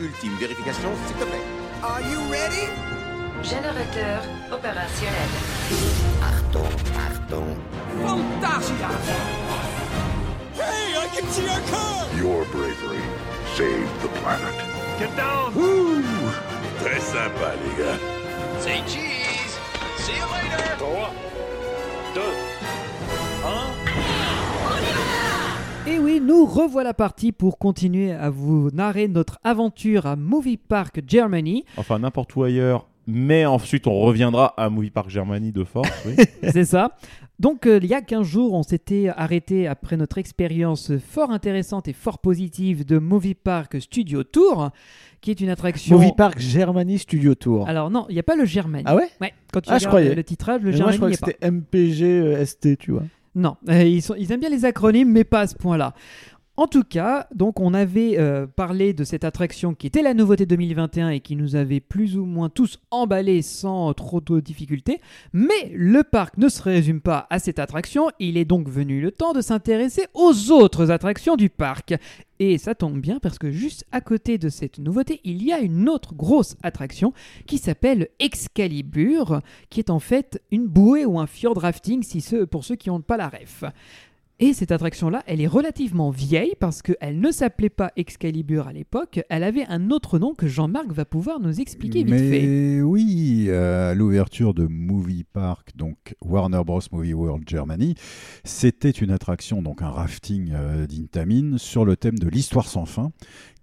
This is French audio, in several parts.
ultime vérification, s'il te plaît. Are you ready? Générateur opérationnel. Achtung, Achtung. Fantasia! Hey, I can see our car! Your bravery saved the planet. Get down! Wouh! Très sympa, les gars. Say cheese! See you later! 3, 2, 1. Et oui, nous revoilà partie pour continuer à vous narrer notre aventure à Movie Park Germany. Enfin, n'importe où ailleurs. Mais ensuite, on reviendra à Movie Park Germany de force. Oui. C'est ça. Donc, euh, il y a 15 jours, on s'était arrêté après notre expérience fort intéressante et fort positive de Movie Park Studio Tour, qui est une attraction. Movie Park Germany Studio Tour. Alors, non, il n'y a pas le Germany. Ah ouais Ouais, quand tu Ah, je regardes croyais. le titrage, le Mais Moi, Germany je crois n'y que est pas. c'était MPG euh, ST, tu vois. Non, euh, ils, sont- ils aiment bien les acronymes, mais pas à ce point-là. En tout cas, donc on avait euh, parlé de cette attraction qui était la nouveauté 2021 et qui nous avait plus ou moins tous emballés sans trop de difficultés. Mais le parc ne se résume pas à cette attraction, il est donc venu le temps de s'intéresser aux autres attractions du parc. Et ça tombe bien parce que juste à côté de cette nouveauté, il y a une autre grosse attraction qui s'appelle Excalibur, qui est en fait une bouée ou un fjord rafting si ce, pour ceux qui n'ont pas la ref. Et cette attraction-là, elle est relativement vieille parce qu'elle ne s'appelait pas Excalibur à l'époque, elle avait un autre nom que Jean-Marc va pouvoir nous expliquer vite fait. Mais oui, euh, à l'ouverture de Movie Park, donc Warner Bros. Movie World Germany, c'était une attraction, donc un rafting euh, d'Intamin sur le thème de l'histoire sans fin,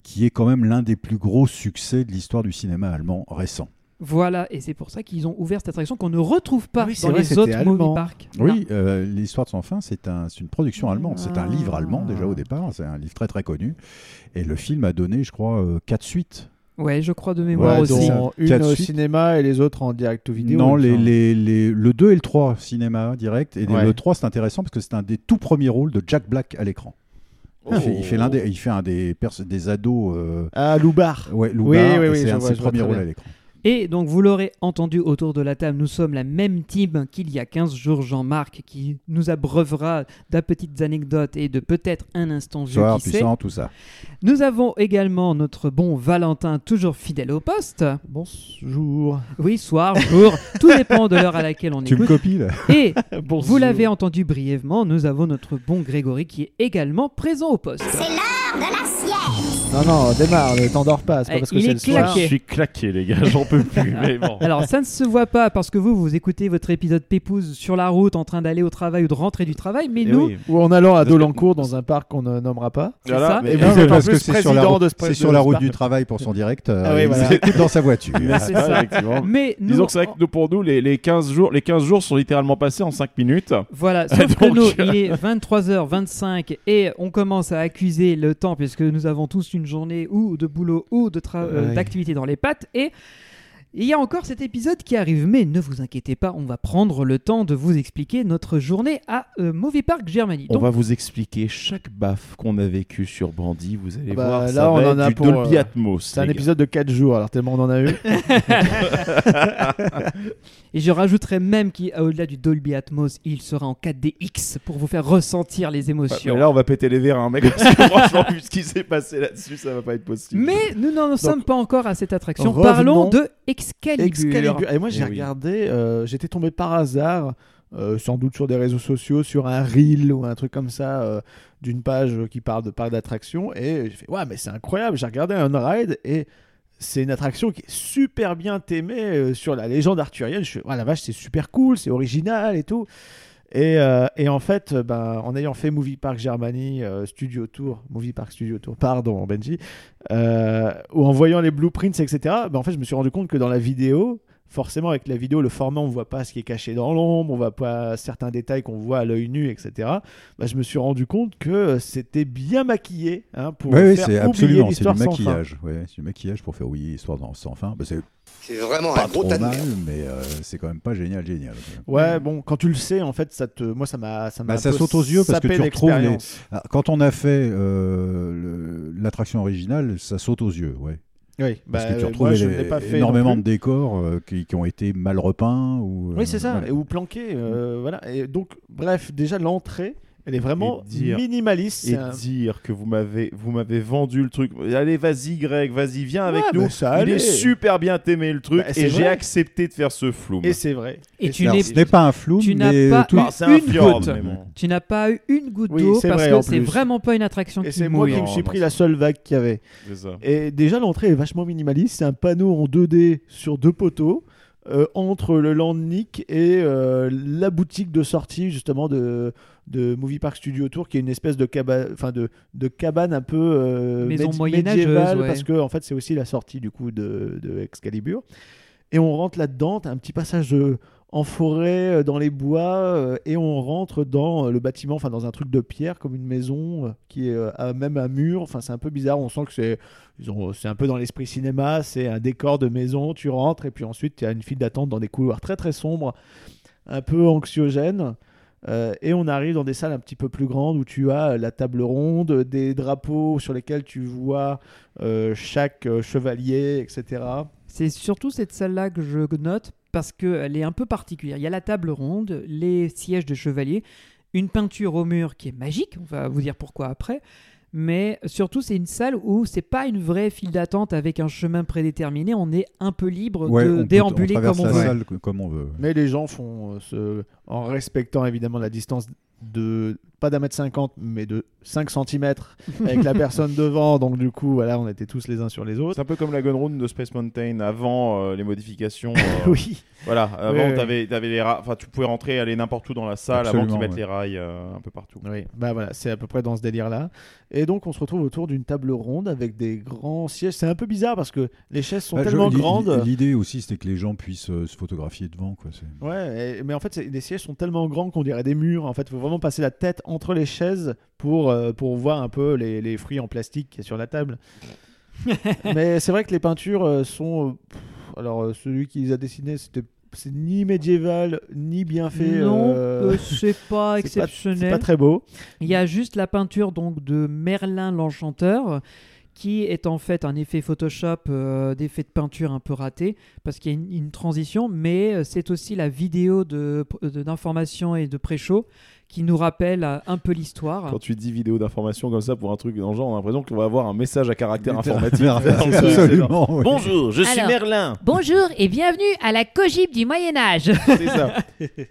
qui est quand même l'un des plus gros succès de l'histoire du cinéma allemand récent. Voilà, et c'est pour ça qu'ils ont ouvert cette attraction qu'on ne retrouve pas Oui, c'est dans vrai, les c'était autres allemand. movie parks. Oui, euh, l'histoire de sans fin, c'est un- c'est une production allemande, c'est un livre allemand déjà Ah. au départ, c'est un livre très très connu, et le film a donné, je crois, euh, quatre suites. Ah, Ouais, je crois de mémoire Ouais, Ouais, aussi. c'est dont ça. une Quatre au suites. cinéma et les autres en direct ou vidéo. hein. Non, il me les, semble. les- les- le 2 et le 3 cinéma direct. Et Ouais. le 3, c'est intéressant parce que c'est un des tout premiers rôles de Jack Black à l'écran. Il fait, il fait Oh. l'un des, il fait un des, perso- des ados. euh, Ah, Loubar. ouais, Loubard, Oui, oui, et oui, c'est je un de vois, ses je vois premiers très rôles bien. à l'écran. Et donc, vous l'aurez entendu autour de la table, nous sommes la même team qu'il y a 15 jours, Jean-Marc, qui nous abreuvera d'à petites anecdotes et de peut-être un instant vieux Soir, qui sait. puissant, tout ça. Nous avons également notre bon Valentin, toujours fidèle au poste. Bonjour. Oui, soir, jour, tout dépend de l'heure à laquelle on Tu me écoute. copies là Et, Bonjour. vous l'avez entendu brièvement, nous avons notre bon Grégory qui est également présent au poste. Non, non, démarre, ne t'endors pas, c'est pas Eh, parce que il c'est est le soir. claqué. Je suis claqué, les gars, j'en peux plus. mais bon. Alors ça ne se voit pas parce que vous, vous écoutez votre épisode Pépouze sur la route en train d'aller au travail ou de rentrer du travail, mais Eh nous, oui. Ou en allant à Dolancourt dans un parc qu'on ne nommera pas. c'est ça. Et Et vous non, êtes Ah, en parce plus que c'est sur la président route, de ce- c'est de sur la ce route parc. du travail pour son direct. euh, Ah oui, il voilà. nous écoute dans sa voiture. Ah, C'est ça. effectivement. Mais nous, Disons que c'est vrai que nous, pour nous, les, les 15 jours, les 15 jours sont littéralement passés en 5 minutes. Voilà, sauf que Donc, euh, nous, il est 23h25 et on commence à accuser le temps puisque nous avons tous une journée ou de boulot ou de tra- euh, Ouais. d'activité dans les pattes et il y a encore cet épisode qui arrive, mais ne vous inquiétez pas, on va prendre le temps de vous expliquer notre journée à euh, Movie Park Germany. On Donc, va vous expliquer chaque baffe qu'on a vécu sur Brandy. Vous allez Bah, voir, là, ça on va en être a du pour, Dolby euh, Atmos. C'est un les gars. épisode de 4 jours, alors tellement on en a eu. et je rajouterai même qu'au-delà du Dolby Atmos, il sera en 4DX pour vous faire ressentir les émotions. Mais là, on va péter les verres, hein, mec. Parce que franchement, vu ce qui s'est passé là-dessus, ça va pas être possible. Mais nous n'en sommes pas encore à cette attraction. revenons- Parlons de Excalibur. Excalibur. Et moi, j'ai Eh oui. regardé, euh, j'étais tombé par hasard, euh, sans doute sur des réseaux sociaux, sur un reel ou un truc comme ça, euh, d'une page qui parle de parc d'attractions. Et j'ai fait, ouais, mais c'est incroyable. J'ai regardé un ride et c'est une attraction qui est super bien thémée euh, sur la légende arthurienne. Je fais, ouais, la vache, c'est super cool, c'est original et tout. Et, euh, et en fait, euh, ben, en ayant fait Movie Park Germany, euh, Studio Tour, Movie Park Studio Tour, pardon, Benji, euh, ou en voyant les blueprints, etc., ben, en fait, je me suis rendu compte que dans la vidéo, forcément, avec la vidéo, le format, on voit pas ce qui est caché dans l'ombre, on voit pas certains détails qu'on voit à l'œil nu, etc. Ben, je me suis rendu compte que euh, c'était bien maquillé hein, pour Oui, oui, faire c'est oublier absolument, c'est l'histoire du sans fin. maquillage. Ouais, c'est du maquillage pour faire oui, histoire d'en- sans fin. Bah, c'est C'est vraiment pas un gros trop tas de mal, merde. mais euh, c'est quand même pas génial, génial. Ouais, bon, quand tu le sais, en fait, ça te, moi, ça m'a, ça m'a. Bah, un ça peu saute aux yeux parce que sapé tu retrouves les- l'expérience. Ah, Quand on a fait euh, le- l'attraction originale, ça saute aux yeux, ouais. Oui, Parce bah, que tu euh, retrouves moi, je é- ne l'ai pas fait énormément non de plus. décors euh, qui, qui ont été mal repeints. Ou, euh, Oui, c'est ça, voilà. et ou planqué, euh, voilà. Et donc, bref, déjà l'entrée Elle est vraiment Et dire- minimaliste. Et c'est un- dire que vous m'avez vous m'avez vendu le truc. Allez, vas-y, Greg, vas-y, viens avec Ouais, nous. bah, ça Il est allait. super bien t'aimer le truc Bah, c'est et j'ai vrai. accepté de faire ce flou. Et c'est vrai. Et tu Alors, n'es ce n'est pas un flou, tu n'as mais euh, pas- tout- Bah, c'est un une fjord, goutte. mais bon. Tu n'as pas eu une goutte Oui, d'eau c'est parce vrai, que en c'est plus. vraiment pas une attraction Et qui c'est moi mouille. qui me Non, suis non, pris c'est- la seule vague qu'il y avait. C'est ça. Et déjà, l'entrée est vachement minimaliste. C'est un panneau en 2D sur deux poteaux euh, entre le Landnick et euh, la boutique de sortie, justement, de, de Movie Park Studio Tour, qui est une espèce de, caba- enfin, de, de cabane un peu euh, Maison médi- moyenâgeuse, médiévale, ouais. parce que en fait, c'est aussi la sortie du coup de, de Excalibur. Et on rentre là-dedans, t'as un petit passage euh, en forêt, euh, dans les bois, euh, et on rentre dans euh, le bâtiment, enfin dans un truc de pierre, comme une maison euh, qui est euh, à même un mur. Enfin, c'est un peu bizarre. On sent que c'est ils ont- c'est un peu dans l'esprit cinéma, c'est un décor de maison, tu rentres et puis ensuite tu as une file d'attente dans des couloirs très très sombres, un peu anxiogènes. Euh, et on arrive dans des salles un petit peu plus grandes où tu as euh, la table ronde, des drapeaux sur lesquels tu vois euh, chaque euh, chevalier, etc. C'est surtout cette salle-là que je note parce qu'elle est un peu particulière. Il y a la table ronde, les sièges de chevalier, une peinture au mur qui est magique, on va vous dire pourquoi après. Mais surtout, c'est une salle où c'est pas une vraie file d'attente avec un chemin prédéterminé. On est un peu libre Ouais, de on peut- on déambuler traverse comme on la veut. salle que- comme on veut. Mais les gens font euh, ce- en respectant évidemment la distance de pas d'un mètre cinquante mais de 5 cm avec la personne devant. Donc du coup, voilà, on était tous les uns sur les autres. C'est un peu comme la Gunrun de Space Mountain avant euh, les modifications. euh, Oui. Voilà, avant oui. t'avais t'avais les ra- enfin tu pouvais rentrer et aller n'importe où dans la salle avant Absolument, qu'ils mettent ouais. les rails euh, un peu partout. Oui, bah voilà, c'est à peu près dans ce délire-là. Et donc, on se retrouve autour d'une table ronde avec des grands sièges. C'est un peu bizarre parce que les chaises sont Bah, je- tellement l'i- grandes. L'idée aussi, c'était que les gens puissent euh, se photographier devant. Quoi. c'est- Ouais, et- mais en fait, c'est- les sièges sont tellement grands qu'on dirait des murs. En fait, il faut vraiment passer la tête entre les chaises pour, euh, pour voir un peu les, les fruits en plastique qu'il y a sur la table. mais c'est vrai que les peintures euh, sont. euh, pff, alors, euh, celui qui les a dessinées, c'était. C'est ni médiéval, ni bien fait. Non, euh, euh, c'est pas c'est pas- C'est exceptionnel. pas très beau. Il y a juste la peinture donc de Merlin l'Enchanteur qui est en fait un effet Photoshop euh, d'effet de peinture un peu raté parce qu'il y a une, une transition mais euh, c'est aussi la vidéo de de- d'information et de pré-show qui nous rappelle euh, un peu l'histoire. Quand tu dis vidéo d'information comme ça pour un truc dans le genre, on a l'impression qu'on va avoir un message à caractère informatif. Absolument. oui. Bonjour, je suis Alors. Merlin. Bonjour et bienvenue à la Cogib du Moyen Âge. C'est ça.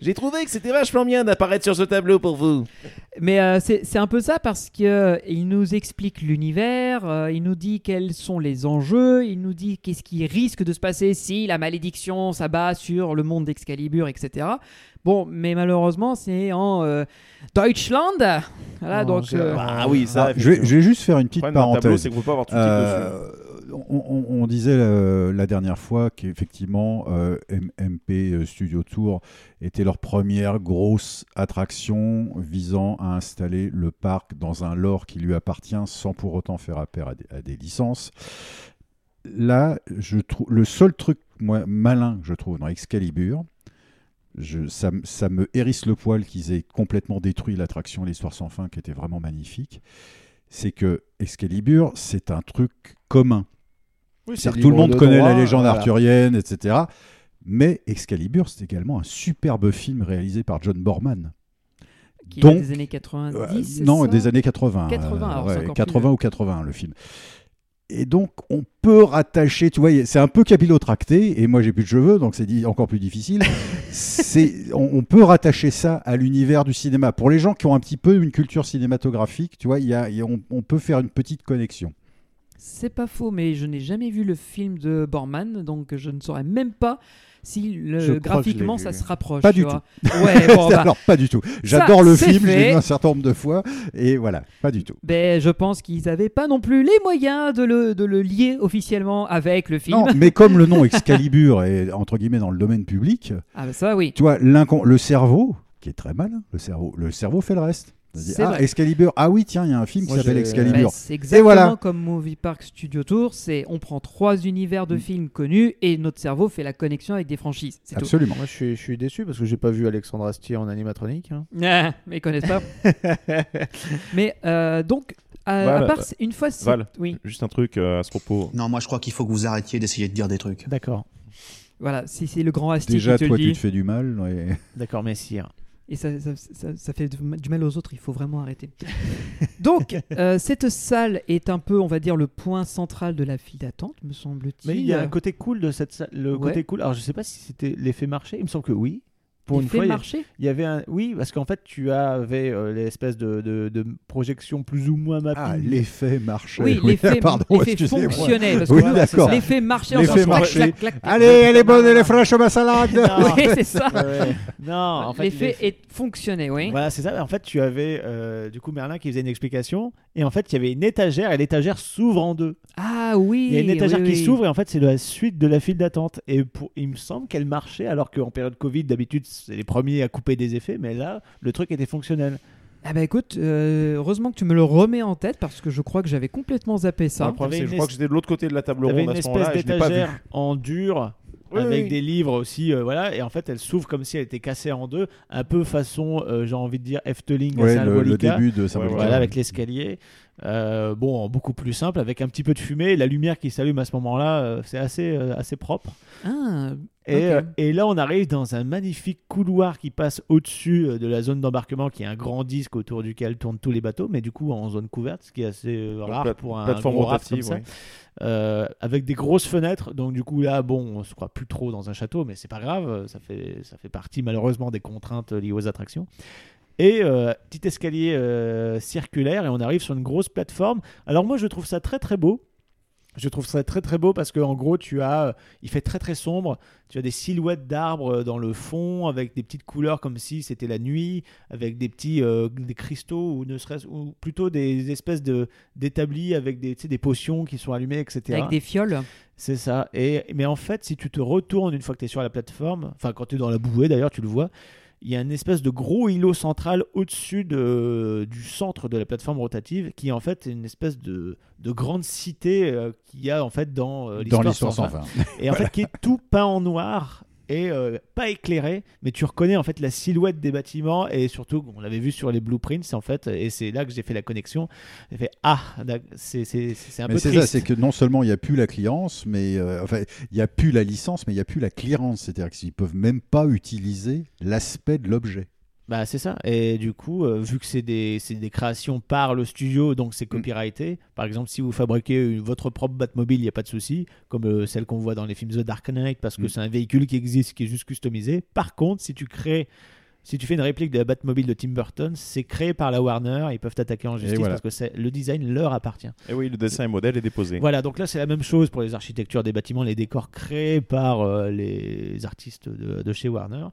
J'ai trouvé que c'était vachement bien d'apparaître sur ce tableau pour vous. Mais euh, c'est c'est un peu ça parce que euh, il nous explique l'univers, euh, il nous dit quels sont les enjeux, il nous dit qu'est-ce qui risque de se passer si la malédiction s'abat sur le monde d'Excalibur, etc. Bon, mais malheureusement, c'est en euh, Deutschland. Voilà, Oh, donc. j'ai- euh, Ah oui, ça. Ah, je, vais, je vais juste faire une petite Le problème d'un tableau, parenthèse. c'est que vous pouvez pas avoir tout le titre dessus. Euh, on, on- on disait euh, la, dernière fois qu'effectivement euh, M- MP Studio Tour était leur première grosse attraction visant à installer le parc dans un lore qui lui appartient sans pour autant faire appel à des, à des licences. Là, je trouve le seul truc moi, malin que je trouve dans Excalibur, je- ça, me- ça me hérisse le poil qu'ils aient complètement détruit l'attraction L'Histoire sans fin qui était vraiment magnifique. C'est que Excalibur, c'est un truc commun. Oui, c'est C'est-à-dire que tout le libre monde de connaît droit, la légende voilà. arthurienne, etc. Mais Excalibur, c'est également un superbe film réalisé par John Borman. qui Donc, est des années 90. Euh, c'est non, ça des années 80. 80, alors c'est encore plus 80 ou 81, le film. Et donc, on peut rattacher, tu vois, y a- c'est un peu capillotracté, et moi j'ai plus de cheveux, donc c'est di- encore plus difficile. c'est, on, on peut rattacher ça à l'univers du cinéma. Pour les gens qui ont un petit peu une culture cinématographique, tu vois, il y a- il y a- on, on peut faire une petite connexion. C'est pas faux, mais je n'ai jamais vu le film de Borman, donc je ne saurais même pas si le- Je crois que je l'ai graphiquement vu. ça se rapproche. Pas tu du vois. Ouais, bon, bah, Alors, pas du tout. J'adore le c'est film, je l'ai fait. vu un certain nombre de fois, et voilà, pas du tout. Ben, je pense qu'ils n'avaient pas non plus les moyens de le, de le lier officiellement avec le film. Non, mais comme le nom Excalibur est entre guillemets dans le domaine public, Ah, ben ça, oui. tu vois, l'incon- le cerveau, qui est très malin, le cerveau, le cerveau fait le reste. On dit, C'est Ah, vrai. Excalibur, ah oui, tiens, il y a un film qui Moi, s'appelle j'ai- Ben, Excalibur. c'est exactement voilà. comme Movie Park Studio Tour. C'est on prend trois univers Mm. de films connus et notre cerveau fait la connexion avec des franchises. C'est tout. Absolument. Moi, je suis, je suis déçu parce que j'ai pas vu Alexandre Astier en animatronique. hein. Ah, mais ils connaissent pas. mais euh, donc, à, Val, à part c- une fois, c'est- Val. oui, Juste un truc euh, à ce propos. Non, moi je crois qu'il faut que vous arrêtiez d'essayer de dire des trucs. D'accord, voilà, si c'est le grand Asti Déjà, qui te toi, le dit. tu te fais du mal. ouais. d'accord, hein. messire. Et ça, ça- ça- ça fait du mal aux autres, il faut vraiment arrêter. Donc, euh, cette salle est un peu, on va dire, le point central de la file d'attente, me semble-t-il. Mais il y a un côté cool de cette salle. Le Ouais. côté cool. Alors, je sais pas si c'était l'effet marché. Il me semble que oui. Pour une L'effet fois, il y a- marché il y avait un. Oui, parce qu'en fait, tu avais euh, l'espèce de, de, de projection plus ou moins mappée. Ah, l'effet marché. Oui, l'effet- pardon, l'effet excusez-moi. fonctionnait, parce que oui, voilà, d'accord. Ah. c'est ça. L'effet marché en L'effet sortant, marché. clac, clac, clac. Allez, elle est bonne, elle est fraîche, ma salade. Oui, c'est ça. Ouais. Non, en fait, L'effet il est- est... fonctionnait, oui. Voilà, c'est ça. En fait, tu avais euh, du coup Merlin qui faisait une explication, et en fait, il y avait une étagère, et l'étagère s'ouvre en deux. Ah oui. Il y a une étagère oui, qui oui. s'ouvre, et en fait, c'est la suite de la file d'attente. Et pour- il me semble qu'elle marchait, alors qu'en période Covid, d'habitude, c'est les premiers à couper des effets, mais là, le truc était fonctionnel. Ah bah écoute, euh, heureusement que tu me le remets en tête parce que je crois que j'avais complètement zappé ça. Le problème, c'est que je une crois que es- j'étais de l'autre côté de la table T'avais ronde une à ce espèce moment-là et je l'ai pas vu. d'étagère en dur. Oui, avec oui. des livres aussi, euh, voilà, et en fait elle s'ouvre comme si elle était cassée en deux, un peu façon, euh, j'ai envie de dire, Efteling à Ouais, Saint le- le Wawrinka. début de Saint Ouais, Wawrinka. Voilà, avec l'escalier. Euh, bon, en beaucoup plus simple, avec un petit peu de fumée, la lumière qui s'allume à ce moment-là, euh, c'est assez, euh, assez propre. Ah, Et, ok. euh, et là, on arrive dans un magnifique couloir qui passe au-dessus euh, de la zone d'embarquement, qui est un grand disque autour duquel tournent tous les bateaux, mais du coup en zone couverte, ce qui est assez euh, rare plate- pour un plateforme gros raft rotative, comme ça. ouais. Euh, avec des grosses fenêtres, donc du coup là, bon, on se croit plus trop dans un château, mais c'est pas grave, euh, ça fait, ça fait partie malheureusement des contraintes euh, liées aux attractions. Et euh, petit escalier euh, circulaire, et on arrive sur une grosse plateforme. Alors moi, je trouve ça très très beau. Je trouve ça très très beau parce que en gros tu as, euh, il fait très très sombre. Tu as des silhouettes d'arbres euh, dans le fond avec des petites couleurs comme si c'était la nuit, avec des petits euh, des cristaux ou ne serait-ce ou plutôt des espèces de d'établis avec des tu sais, des potions qui sont allumées etc. Avec des fioles. C'est ça. Et, mais en fait, si tu te retournes une fois que tu es sur la plateforme, enfin quand tu es dans la bouée d'ailleurs, tu le vois, il y a une espèce de gros îlot central au-dessus de, du centre de la plateforme rotative qui est en fait une espèce de, de grande cité euh, qu'il y a en fait dans euh, Dans l'histoire sans fin. Et en fait qui est tout peint en noir et euh, pas éclairé, mais tu reconnais en fait la silhouette des bâtiments et surtout on l'avait vu sur les blueprints en fait et c'est là que j'ai fait la connexion. J'ai fait ah d'ac- c'est c'est- c'est un Mais peu c'est triste. ça, c'est que non seulement il n'y a plus la clearance, mais euh, enfin, il n'y a plus la licence, mais il n'y a plus la clearance. C'est-à-dire qu'ils ne peuvent même pas utiliser l'aspect de l'objet. Bah c'est ça. Et du coup, euh, vu que c'est des, c'est des créations par le studio, donc c'est copyrighté. Par exemple, si vous fabriquez une- votre propre Batmobile, il n'y a pas de souci, comme euh, celle qu'on voit dans les films The Dark Knight, parce que c'est un véhicule qui existe, qui est juste customisé. Par contre, si tu crées, si tu fais une réplique de la Batmobile de Tim Burton, c'est créé par la Warner, ils peuvent t'attaquer en justice voilà. parce que c'est- le design leur appartient. Et oui, le dessin et modèle est déposé. Voilà, donc là c'est la même chose pour les architectures des bâtiments, les décors créés par euh, les artistes de, de chez Warner.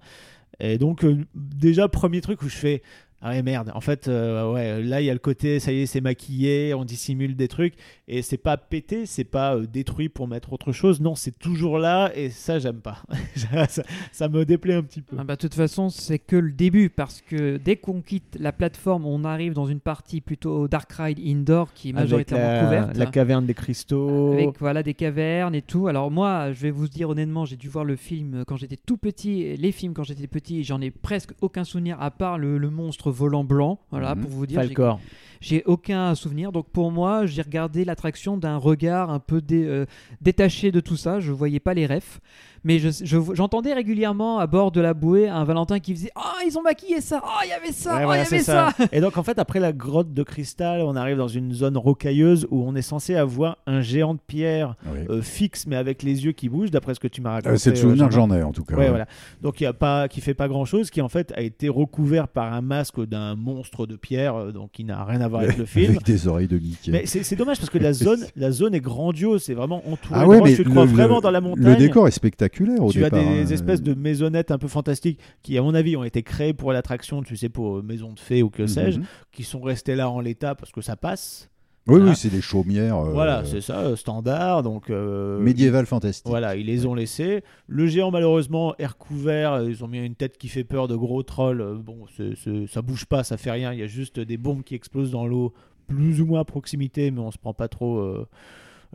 Et donc euh, déjà premier truc où je fais ah ouais, merde, en fait euh, ouais, là il y a le côté ça y est, c'est maquillé, on dissimule des trucs et c'est pas pété, c'est pas euh, détruit pour mettre autre chose, non, c'est toujours là et ça j'aime pas. ça, ça- ça me déplaît un petit peu. Ah bah, de toute façon, c'est que le début parce que dès qu'on quitte la plateforme, on arrive dans une partie plutôt Dark Ride Indoor qui est majoritairement Avec la, couverte. la Oh. caverne des cristaux. avec voilà des cavernes et tout. Alors moi, je vais vous dire honnêtement, j'ai dû voir le film euh, quand j'étais tout petit, et les films quand j'étais petit, j'en ai presque aucun souvenir à part le, le monstre volant blanc. Voilà Mhm. pour vous dire. j'ai- Falcor. J'ai aucun souvenir. Donc pour moi, j'ai regardé l'attraction d'un regard un peu dé- euh, détaché de tout ça. Je voyais pas les refs, mais je- je- j'entendais régulièrement à bord de la bouée un Valentin qui faisait Ah ils ont maquillé ça, ah il y avait ça, Ouais, ah il voilà, y c'est avait ça. Et donc en fait après la grotte de cristal, on arrive dans une zone rocailleuse où on est censé avoir un géant de pierre euh, fixe mais avec les yeux qui bougent d'après ce que tu m'as raconté. Euh, c'est le souvenir euh, que Jean-Marc. j'en ai, en tout cas, Ouais, ouais. voilà. Donc il y a pas qui fait pas grand-chose qui en fait a été recouvert par un masque d'un monstre de pierre euh, donc qui n'a rien à voir avec le film. Avec des oreilles de Mickey. Mais c'est c'est dommage parce que la zone la zone est grandiose, c'est vraiment entouré ah de ouais, roches, mais tu te crois le- vraiment le- dans la le montagne. décor est spectaculaire au tu départ. as des hein. espèces de maisonnettes un peu fantastiques qui, à mon avis, ont été créées pour l'attraction, tu sais, pour euh, maison de fées ou que sais-je, Mhm. qui sont restées là en l'état parce que ça passe. Oui, Voilà. oui, c'est des chaumières. euh, Voilà, c'est ça, euh, standard. Donc, euh, Médiéval fantastique. Voilà, ils les ont laissés. Le géant, malheureusement, est recouvert. euh, Ils ont mis une tête qui fait peur de gros trolls. Euh, Bon, c'est- c'est- ça bouge pas, ça fait rien. Il y a juste des bombes qui explosent dans l'eau, plus ou moins à proximité, mais on se prend pas trop euh,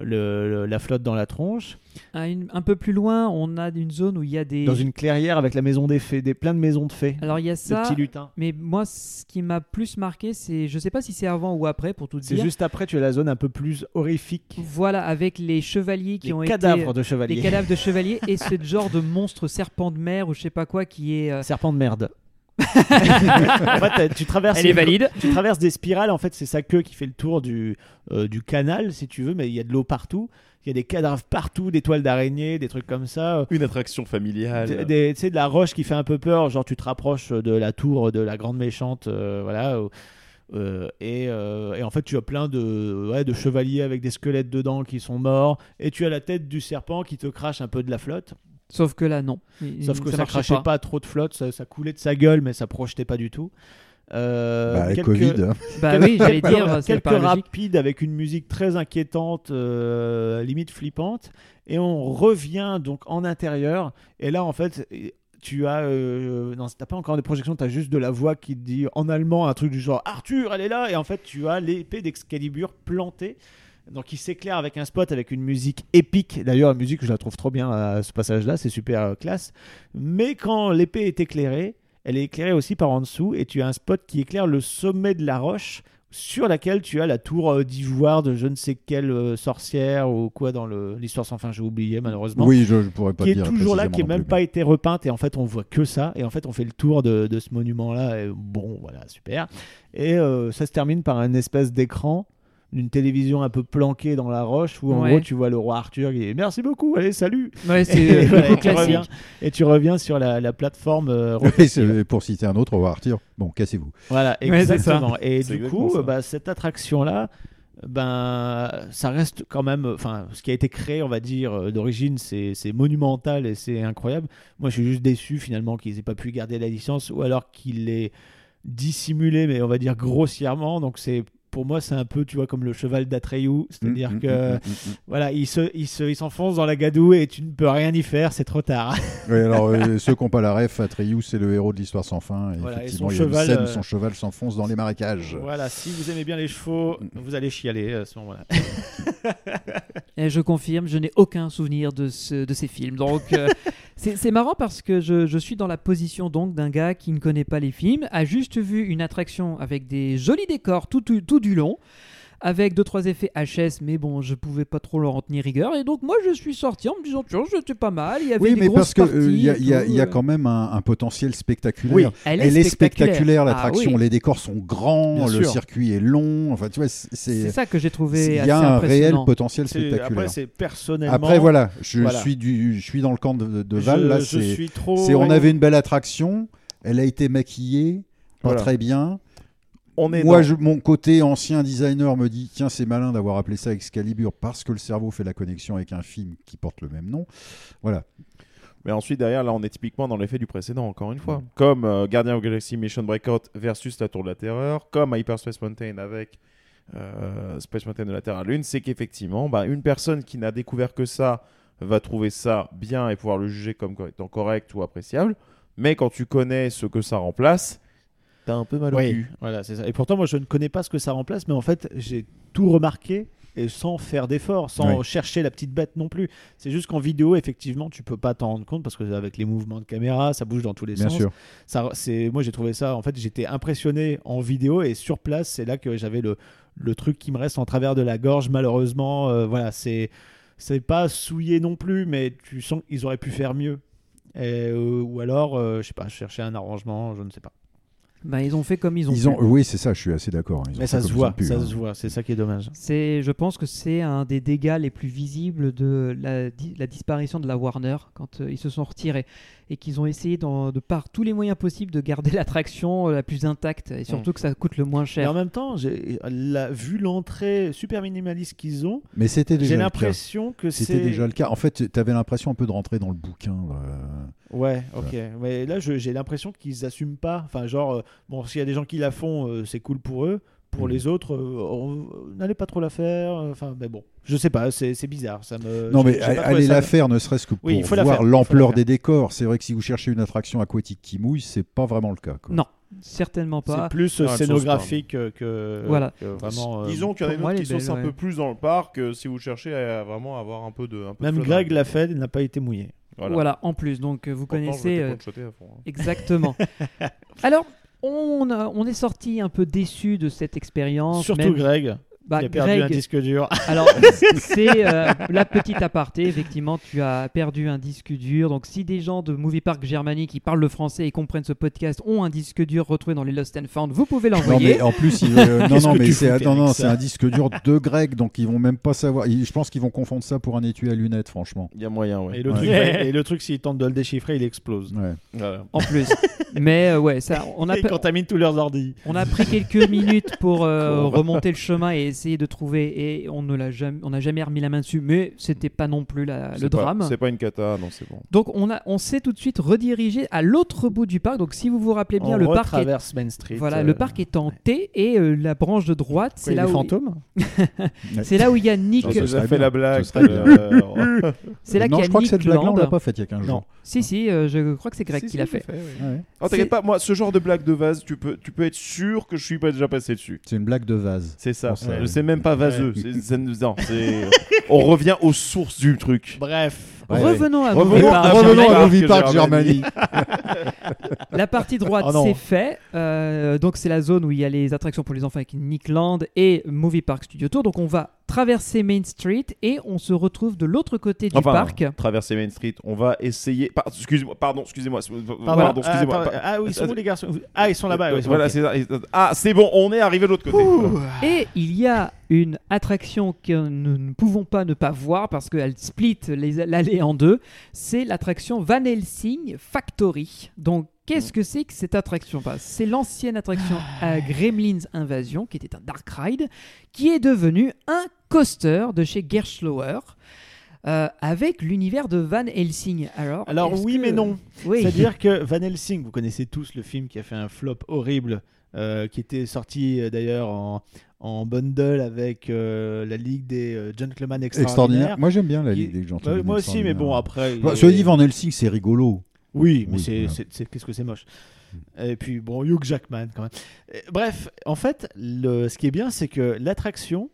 le- le- la flotte dans la tronche. À une- un peu plus loin, on a une zone où il y a des Dans une clairière avec la maison des fées, des, plein de maisons de fées. Alors il y a ça. petit lutin. Mais moi, ce qui m'a plus marqué, c'est, je sais pas si c'est avant ou après, pour tout C'est dire. juste après, tu as la zone un peu plus horrifique. Voilà, avec les chevaliers qui Les ont cadavres été de chevaliers. les cadavres de chevaliers et ce genre de monstre serpent de mer ou je sais pas quoi qui est euh, Serpent de merde. en fait, t'as- tu traverses. Elle est valide. Tu traverses des spirales. En fait, c'est sa queue qui fait le tour du, euh, du canal, si tu veux. Mais il y a de l'eau partout. Il y a des cadavres partout, des toiles d'araignée, des trucs comme ça. Une attraction Des- Ah, familiale. des- Tu sais, de la roche qui fait un peu peur. Genre, tu te rapproches de la tour de la grande méchante. euh, voilà. ou- euh, et, euh, et en fait, tu as plein de, ouais, de chevaliers avec des squelettes dedans qui sont morts. Et tu as la tête du serpent qui te crache un peu de la flotte. Sauf que là, non. Il- Sauf que ça, marchait crachait pas. trop de flotte, ça, ça coulait de sa gueule, mais ça projetait pas du tout. Euh, Bah, Covid, hein. Bah oui, j'allais quelques- dire, c'est quelques pas logique. rapides avec une musique très inquiétante, euh, limite flippante, et on revient donc en intérieur. Et là, en fait, tu as, euh, non, t'as pas encore des projections, t'as juste de la voix qui te dit en allemand un truc du genre Arthur, elle est là, et en fait, tu as l'épée d'Excalibur plantée. Donc il s'éclaire avec un spot, avec une musique épique. D'ailleurs, la musique, je la trouve trop bien à ce passage-là, c'est super euh, classe. Mais quand l'épée est éclairée, elle est éclairée aussi par en dessous, et tu as un spot qui éclaire le sommet de la roche sur laquelle tu as la tour euh, d'ivoire de je ne sais quelle euh, sorcière ou quoi dans le- l'histoire sans fin, j'ai oublié malheureusement. Oui, je- je pourrais pas Qui te est dire toujours là, qui n'est précisément non même plus, pas été repeinte, et en fait on voit que ça, et en fait on fait le tour de, de ce monument-là, et bon voilà, super. Et euh, ça se termine par un espèce d'écran d'une télévision un peu planquée dans la roche où en Ouais. gros tu vois le roi Arthur qui dit merci beaucoup, allez salut. Ouais, c'est, Et euh, voilà, et beaucoup tu classique. reviens, et tu reviens sur la, la plateforme. euh, Oui, c'est- pour citer un autre, on va partir. Bon, cassez-vous. voilà, Ouais, c'est ça. exactement. et C'est du exactement coup, ça. bah, cette attraction-là, ben, ça reste quand même. Enfin, ce qui a été créé, on va dire, euh, d'origine, c'est c'est monumental et c'est incroyable. Moi, je suis juste déçu finalement qu'ils aient pas pu garder la licence ou alors qu'ils l'aient dissimulé, mais on va dire grossièrement. Donc, c'est. Pour moi, c'est un peu, tu vois, comme le cheval d'Atreyu, c'est-à-dire Mm, mm, que, mm, mm, mm. voilà, il se, il se, il s'enfonce dans la gadoue et tu ne peux rien y faire, c'est trop tard. Oui, alors, euh, ceux qui n'ont pas la ref, Atreyu, c'est le héros de l'histoire sans fin. Et Voilà, et effectivement, son il y a une cheval, scène euh, où son cheval s'enfonce dans les marécages. Voilà, si vous aimez bien les chevaux, vous allez chialer euh, à ce moment-là. Et je confirme, je n'ai aucun souvenir de, ce- de ces films. Donc, euh, c'est c'est marrant parce que je, je suis dans la position donc d'un gars qui ne connaît pas les films, a juste vu une attraction avec des jolis décors tout, tout, tout du long, avec deux trois effets HS, mais bon, je pouvais pas trop leur en tenir rigueur. Et donc, moi, je suis sorti en me disant, tiens, c'était pas mal. Il y avait Oui, des mais grosses parce parties qu'il y, a- et il y a- tout, il y a euh. quand même un, un potentiel spectaculaire. Oui, elle est spectaculaire. l'attraction. Ah oui. Les décors sont grands, Bien le sûr. circuit est long. Enfin, tu vois, c'est- C'est c'est. ça que j'ai trouvé Il assez y a un réel impressionnant. potentiel C'est- Après, spectaculaire. c'est personnellement. Après, voilà, je, Voilà. Suis du, je suis dans le camp de, de Je- Val. là, je c'est- suis trop. c'est on avait une belle attraction, elle a été maquillée, pas Voilà. très bien. On est Moi, dans- je- mon côté ancien designer me dit tiens, c'est malin d'avoir appelé ça Excalibur parce que le cerveau fait la connexion avec un film qui porte le même nom. Voilà. Mais ensuite, derrière, là, on est typiquement dans l'effet du précédent, encore une Mm. fois. Comme euh, Guardian of Galaxy Mission Breakout versus la Tour de la Terreur, comme Hyperspace Mountain avec euh, Space Mountain de la Terre à la Lune, c'est qu'effectivement, bah, une personne qui n'a découvert que ça va trouver ça bien et pouvoir le juger comme co- étant correct ou appréciable. Mais quand tu connais ce que ça remplace, t'as un peu mal au Oui, cul. voilà, c'est ça. Et pourtant, moi, je ne connais pas ce que ça remplace, mais en fait, j'ai tout remarqué et sans faire d'effort, sans Ouais. chercher la petite bête non plus. C'est juste qu'en vidéo, effectivement, tu peux pas t'en rendre compte parce que avec les mouvements de caméra, ça bouge dans tous les Bien sens. sûr. Ça, c'est, moi, j'ai trouvé ça. En fait, j'étais impressionné en vidéo et sur place, c'est là que j'avais le, le truc qui me reste en travers de la gorge. Malheureusement, Euh, voilà, c'est, c'est pas souillé non plus, mais tu sens qu'ils auraient pu faire mieux. Et, euh, ou alors, euh, je sais pas, chercher un arrangement, je ne sais pas. Bah, ils ont fait comme ils ont. Ils ont, pu. oui, c'est ça, je suis assez d'accord. Ils ont Mais fait ça se comme ils ont voit, pu, ça hein. se voit, c'est ça qui est dommage. C'est, je pense que c'est un des dégâts les plus visibles de la, di- la disparition de la Warner quand euh, ils se sont retirés et qu'ils ont essayé d'en- de par tous les moyens possibles de garder l'attraction euh, la plus intacte et Hmm. surtout que ça coûte le moins Mais cher. en même temps, j'ai- la- vu l'entrée super minimaliste qu'ils ont, Mais c'était déjà j'ai le cas. l'impression que c'est. C'était déjà le cas. En fait, tu avais l'impression un peu de rentrer dans le bouquin. euh, Ouais, ok. Mais là, je- j'ai l'impression qu'ils assument pas. Enfin, genre, euh, bon, s'il y a des gens qui la font, euh, c'est cool pour eux. Pour Mm. les autres, euh, on- n'allez pas trop la faire. Enfin, mais bon, je sais pas, c'est c'est bizarre. Ça me. Non, j'ai- mais j'ai pas allez trouvé ça- la faire, ne serait-ce que pour Oui, il faut la faire, voir il faut la l'ampleur faire. des décors. C'est vrai que si vous cherchez une attraction aquatique qui mouille, c'est pas vraiment le cas. quoi. Non, certainement C'est pas. plus euh, Non, elles sont scénographique euh, que. Voilà. que vraiment. euh, Disons qu'il y en a pour moi, d'autres elle qui est belle, sont un ouais. peu plus dans le parc euh, si vous cherchez à vraiment avoir un peu de. Un peu de Même flotte dans la Greg l'a tête. fait, il n'a pas été mouillé. Voilà. en plus, donc euh, vous Pourtant, je connaissez m'étais euh, poinchoté à fond, hein. exactement. euh, Alors, on, a- on est sorti un peu déçu de cette expérience. Surtout même- Greg. Bah, Il a perdu Greg- un disque dur. Alors, c'est euh, la petite aparté. Effectivement, tu as perdu un disque dur. Donc, si des gens de Movie Park Germany qui parlent le français et comprennent ce podcast ont un disque dur retrouvé dans les Lost and Found, vous pouvez Non l'envoyer. mais en plus il veut- non Qu'est-ce non que mais tu c'est fous, non, hein non, Félix c'est un disque dur de grec donc ils vont même pas savoir Ils- je pense qu'ils vont confondre ça pour un étui à lunettes franchement. Il y a moyen, ouais. Et le Ouais. truc, va- et le truc, s'il tente de le déchiffrer, il explose. Ouais. Voilà. En plus. Mais euh, ouais, ça, on a, il pe- contamine tous leurs ordi. on a pris quelques minutes pour euh, Con. remonter le chemin et essayer de trouver. Et on ne l'a jamais, on n'a jamais remis la main dessus. Mais c'était pas non plus la- C'est le pas- drame. C'est pas une cata, non, c'est bon. Donc on, a, on s'est tout de suite redirigé à l'autre bout du parc. Donc si vous vous rappelez bien, on le parc, est, retraverse Main Street. voilà, euh, le parc est en T et euh, la branche de droite, quoi, c'est il y a là, des où- fantômes Ouais. c'est là où il y a Nick. Non, ce Tu nous as serait fait bien. la blague. Ce serait bien. euh, C'est là qu'il non y a je crois que Nick cette blague là on Land. l'a pas faite il y a 15 jours. Si, si, euh, je crois que c'est Greg si, qui si, l'a je l'ai fait. ouais. Ouais. Oh, C'est- t'inquiète pas, moi, ce genre de blague de vase, tu peux, tu peux être sûr que je suis pas déjà passé dessus. C'est une blague de vase. C'est ça. Pour ça, Je oui. sais même pas vaseux. C'est- c'est- non, c'est- On revient aux sources du truc. Bref. Ouais. Revenons Ah, à Revenons- Movie Park. revenons Revenons à Park, Movie Park Germany. Germany. La partie droite, Ah Oh non. c'est fait. Euh, donc, c'est la zone où il y a les attractions pour les enfants avec Nick Land et Movie Park Studio Tour. Donc, on va traverser Main Street et on se retrouve de l'autre côté du Enfin, parc. Traverser Main Street, on va essayer. par- Excusez-moi, pardon, excusez-moi. Pardon, Pardon, excusez-moi. ah, par- attends, ah oui, ils sont Attends. où les garçons Ah, ils sont là-bas. ouais, voilà, ok. c'est ça. Et- Ah, c'est bon, on est arrivé de l'autre côté. Ouh. Et il y a une attraction que nous ne pouvons pas ne pas voir parce qu'elle split les- l'allée en deux. C'est l'attraction Van Helsing Factory. Donc, qu'est-ce que c'est que cette attraction Bah, C'est l'ancienne attraction Ah. à Gremlins Invasion, qui était un dark ride, qui est devenu un coaster de chez Gershlauer. euh, avec l'univers de Van Helsing. Alors, Alors est-ce oui, que- mais non. Oui. C'est-à-dire que Van Helsing, vous connaissez tous le film qui a fait un flop horrible, euh, qui était sorti euh, d'ailleurs en, en bundle avec euh, la Ligue des euh, Gentlemen Extraordinaires. Extraordinaire. Moi j'aime bien la Qui- Ligue des Bah, gentlemen. moi aussi, mais bon, extraordinaires. après. il Bah, est- Cela dit Van Helsing c'est rigolo. Oui, mais Oui, c'est, voilà. Mm. c'est- c'est- qu'est-ce que c'est moche. Et puis bon, Hugh Jackman quand même. Euh, Bref, en fait, le, ce qui est bien, c'est que l'attraction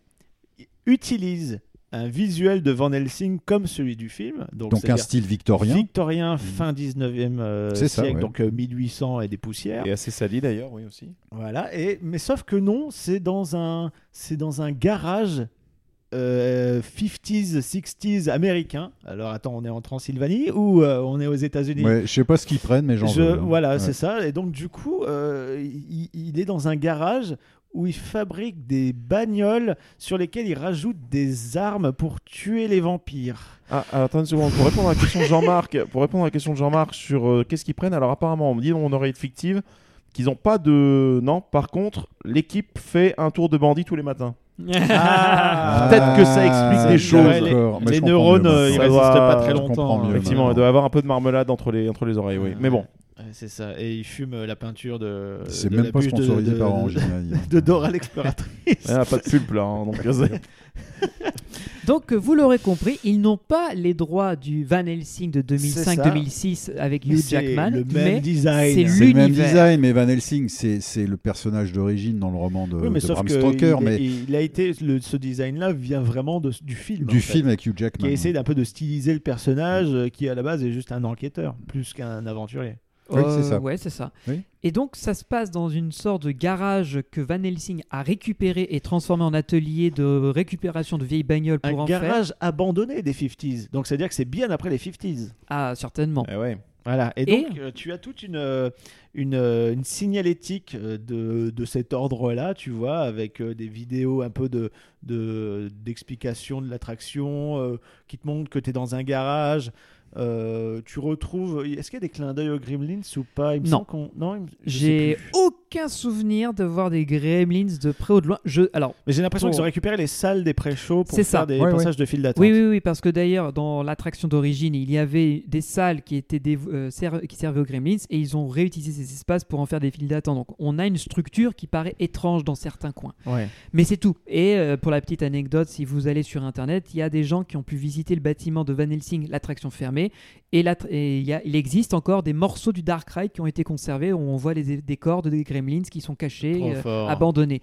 utilise un visuel de Van Helsing comme celui du film. Donc, Donc un c'est-à-dire style victorien. Mm. victorien fin 19e euh, C'est siècle, ça, ouais. donc euh, 1800 et des poussières. Et assez sali d'ailleurs, oui aussi. Voilà. Et mais sauf que non, c'est dans un c'est dans un garage euh, 50s 60s américain. Alors attends, on est en Transylvanie ou euh, on est aux États-Unis Ouais, je sais pas ce qu'ils prennent mais j'en Je- veux. hein. Voilà, Ouais. c'est ça. Et donc du coup, euh, il, il est dans un garage où il fabrique des bagnoles sur lesquelles il rajoute des armes pour tuer les vampires. Ah, alors, attends une seconde. Pour répondre à la question de Jean-Marc, pour répondre à la question de Jean-Marc sur euh, qu'est-ce qu'ils prennent, alors apparemment, on me dit on aurait une fictive qu'ils n'ont pas de. Non, par contre, l'équipe fait un tour de bandit tous les matins. Ah, Peut-être que ça explique des choses. d'accord. Ouais, Mais les je comprends neurones, mieux hein. euh, ils maintenant. Ça résistent doit- pas très je comprends longtemps. mieux hein. Effectivement, maintenant. elle doit avoir un peu de marmelade entre les, entre les oreilles, oui. Mais bon. Ouais, c'est ça. Et il fume euh, la peinture de. C'est euh, de même la pas bûche de- sponsorisé de- par de- Orange. De Dora l'exploratrice. Elle n'a pas de pulpe là, hein, donc c'est- Donc, euh, vous l'aurez compris, ils n'ont pas les droits du Van Helsing de ça. 2005-2006 avec Hugh C'est Jackman, le même mais design. c'est C'est le même l'univers. design, mais Van Helsing, c'est c'est le personnage d'origine dans le roman de, Oui, de mais sauf Bram que Stoker, il, mais il a été le- ce design-là vient vraiment de- du film. en du fait, film avec Hugh qui Jackman. a essayé d'un peu de styliser le personnage euh, qui à la base est juste un enquêteur plus qu'un aventurier. Oui, Euh, c'est ça. ouais, c'est ça. Oui. Et donc, ça se passe dans une sorte de garage que Van Helsing a récupéré et transformé en atelier de récupération de vieilles bagnoles Un pour en faire. garage abandonné des 50s. Donc c'est à dire que c'est bien après les 50s. Ah, certainement. Eh ouais. Voilà. Et Et- donc euh, tu as toute une euh, une, euh, une signalétique euh, de, de cet ordre-là, tu vois, avec euh, des vidéos un peu de de- d'explication de l'attraction euh, qui te montre que tu es dans un garage. Euh, tu retrouves. Est-ce qu'il y a des clins d'œil aux Gremlins ou pas Il me Non. semble qu'on- Non. il me- je sais J'ai plus. aucun souvenir de voir des gremlins de près ou de loin. Je, alors, Mais j'ai l'impression Pour- qu'ils ont récupéré les salles des pré-shows pour C'est faire ça. des Ouais, passages de file d'attente. Oui, oui, oui, parce que d'ailleurs, dans l'attraction d'origine, il y avait des salles qui, étaient dévo- euh, serv- qui servaient aux Gremlins et ils ont réutilisé ces espaces pour en faire des files d'attente. Donc, on a une structure qui paraît étrange dans certains coins. Ouais. Mais c'est tout. Et euh, pour la petite anecdote, si vous allez sur Internet, il y a des gens qui ont pu visiter le bâtiment de Van Helsing, l'attraction fermée, et, l'att- et il, y a- il existe encore des morceaux du Dark Ride qui ont été conservés, où on voit les dé- décors de des Gremlins qui sont cachés, Trop euh, fort. abandonnés,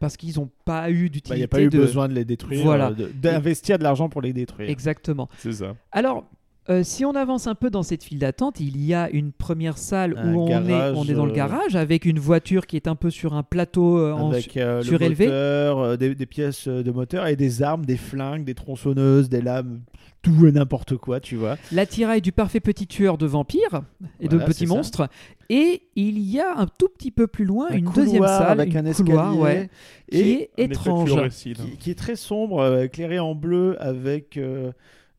parce qu'ils n'ont pas eu Bah, d'utilité. Il n'y a pas eu de- besoin de les détruire, Voilà. euh, de- d'investir de l'argent pour les détruire. Exactement. C'est ça. Alors, Euh, si on avance un peu dans cette file d'attente, il y a une première salle Un où on, garage, est, on est dans le euh, garage avec une voiture qui est un peu sur un plateau euh, en avec euh, le surélevé. moteur, euh, des, des pièces euh, de moteur et des armes, des flingues, des tronçonneuses, des lames, tout et n'importe quoi, tu vois. L'attirail du parfait petit tueur de vampires et Voilà, de petits c'est ça. monstres. Et il y a un tout petit peu plus loin Un une couloir deuxième salle, avec une un couloir, escalier ouais, qui et est étrange. qui, qui est très sombre, euh, éclairé en bleu, avec, euh,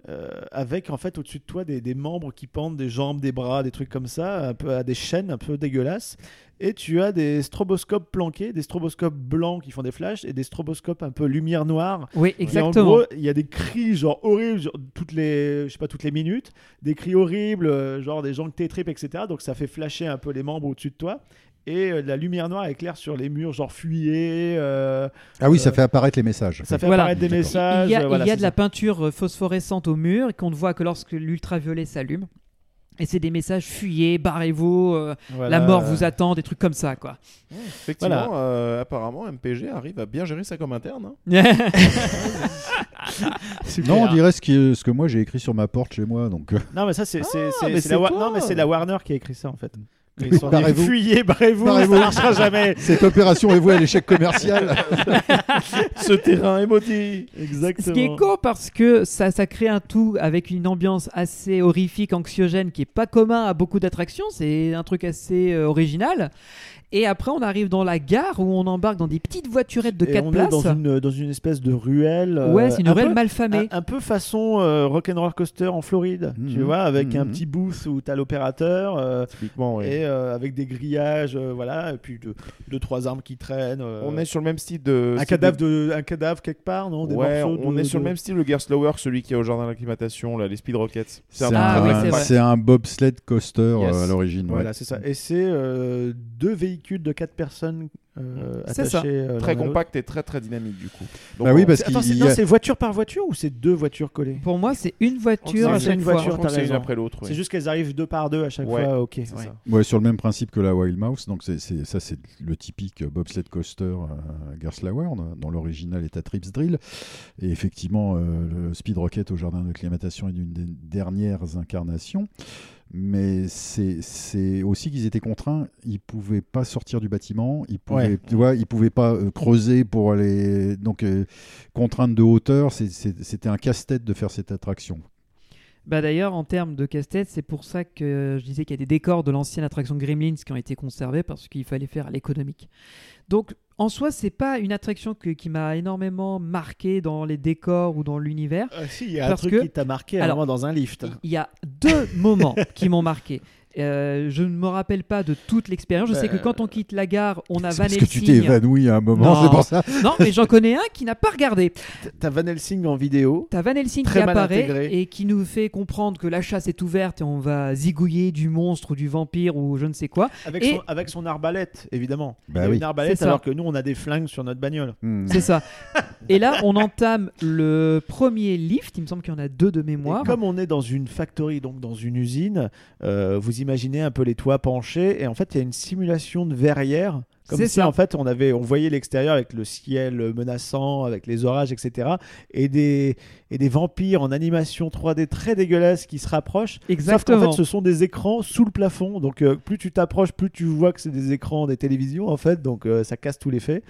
euh, avec en fait au-dessus de toi des, des membres qui pendent, des jambes, des bras, des trucs comme ça, un peu à des chaînes un peu dégueulasses. Et tu as des stroboscopes planqués, des stroboscopes blancs qui font des flashs et des stroboscopes un peu lumière noire. Oui, Et exactement. en gros, il y a des cris genre horribles, genre, toutes les, je sais pas, toutes les minutes, des cris horribles, euh, genre des gens que t'étripent, etc. Donc ça fait flasher un peu les membres au-dessus de toi. Et euh, la lumière noire éclaire sur les murs, genre fuyez. euh, Ah oui, ça euh, fait apparaître les messages. ça fait Voilà. apparaître des D'accord. messages. il y a, euh, voilà, il y a c'est de la ça. peinture euh, phosphorescente au mur et qu'on ne voit que lorsque l'ultraviolet s'allume. Et c'est des messages fuyez, barrez-vous, euh, Voilà. la mort vous attend, des trucs comme ça, quoi. Effectivement, Voilà. euh, apparemment, MPG arrive à bien gérer ça comme interne. hein. Super. Non, on dirait ce, qui- euh, ce que moi j'ai écrit sur ma porte chez moi. Donc, euh, Non, mais ça, c'est c'est- c'est- mais c'est la, c'est Wa- toi. non, Ah, mais c'est la Warner qui a écrit ça en fait. Ils Oui, sont dit, barrez-vous. Fuyez, barrez-vous, ça Barrez-vous. marchera jamais. cette opération est vouée à l'échec commercial. Ce terrain est maudit. Exactement. Ce qui est con parce que ça, ça crée un tout avec une ambiance assez horrifique, anxiogène, qui est pas commun à beaucoup d'attractions. C'est un truc assez euh, original. Et après, on arrive dans la gare où on embarque dans des petites voiturettes de Et 4 on places. est dans une, dans une espèce de ruelle. euh, Ouais, c'est une un ruelle peu- mal famée. Un, un peu façon euh, Rock'n'Roller Coaster en Floride, tu Mhm. vois, avec un Mhm. petit booth où t'as l'opérateur euh, Typiquement, oui. et euh, avec des grillages, euh, voilà, et puis deux, deux, trois armes qui traînent. euh, On est sur le même style de. un cadavre de... un cadavre quelque part, non Des ouais, morceaux de- on est sur de- le même style, le Gerslower, celui qui est au jardin d'acclimatation, là, les Speed Rockets. C'est peu Ah un, oui, pareil. c'est vrai. c'est un bobsled coaster euh, Yes. à l'origine. ouais. Voilà, c'est ça. Et c'est euh, deux véhicules de quatre personnes euh, C'est ça. attachés. euh, Très l'un à l'autre. compact et très très dynamique du coup. Donc, Bah oui, on- parce Attends, c'est qu'il y non, a- c'est voiture par voiture ou c'est deux voitures collées Pour moi, c'est une voiture Ah, à c'est chaque une fois. voiture, franchement, t'as c'est une raison. après l'autre. oui. C'est juste qu'elles arrivent deux par deux à chaque Ouais, fois. Ok. C'est ouais. ça. ouais, sur le même principe que la Wild Mouse. Donc, c'est- c'est- ça, c'est le typique bobsled coaster euh, Gerslauer, dont l'original est à Trips Drill. Et effectivement, euh, le Speed Rocket au jardin d'acclimatation est une des dernières incarnations. Mais c'est- c'est aussi qu'ils étaient contraints. Ils pouvaient pas sortir du bâtiment. Ils pouvaient, Ouais. tu vois, ils pouvaient pas euh, creuser pour aller. Donc, euh, contrainte de hauteur, c'est- c'est- c'était un casse-tête de faire cette attraction. Bah d'ailleurs, en termes de casse-tête, c'est pour ça que je disais qu'il y a des décors de l'ancienne attraction Gremlins qui ont été conservés parce qu'il fallait faire à l'économique. Donc en soi, c'est pas une attraction que- qui m'a énormément marqué dans les décors ou dans l'univers. Ah, si, il y a Parce un truc que- qui t'a marqué Alors, alors, dans un lift. Il y a deux moments qui m'ont marqué. Euh, je ne me rappelle pas de toute l'expérience. Je sais que Euh, quand on quitte la gare, on a C'est Van parce que tu t'es Helsing. évanoui à un moment, Non. c'est pour ça. Non, mais j'en connais un qui n'a pas regardé. T'as Van Helsing en vidéo. T'as Van Helsing Très qui mal apparaît intégré. et qui nous fait comprendre que la chasse est ouverte et on va zigouiller du monstre ou du vampire ou je ne sais quoi. Avec, Et- son, avec son arbalète, évidemment. Bah Il a oui. Une arbalète, C'est ça. alors que nous, on a des flingues sur notre bagnole. Hmm. C'est ça. Et là, on entame le premier lift. Il me semble qu'il y en a deux de mémoire. Et comme on est dans une factory, donc dans une usine, euh, vous imaginez un peu les toits penchés, et en fait, il y a une simulation de verrière. Comme C'est si ça. en fait on avait on voyait l'extérieur avec le ciel menaçant, avec les orages, etc. Et des, et des vampires en animation 3D très dégueulasse qui se rapprochent. Sauf Exactement. qu'en fait, ce sont des écrans sous le plafond. Donc, euh, plus tu t'approches, plus tu vois que c'est des écrans des télévisions, en fait. Donc, euh, ça casse tous les faits.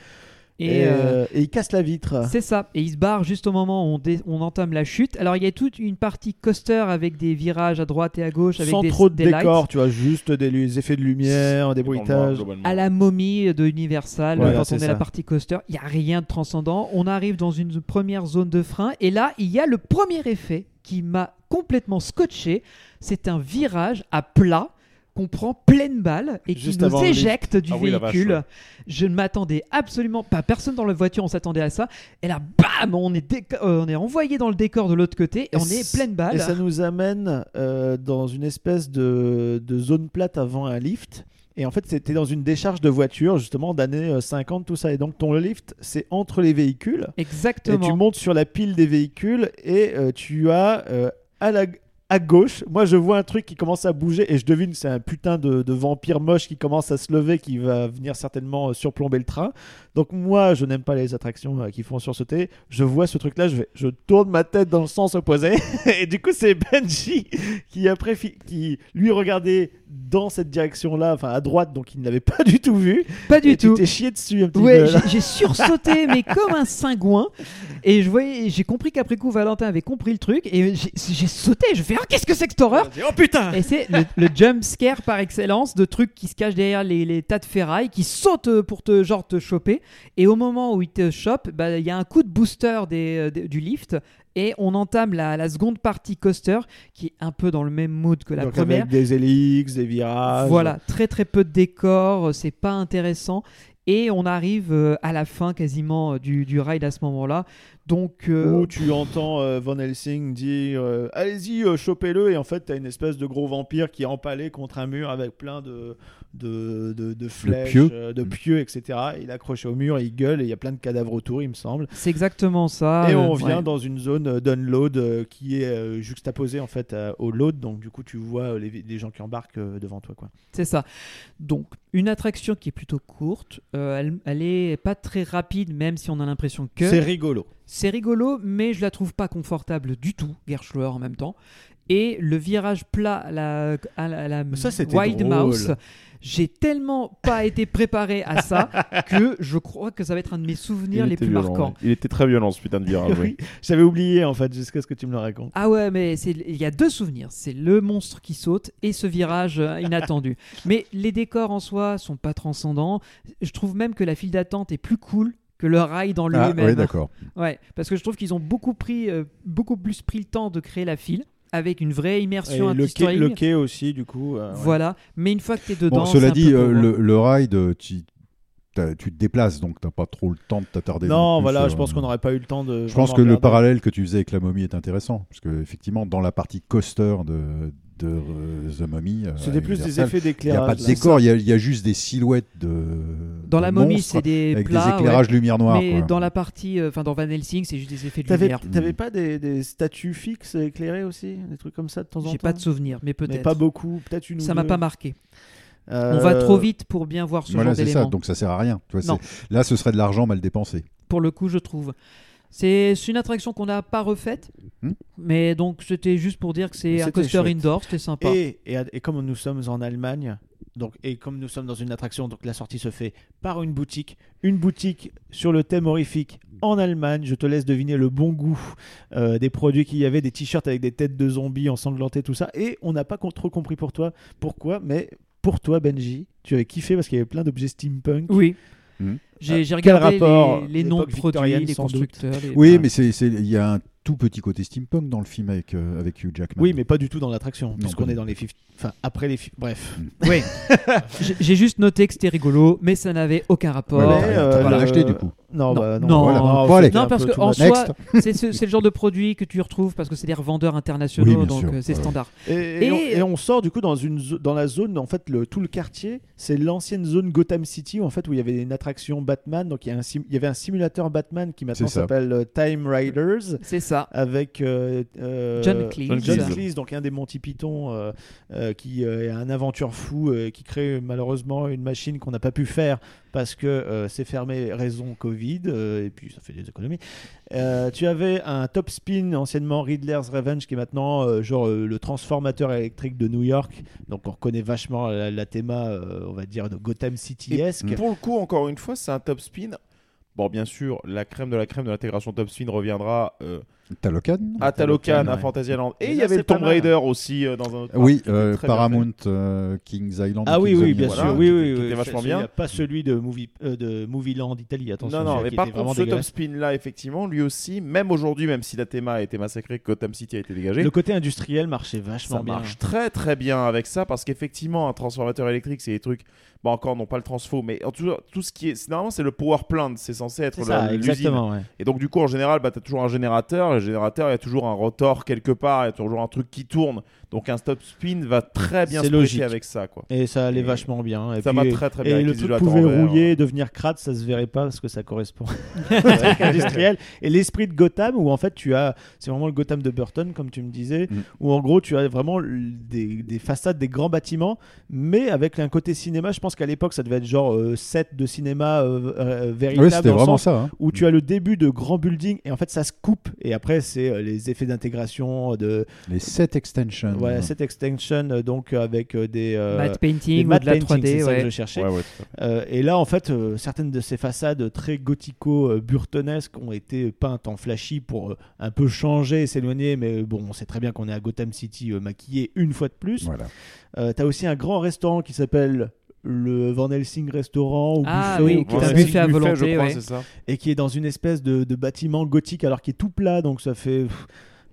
Et, Et, euh, euh, et ils cassent la vitre. c'est ça. Et il se barre juste au moment où on, dé- on entame la chute. Alors, il y a toute une partie coaster avec des virages à droite et à gauche, avec Sans des, trop de des lights. décors, tu vois, juste des, lu- des effets de lumière, des Et dans le noir, bruitages. globalement. À la momie de Universal, Voilà, quand c'est on est ça. la partie coaster, il n'y a rien de transcendant. On arrive dans une première zone de frein. Et là, il y a le premier effet qui m'a complètement scotché. C'est un virage à plat qu'on prend pleine balle et qui Juste avant nous le lift. éjecte du Ah oui, la vache, véhicule. ouais. Je ne m'attendais absolument pas. Personne dans la voiture, on s'attendait à ça. Et là, bam, on est, déco- euh, on est envoyé dans le décor de l'autre côté et on est c- pleine balle. Et ça nous amène euh, dans une espèce de, de zone plate avant un lift. Et en fait, c'était dans une décharge de voitures, justement, d'années euh, 50, tout ça. Et donc, ton lift, c'est entre les véhicules. Et tu Exactement. montes sur la pile des véhicules et euh, tu as euh, à la, à gauche, moi je vois un truc qui commence à bouger et je devine que c'est un putain de, de vampire moche qui commence à se lever, qui va venir certainement euh, surplomber le train. Donc moi je n'aime pas les attractions euh, qui font sursauter. Je vois ce truc là, je, vais- je tourne ma tête dans le sens opposé et du coup c'est Benji qui après fi- qui lui regardait dans cette direction là, enfin à droite, donc il ne l'avait pas du tout vu. Pas du Et tout. Tu t'es chié dessus un petit Ouais, peu. là. j'ai- j'ai sursauté, mais comme un cingouin. Et je voyais, j'ai compris qu'après coup, Valentin avait compris le truc. Et j'ai j'ai sauté. Je fais, ah, qu'est-ce que c'est que cette horreur Oh putain Et c'est le, le jump scare par excellence de trucs qui se cachent derrière les, les tas de ferraille, qui sautent euh, pour te, genre, te choper. Et au moment où ils te chopent, bah, il y a un coup de booster des, euh, des- du lift. Et on entame la, la seconde partie coaster, qui est un peu dans le même mood que la Donc première. avec des hélix, des virages. Voilà, très très peu de décors, euh, c'est pas intéressant. Et on arrive euh, à la fin quasiment euh, du, du ride à ce moment-là. Donc, euh, Où tu entends euh, Van Helsing dire euh, Allez-y, euh, chopez-le. Et en fait, t'as une espèce de gros vampire qui est empalé contre un mur avec plein de, de, de, de flèches, pieux. euh, de pieux, etc. Il est accroché au mur, il gueule et il y a plein de cadavres autour, il me semble. c'est exactement ça. et euh, on vient ouais. dans une zone euh, d'unload euh, qui est euh, juxtaposée en fait euh, au load. Donc, du coup, tu vois euh, les, les gens qui embarquent euh, devant toi. Quoi. C'est ça. Donc, une attraction qui est plutôt courte. euh, elle, elle est pas très rapide, même si on a l'impression que. C'est rigolo. C'est rigolo, mais je la trouve pas confortable du tout, Gerschlauer en même temps. Et le virage plat à la, à la- à la Ça, c'était wide drôle. mouse, j'ai tellement pas été préparé à ça que je crois que ça va être un de mes souvenirs les était plus violent, marquants. ouais. Il était très violent ce putain de virage. Oui. J'avais oublié en fait, jusqu'à ce que tu me le racontes. Ah ouais, mais c'est- il y a deux souvenirs. C'est le monstre qui saute et ce virage euh, inattendu. mais les décors en soi sont pas transcendants. Je trouve même que la file d'attente est plus cool que le rail dans Ah, lui-même. ouais, d'accord. Ouais, parce que je trouve qu'ils ont beaucoup pris, euh, beaucoup plus pris le temps de créer la file avec une vraie Et immersion, un le, quai, testoring. le quai aussi, du coup. euh, ouais. Voilà, mais une fois que t'es dedans, Bon, cela c'est un dit, peu euh, pour- le, le ride, euh, tu, t'as- tu te déplaces, donc t'as pas trop le temps de t'attarder. Non, plus, voilà, euh, je pense qu'on n'aurait pas eu le temps de. Je pense vraiment que le regarder. parallèle que tu faisais avec la momie est intéressant, parce que effectivement, dans la partie coaster de, de euh, The Mummy, euh, C'était plus des Universal, effets il n'y d'éclairage. a pas de là. décor, il y, a- il y a juste des silhouettes de. dans de la momie, monstres c'est des avec plats, des ouais. éclairages lumière noire. mais quoi. dans la partie, euh, enfin dans Van Helsing, c'est juste des effets de T'avais, lumière. t'avais pas des, des statues fixes éclairées aussi Des trucs comme ça de temps en temps J'ai pas de souvenirs, mais Mais peut-être. pas beaucoup, peut-être une ou Ça m'a deux. pas marqué. Euh, On va trop vite pour bien voir ce Voilà, genre c'est ça. d'éléments. Donc ça sert à rien. Tu vois, Non. c'est- Là, ce serait de l'argent mal dépensé. Pour le coup, je trouve. C'est c'est une attraction qu'on n'a pas refaite, Hmm. mais donc c'était juste pour dire que Mais c'est un c'était coaster chouette. indoor, c'était sympa. Et, et, et comme nous sommes en Allemagne, donc, et comme nous sommes dans une attraction, donc la sortie se fait par une boutique. Une boutique sur le thème horrifique en Allemagne. Je te laisse deviner le bon goût euh, des produits qu'il y avait, des t-shirts avec des têtes de zombies ensanglantées, tout ça. Et on n'a pas con- trop compris pour toi pourquoi, mais pour toi, Benji, tu avais kiffé parce qu'il y avait plein d'objets steampunk. Oui. Hmm. J'ai j'ai Mmh. Ah, Quel regardé rapport les, les noms de l'époque produits, victorienne, les sans doute. constructeurs. les- Oui, Ouais. mais c'est, c'est- il y a un tout petit côté steampunk dans le film avec, euh, avec Hugh Jackman. Oui, mais pas du tout dans l'attraction, pas puisqu'on du est dans les 50 Enfin, après les. fi- Bref. J'ai- J'ai juste noté que c'était rigolo, mais ça n'avait aucun rapport. Ouais, mais, t'as- euh, t'as pas le- acheté du coup. Non, Non. bah, non. Non. voilà. Bon, c'était allez. un Non, peu parce tout qu'en bas. soi, Next. c'est ce- c'est le genre de produit que tu retrouves parce que c'est des revendeurs internationaux, Oui, bien donc sûr. euh, c'est Ouais. standard. Et, et Et- on, et on sort du coup dans, une, zo- dans la zone, en fait, le, tout le quartier, c'est l'ancienne zone Gotham City, où, en fait, où il y avait une attraction Batman. Donc il y, a un sim- il y avait un simulateur Batman qui maintenant C'est ça. s'appelle euh, Time Riders. C'est ça. Avec euh, euh, John Cleese. John John Cleese. Cleese, donc un des Monty Python, euh, euh, qui euh, est un inventeur fou, euh, qui crée malheureusement une machine qu'on n'a pas pu faire parce que euh, c'est fermé raison Covid, euh, et puis ça fait des économies. Euh, tu avais un Top Spin, anciennement Riddler's Revenge, qui est maintenant euh, genre euh, le transformateur électrique de New York. Donc on reconnaît vachement la, la théma, euh, on va dire, de Gotham City-esque. Pour le coup, encore une fois, c'est un top spin. Bon, bien sûr, la crème de la crème de l'intégration top spin reviendra euh, Talocan à Talocan, à ouais. Fantasyland. Et Mais il y là, avait c'est le Tomb pas mal. Raider aussi euh, dans un autre. Oui, parc qui était euh, très bien fait. Paramount euh, Kings Island. Ah oui, Kings oui, Island, bien voilà, sûr, qui oui, était- oui, qui oui. était vachement Ça, ça, il y a bien. Pas celui de Movie, euh, de Movie Land Italie, attention. Non, non, celui-là mais qui par était contre, vraiment ce top dégueulasse. spin là, effectivement, lui aussi, même aujourd'hui, même si la théma a été massacrée, que Gotham City a été dégagée, Le côté industriel marchait vachement ça bien. marche très très bien avec ça parce qu'effectivement, un transformateur électrique, c'est des trucs, bon, encore non pas le transfo, mais en tout, tout ce qui est. Normalement, c'est le power plant, c'est censé être C'est le- ça, l'usine. exactement, ouais. Et donc, du coup, en général, bah, tu as toujours un générateur. Et générateur, il y a toujours un rotor quelque part, il y a toujours un truc qui tourne. Donc un stop spin va très bien se C'est prêter logique. avec ça. Quoi. Et ça allait vachement bien. Et ça puis- m'a très très bien Et avec le les truc isolateurs pouvait en verre. rouiller, devenir crade, ça se verrait pas parce que ça correspond hein. à l'industriel. Et l'esprit de Gotham, où en fait tu as. C'est vraiment le Gotham de Burton, comme tu me disais, Mm. où en gros tu as vraiment l- des, des façades des grands bâtiments, mais avec un côté cinéma. Je pense qu'à l'époque ça devait être genre euh, set de cinéma euh, euh, véritable. Ouais, c'était dans le vraiment sens ça, hein. Où tu as le début de grands buildings et en fait ça se coupe. Et après c'est euh, les effets d'intégration de. Les set extensions. Ouais, cette extension euh, donc avec euh, des euh, Euh, Matte painting des ou matte de la painting, 3D, c'est ça ouais. que je cherchais. Ouais, ouais, Euh, et là en fait euh, certaines de ces façades très gothico burtonesques ont été peintes en flashy pour euh, un peu changer et s'éloigner mais euh, bon on sait très bien qu'on est à Gotham City euh, maquillé une fois de plus. Voilà. Euh, T'as aussi un grand restaurant qui s'appelle le Van Helsing restaurant ou Ah buffet, oui, ou qui est un quelque buffet chose. à Buffet, je volonté, crois, ouais. c'est ça. et qui est dans une espèce de, de bâtiment gothique alors qui est tout plat donc ça fait pff,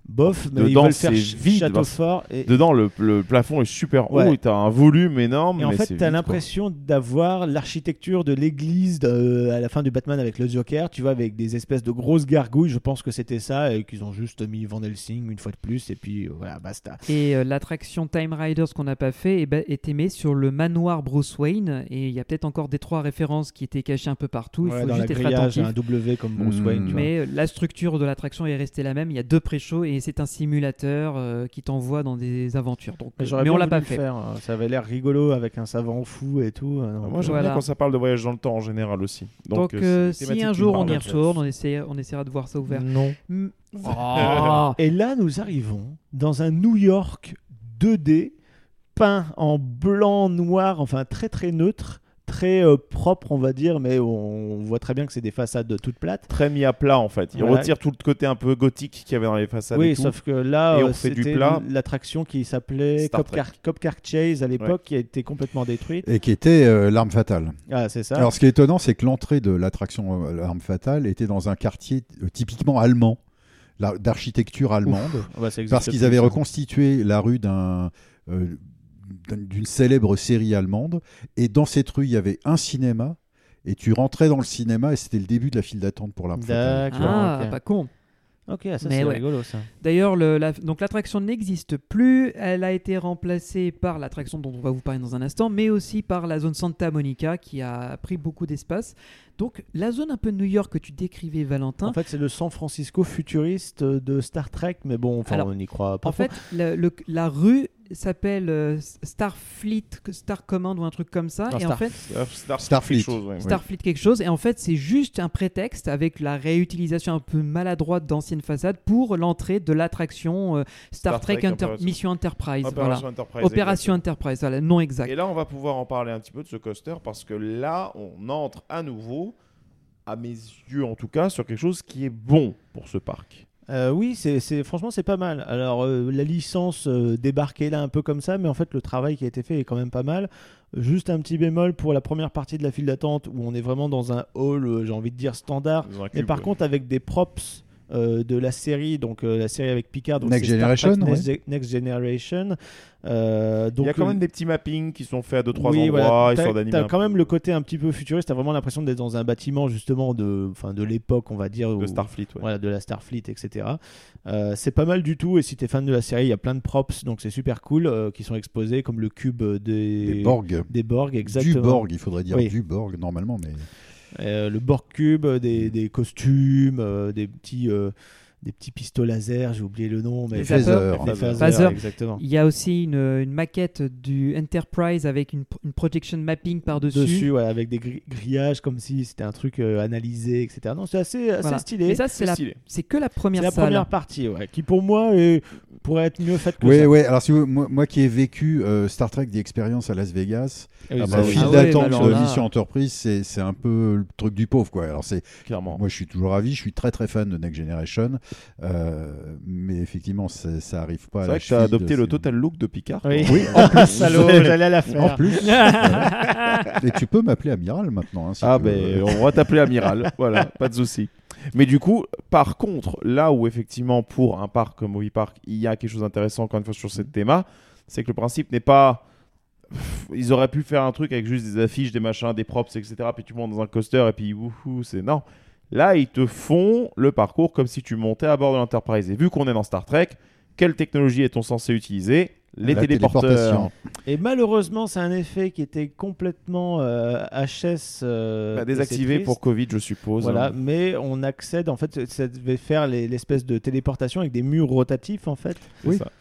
bof mais ils Dedans, veulent faire c'est ch- vide. château parce- fort et, Dedans, le, le plafond est super Ouais. haut et t'as un volume énorme. Et en mais fait, c'est tu as vide, quoi. l'impression d'avoir l'architecture de l'église de- euh, à la fin du Batman avec le Joker, tu vois, avec des espèces de grosses gargouilles. Je pense que c'était ça et qu'ils ont juste mis Van Helsing une fois de plus et puis euh, voilà, basta. Et euh, l'attraction Time Riders qu'on n'a pas fait eh ben, est aimée sur le manoir Bruce Wayne. Et il y a peut-être encore des trois références qui étaient cachées un peu partout. Il Ouais, faut dans juste la être grillage, hein, attentif. un W comme Bruce Hmm. Mmh. Wayne, tu vois. Mais euh, la structure de l'attraction est restée la même. Il y a deux pré-shows et c'est un simulateur euh, qui t'envoie dans des aventures. Donc, Mais euh, j'aurais mais bien on l'a voulu pas le fait. faire, hein. Ça avait l'air rigolo avec un savant fou et tout. euh, non, Moi, euh, j'aime bien quand ça parle de voyage dans le temps en général aussi. Donc, Donc, euh, euh, c'est une si un thématique jour qui on y parle. retourne, on, essaie- on essaiera de voir ça ouvert. Non. Mm. Oh. Et là, nous arrivons dans un New York 2D, peint en blanc, noir, enfin très très neutre, très euh, propre, on va dire, mais on voit très bien que c'est des façades toutes plates. Très mis à plat en fait. Il Voilà. retire tout le côté un peu gothique qu'il y avait dans les façades. Oui, et tout. sauf que là, et on euh, fait du c'était plat. l'attraction qui s'appelait Star Cop Trek. Car, Cop Car Chase à l'époque, qui a été complètement détruite. Et qui était euh, l'arme fatale. Ah, c'est ça. Alors, ce qui est étonnant, c'est que l'entrée de l'attraction euh, l'arme fatale était dans un quartier euh, typiquement allemand, la- d'architecture allemande, Ouf. Ah bah, ça existe parce plus, qu'ils avaient ça. reconstitué la rue d'un. euh, d'un- d'une célèbre série allemande et dans cette rue il y avait un cinéma et tu rentrais dans le cinéma et c'était le début de la file d'attente pour l'arme fatale D'accord. Ah, ok. pas con. Ok, ah, ça Mais c'est ouais. rigolo ça. D'ailleurs, le- la- donc l'attraction n'existe plus. Elle a été remplacée par l'attraction dont on va vous parler dans un instant, mais aussi par la zone Santa Monica qui a pris beaucoup d'espace. Donc la zone un peu New York que tu décrivais, Valentin. En fait, c'est le San Francisco futuriste de Star Trek, mais bon, enfin, Alors, on n'y croit pas. En fait, le- le- la rue s'appelle euh, Starfleet, Star Command ou un truc comme ça. Non, et en Star- fait, Star- Star- Starfleet. quelque chose, ouais. Starfleet quelque chose. Et en fait, c'est juste un prétexte avec la réutilisation un peu maladroite d'anciennes façades pour l'entrée de l'attraction euh, Star, Star Trek, Trek Inter- Opération- Mission Enterprise. Opération voilà. Enterprise, Opération Enterprise, voilà, non exact. Et là, on va pouvoir en parler un petit peu de ce coaster parce que là, on entre à nouveau, à mes yeux en tout cas, sur quelque chose qui est bon pour ce parc. Euh, oui, c'est c'est- franchement c'est pas mal. Alors euh, la licence euh, débarquée là un peu comme ça, mais en fait le travail qui a été fait est quand même pas mal. Juste un petit bémol pour la première partie de la file d'attente où on est vraiment dans un hall, euh, j'ai envie de dire standard, Dans un mais cube, par ouais. contre avec des props. euh, de la série donc euh, la série avec Picard donc Next c'est Star Trek, Generation, Next, Next Generation Euh, donc Il y a quand euh, même des petits mappings qui sont faits à 2-3 oui, voilà. endroits, T'as- histoire d'animer T'as un quand même le côté un petit peu futuriste. T'as vraiment l'impression d'être dans un bâtiment justement de, enfin de l'époque, on va dire. De où- Starfleet, ouais. Voilà, de la Starfleet, etc. Euh, c'est pas mal du tout. Et si t'es fan de la série, il y a plein de props, donc c'est super cool, euh, qui sont exposés comme le cube des, Des Borg. des Borg, exactement. du Borg il faudrait dire Oui. du Borg normalement mais Euh, le Borg cube, euh, Mm. des, des costumes, euh, des petits. euh, des petits pistolets laser, j'ai oublié le nom, mais Des phasers. Des phasers, Phaser. exactement. Il y a aussi une, une maquette du Enterprise avec une, une projection mapping par-dessus. dessus ouais, avec des gri- grillages comme si c'était un truc euh, analysé etc non c'est assez, assez Voilà. stylé Mais ça, c'est la- stylé. c'est que la première C'est la salle. première partie ouais, qui pour moi est- pourrait être mieux faite que Oui, ça oui. Alors, si vous- moi, moi qui ai vécu euh, Star Trek The Experience à Las Vegas, euh, Ah oui, la ça, oui. file Ah ouais, d'attente bah alors sur là- Mission Enterprise, c'est c'est un peu le truc du pauvre, quoi. Alors, c'est Clairement. Moi, je suis toujours ravi. Je suis très, très fan de Next Generation, euh, mais effectivement, ça ça arrive pas. à C'est la vrai que t'as cheville adopté de le ces- total look de Picard. Oui. quoi. Oui, en plus. Salaud, j'allais la faire. En plus. voilà. Et tu peux m'appeler amiral maintenant. hein, si Ah tu ben veux. on va t'appeler amiral, voilà, pas de souci. Mais du coup, par contre, là où effectivement pour un parc comme Movie Park, il y a quelque chose d'intéressant encore une fois sur ce thème, c'est que le principe n'est pas Pff, ils auraient pu faire un truc avec juste des affiches, des machins, des props, etc. Puis tu montes dans un coaster et puis ouhou, c'est non. Là, ils te font le parcours comme si tu montais à bord de l'Enterprise. Et vu qu'on est dans Star Trek, quelle technologie est-on censé utiliser Les La téléporteurs. téléportation. Et malheureusement, c'est un effet qui était complètement euh, HS. euh, Bah, et désactivé c'est triste. pour Covid, je suppose. Voilà, Hein. mais on accède, en fait, ça devait faire les- l'espèce de téléportation avec des murs rotatifs, en fait. C'est Oui. ça.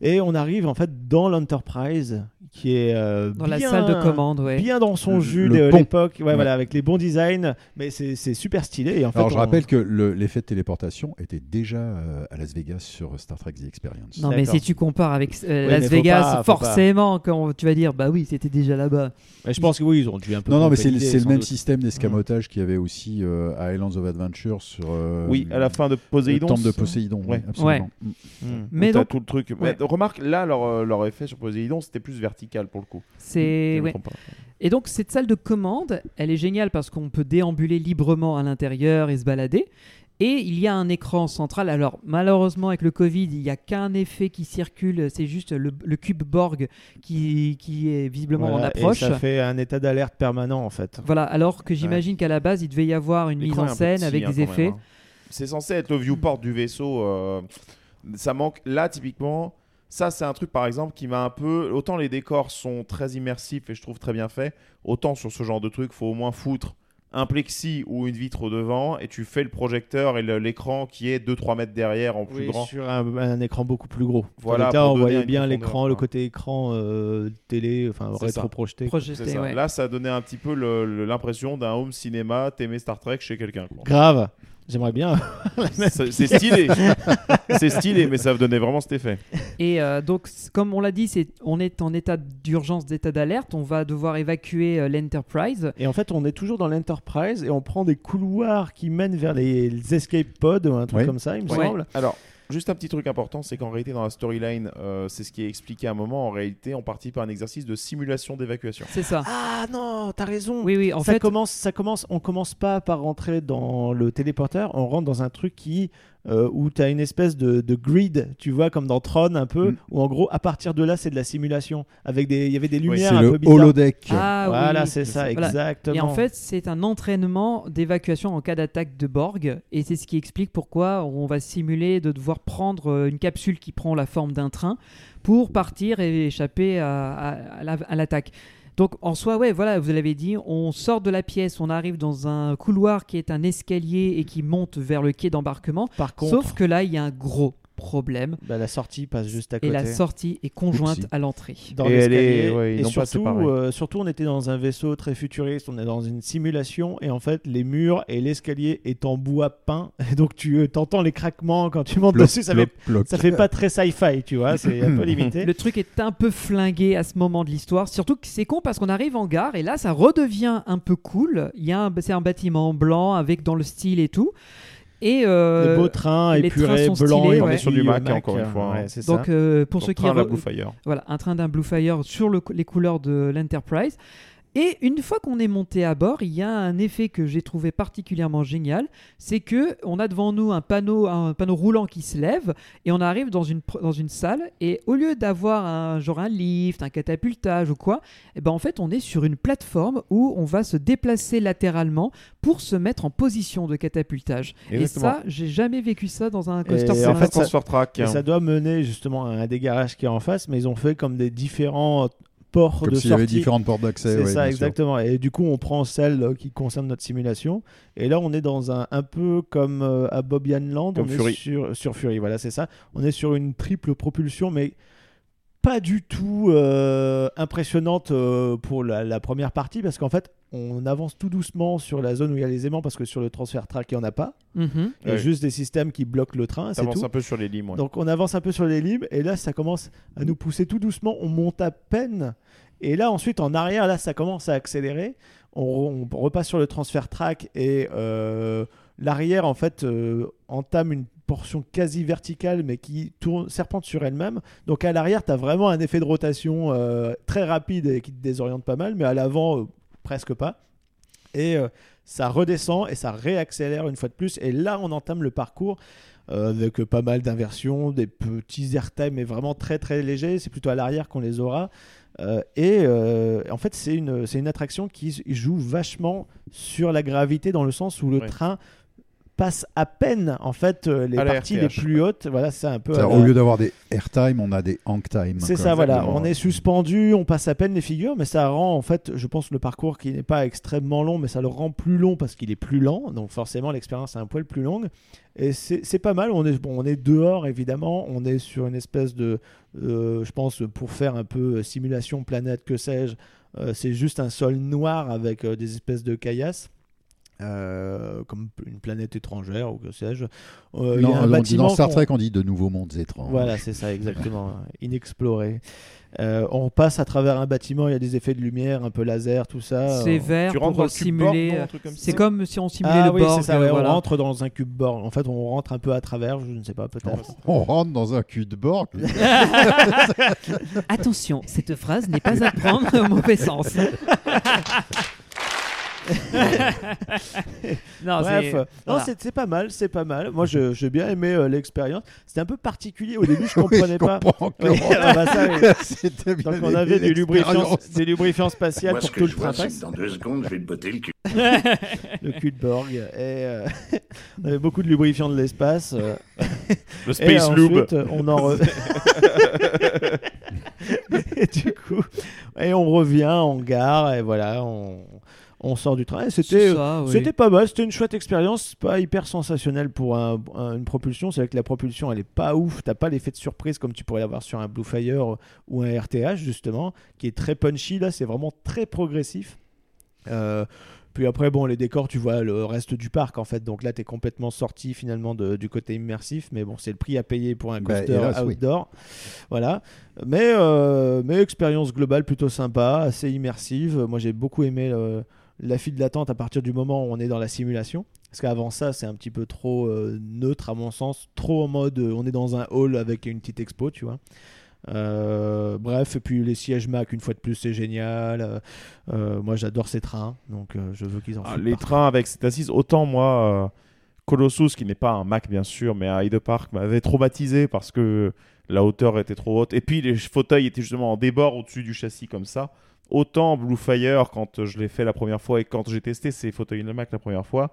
Et on arrive, en fait, dans l'Enterprise, qui est. euh, Dans la bien- salle de commande, ouais. Bien dans son Le- jus le de pont. l'époque, ouais, Ouais. voilà, avec les bons designs, mais c'est c'est super stylé. Et en Alors fait, je on- rappelle que le- l'effet de téléportation était déjà euh, à Las Vegas sur Star Trek The Experience. Non, mais si tu compares avec euh, Oui, mais Las faut pas, Vegas, faut forcément, quand tu vas dire, bah oui, c'était déjà là-bas. Mais je pense que oui, ils ont dû un peu. Non, non, mais pomper c'est l'idée, c'est le sans même doute. Mm. système d'escamotage qu'il y avait aussi euh, à Islands of Adventure sur. euh, Oui, à la fin de Poséidon. Le temple de c'est- Poséidon, oui, Ouais. absolument. Ouais. Mm. Mais Mais donc, donc- tout le truc. Ouais. Mais remarque, là, leur, euh, leur effet sur Poséidon, c'était plus vertical pour le coup. Si C'est je me ouais. trompe pas. Et donc cette salle de commande, elle est géniale parce qu'on peut déambuler librement à l'intérieur et se balader. Et il y a un écran central. Alors malheureusement avec le Covid, il n'y a qu'un effet qui circule. C'est juste le, le cube Borg qui, qui est visiblement Voilà, en approche. Et ça fait un état d'alerte permanent, en fait. Voilà. Alors que j'imagine qu'à la base, il devait y avoir une mise L'écran en est un peu scène petit, avec hein, des quand effets. même, hein. C'est censé être le viewport du vaisseau. euh, Ça manque là typiquement. Ça c'est un truc par exemple qui m'a un peu. Autant les décors sont très immersifs et je trouve très bien faits, autant sur ce genre de truc faut au moins foutre un plexi ou une vitre au devant et tu fais le projecteur et le- l'écran qui est 2-3 mètres derrière en plus Oui, grand. sur un, un écran beaucoup plus gros. Voilà, Donc Là, pour on donner voyait une bien profondeur, l'écran, le côté écran euh, télé, enfin hein. C'est ça. rétro-projeté. quoi. hein. C'est ça. Là, ça donnait un petit peu le- le- l'impression d'un home cinéma t'aimais Star Trek chez quelqu'un. quoi. Grave. J'aimerais bien. C'est c'est stylé. c'est stylé, mais ça donnait vraiment cet effet. Et euh, donc, c- comme on l'a dit, c'est, on est en état d'urgence, d'état d'alerte. On va devoir évacuer euh, l'Enterprise. Et en fait, on est toujours dans l'Enterprise et on prend des couloirs qui mènent vers les, les escape pods ou un truc Oui. comme ça, il me Ouais. semble. Alors, juste un petit truc important, c'est qu'en réalité, dans la storyline, euh, c'est ce qui est expliqué à un moment. En réalité, on participe à un exercice de simulation d'évacuation. C'est ça. Ah non, t'as raison. Oui, oui, en ça fait- commence, ça commence. On commence pas par rentrer dans le téléporteur. On rentre dans un truc qui euh, où t'as une espèce de, de grid, tu vois, comme dans Tron un Mm. peu. Où en gros, à partir de là, c'est de la simulation avec des, il y avait des lumières C'est un le peu bizarres. holodeck. Ah, voilà, oui. c'est ça, Voilà. exactement. Et en fait, c'est un entraînement d'évacuation en cas d'attaque de Borg. Et c'est ce qui explique pourquoi on va simuler de devoir prendre euh, une capsule qui prend la forme d'un train pour partir et échapper à, à- à la- à l'attaque. Donc en soi, ouais, voilà, vous l'avez dit, on sort de la pièce, on arrive dans un couloir qui est un escalier et qui monte vers le quai d'embarquement. Par contre- Sauf que là, il y a un gros problème. Bah, la sortie passe juste à Et côté. la sortie est conjointe Oupsie. à l'entrée. dans Et elle l'escalier. est- ouais, ils et l'ont pas surtout, séparée. euh, surtout, on était dans un vaisseau très futuriste, on est dans une simulation, et en fait, les murs et l'escalier est en bois peint, et donc tu euh, t'entends les craquements quand tu montes Plop, dessus, ça, plop, fait, plop. ça fait pas très sci-fi, tu vois, c'est un peu limité. Le truc est un peu flingué à ce moment de l'histoire. Surtout que c'est con parce qu'on arrive en gare et là, ça redevient un peu cool. Il y a un, c'est un bâtiment blanc avec dans le style et tout. Et euh, Les beaux trains les épurés, trains sont blancs, stylés, et euh, ouais. On est sur du Oui, Mac, Mac, encore une fois. hein. ouais, c'est Donc euh, pour Donc, ceux qui train de la re- Blue Fire. voilà un train d'un Blue Fire sur le co- les couleurs de l'Enterprise. Et une fois qu'on est monté à bord, il y a un effet que j'ai trouvé particulièrement génial, c'est que on a devant nous un panneau, un panneau roulant qui se lève et on arrive dans une pr- dans une salle et au lieu d'avoir un genre un lift, un catapultage ou quoi, eh ben en fait on est sur une plateforme où on va se déplacer latéralement pour se mettre en position de catapultage. Et Exactement. ça, j'ai jamais vécu ça dans un coaster. Et sur en un fait, coaster. ça, hein. et ça doit mener justement à un des garages qui est en face, mais ils ont fait comme des différents ports Comme de s'il y avait sortie. différentes portes d'accès, C'est ouais, ça, bien sûr. exactement. Et du coup, on prend celle euh, qui concerne notre simulation. Et là, on est dans un un peu comme euh, à Bobian Land, Comme on est Fury. sur sur Fury. Voilà, c'est ça. On est sur une triple propulsion, mais pas du tout euh, impressionnante euh, pour la, la première partie parce qu'en fait on avance tout doucement sur la zone où il y a les aimants parce que sur le transfert track il n'y en a pas Mhm. il y a Ouais. juste des systèmes qui bloquent le train c'est T'avances tout un peu sur les limes. ouais. donc on avance un peu sur les limes et là ça commence à nous pousser tout doucement, on monte à peine et là ensuite en arrière là ça commence à accélérer, on, re- on repasse sur le transfert track et euh, l'arrière en fait euh, entame une portion quasi verticale mais qui tourne serpente sur elle-même. Donc à l'arrière tu as vraiment un effet de rotation euh, très rapide et qui te désoriente pas mal mais à l'avant euh, presque pas. Et euh, ça redescend et ça réaccélère une fois de plus. Et là, on entame le parcours euh, avec pas mal d'inversions, des petits airtime, mais vraiment très très légers. C'est plutôt à l'arrière qu'on les aura. Euh, et euh, en fait, c'est une, c'est une attraction qui s- joue vachement sur la gravité dans le sens où le Ouais. train passe à peine en fait euh, les À la parties RTH, les plus hautes. Voilà, c'est un peu. à C'est-à-dire, la- Au lieu d'avoir des airtime, on a des hang time. Euh, c'est quoi. ça, voilà. Exactement. On est euh, suspendu, on passe à peine les figures, mais ça rend en fait, je pense, le parcours qui n'est pas extrêmement long, mais ça le rend plus long parce qu'il est plus lent. Donc forcément, l'expérience est un poil plus longue. Et c'est c'est pas mal. On est, bon, on est dehors, évidemment. On est sur une espèce de, euh, je pense, pour faire un peu euh, simulation planète, que sais-je. euh, c'est juste un sol noir avec euh, des espèces de caillasses. euh, comme une planète étrangère ou que sais-je. Euh, il y a Non, un on dit- bâtiment dans Star qu'on- Trek, on dit de nouveaux mondes étranges. voilà, c'est ça, exactement. Inexploré. Euh, on passe à travers un bâtiment, il y a des effets de lumière, un peu laser, tout ça. C'est On- vert Ah. rentres pour dans le cube simuler. Borg, euh, non, un truc comme c'est ça comme si on simulait Ah le oui, Borg. c'est ça, ouais, euh, voilà. on rentre dans un cube borg. En fait, on rentre un peu à travers, je ne sais pas, peut-être. On rentre dans un cul de Borg. Attention, cette phrase n'est pas à prendre au mauvais sens. non, Bref, Ah, c'est- euh, non, voilà. c'est c'est pas mal, c'est pas mal. Moi, je- j'ai bien aimé euh, l'expérience. C'était un peu particulier au début, je comprenais pas. comprends que- Oui, ah bah ça, oui. C'était bien Donc on avait aimé du lubrifiant, l'expérience. des lubrifiants spatial Moi, ce pour que tout le je vois, c'est printemps. que dans deux secondes, je vais te botter le cul. le cul de Borg. Et euh, on avait beaucoup de lubrifiants de l'espace. euh, Le et Space ensuite, Lube. euh, On en re- et du coup, et on revient, on gare, et voilà, on, on sort du train. Et C'était C'est ça, oui. c'était pas mal, c'était une chouette expérience, c'est pas hyper sensationnel pour un- un- une propulsion. C'est vrai que la propulsion, elle est pas ouf, t'as pas l'effet de surprise comme tu pourrais l'avoir sur un Blue Fire ou un RTH, justement, qui est très punchy. Là, c'est vraiment très progressif. Euh, puis après, bon, les décors, tu vois le reste du parc en fait. Donc là, tu es complètement sorti finalement de- du côté immersif. Mais bon, c'est le prix à payer pour un Bah, coaster hélas, oui. outdoor. Voilà. Mais, euh, mais expérience globale plutôt sympa, assez immersive. Moi, j'ai beaucoup aimé euh, la file d'attente à partir du moment où on est dans la simulation. Parce qu'avant ça, c'est un petit peu trop euh, neutre à mon sens. Trop en mode euh, on est dans un hall avec une petite expo, tu vois. Euh, bref, et puis les sièges Mac, une fois de plus, c'est génial. Euh, euh, moi, j'adore ces trains, donc euh, je veux qu'ils en Ah, foutent les partout. trains avec cette assise, autant moi, euh, Colossus, qui n'est pas un Mac bien sûr, mais à Hyde Park, m'avait traumatisé parce que la hauteur était trop haute. Et puis les fauteuils étaient justement en débord au-dessus du châssis comme ça. Autant Blue Fire, quand je l'ai fait la première fois et quand j'ai testé ces fauteuils de Mac la première fois,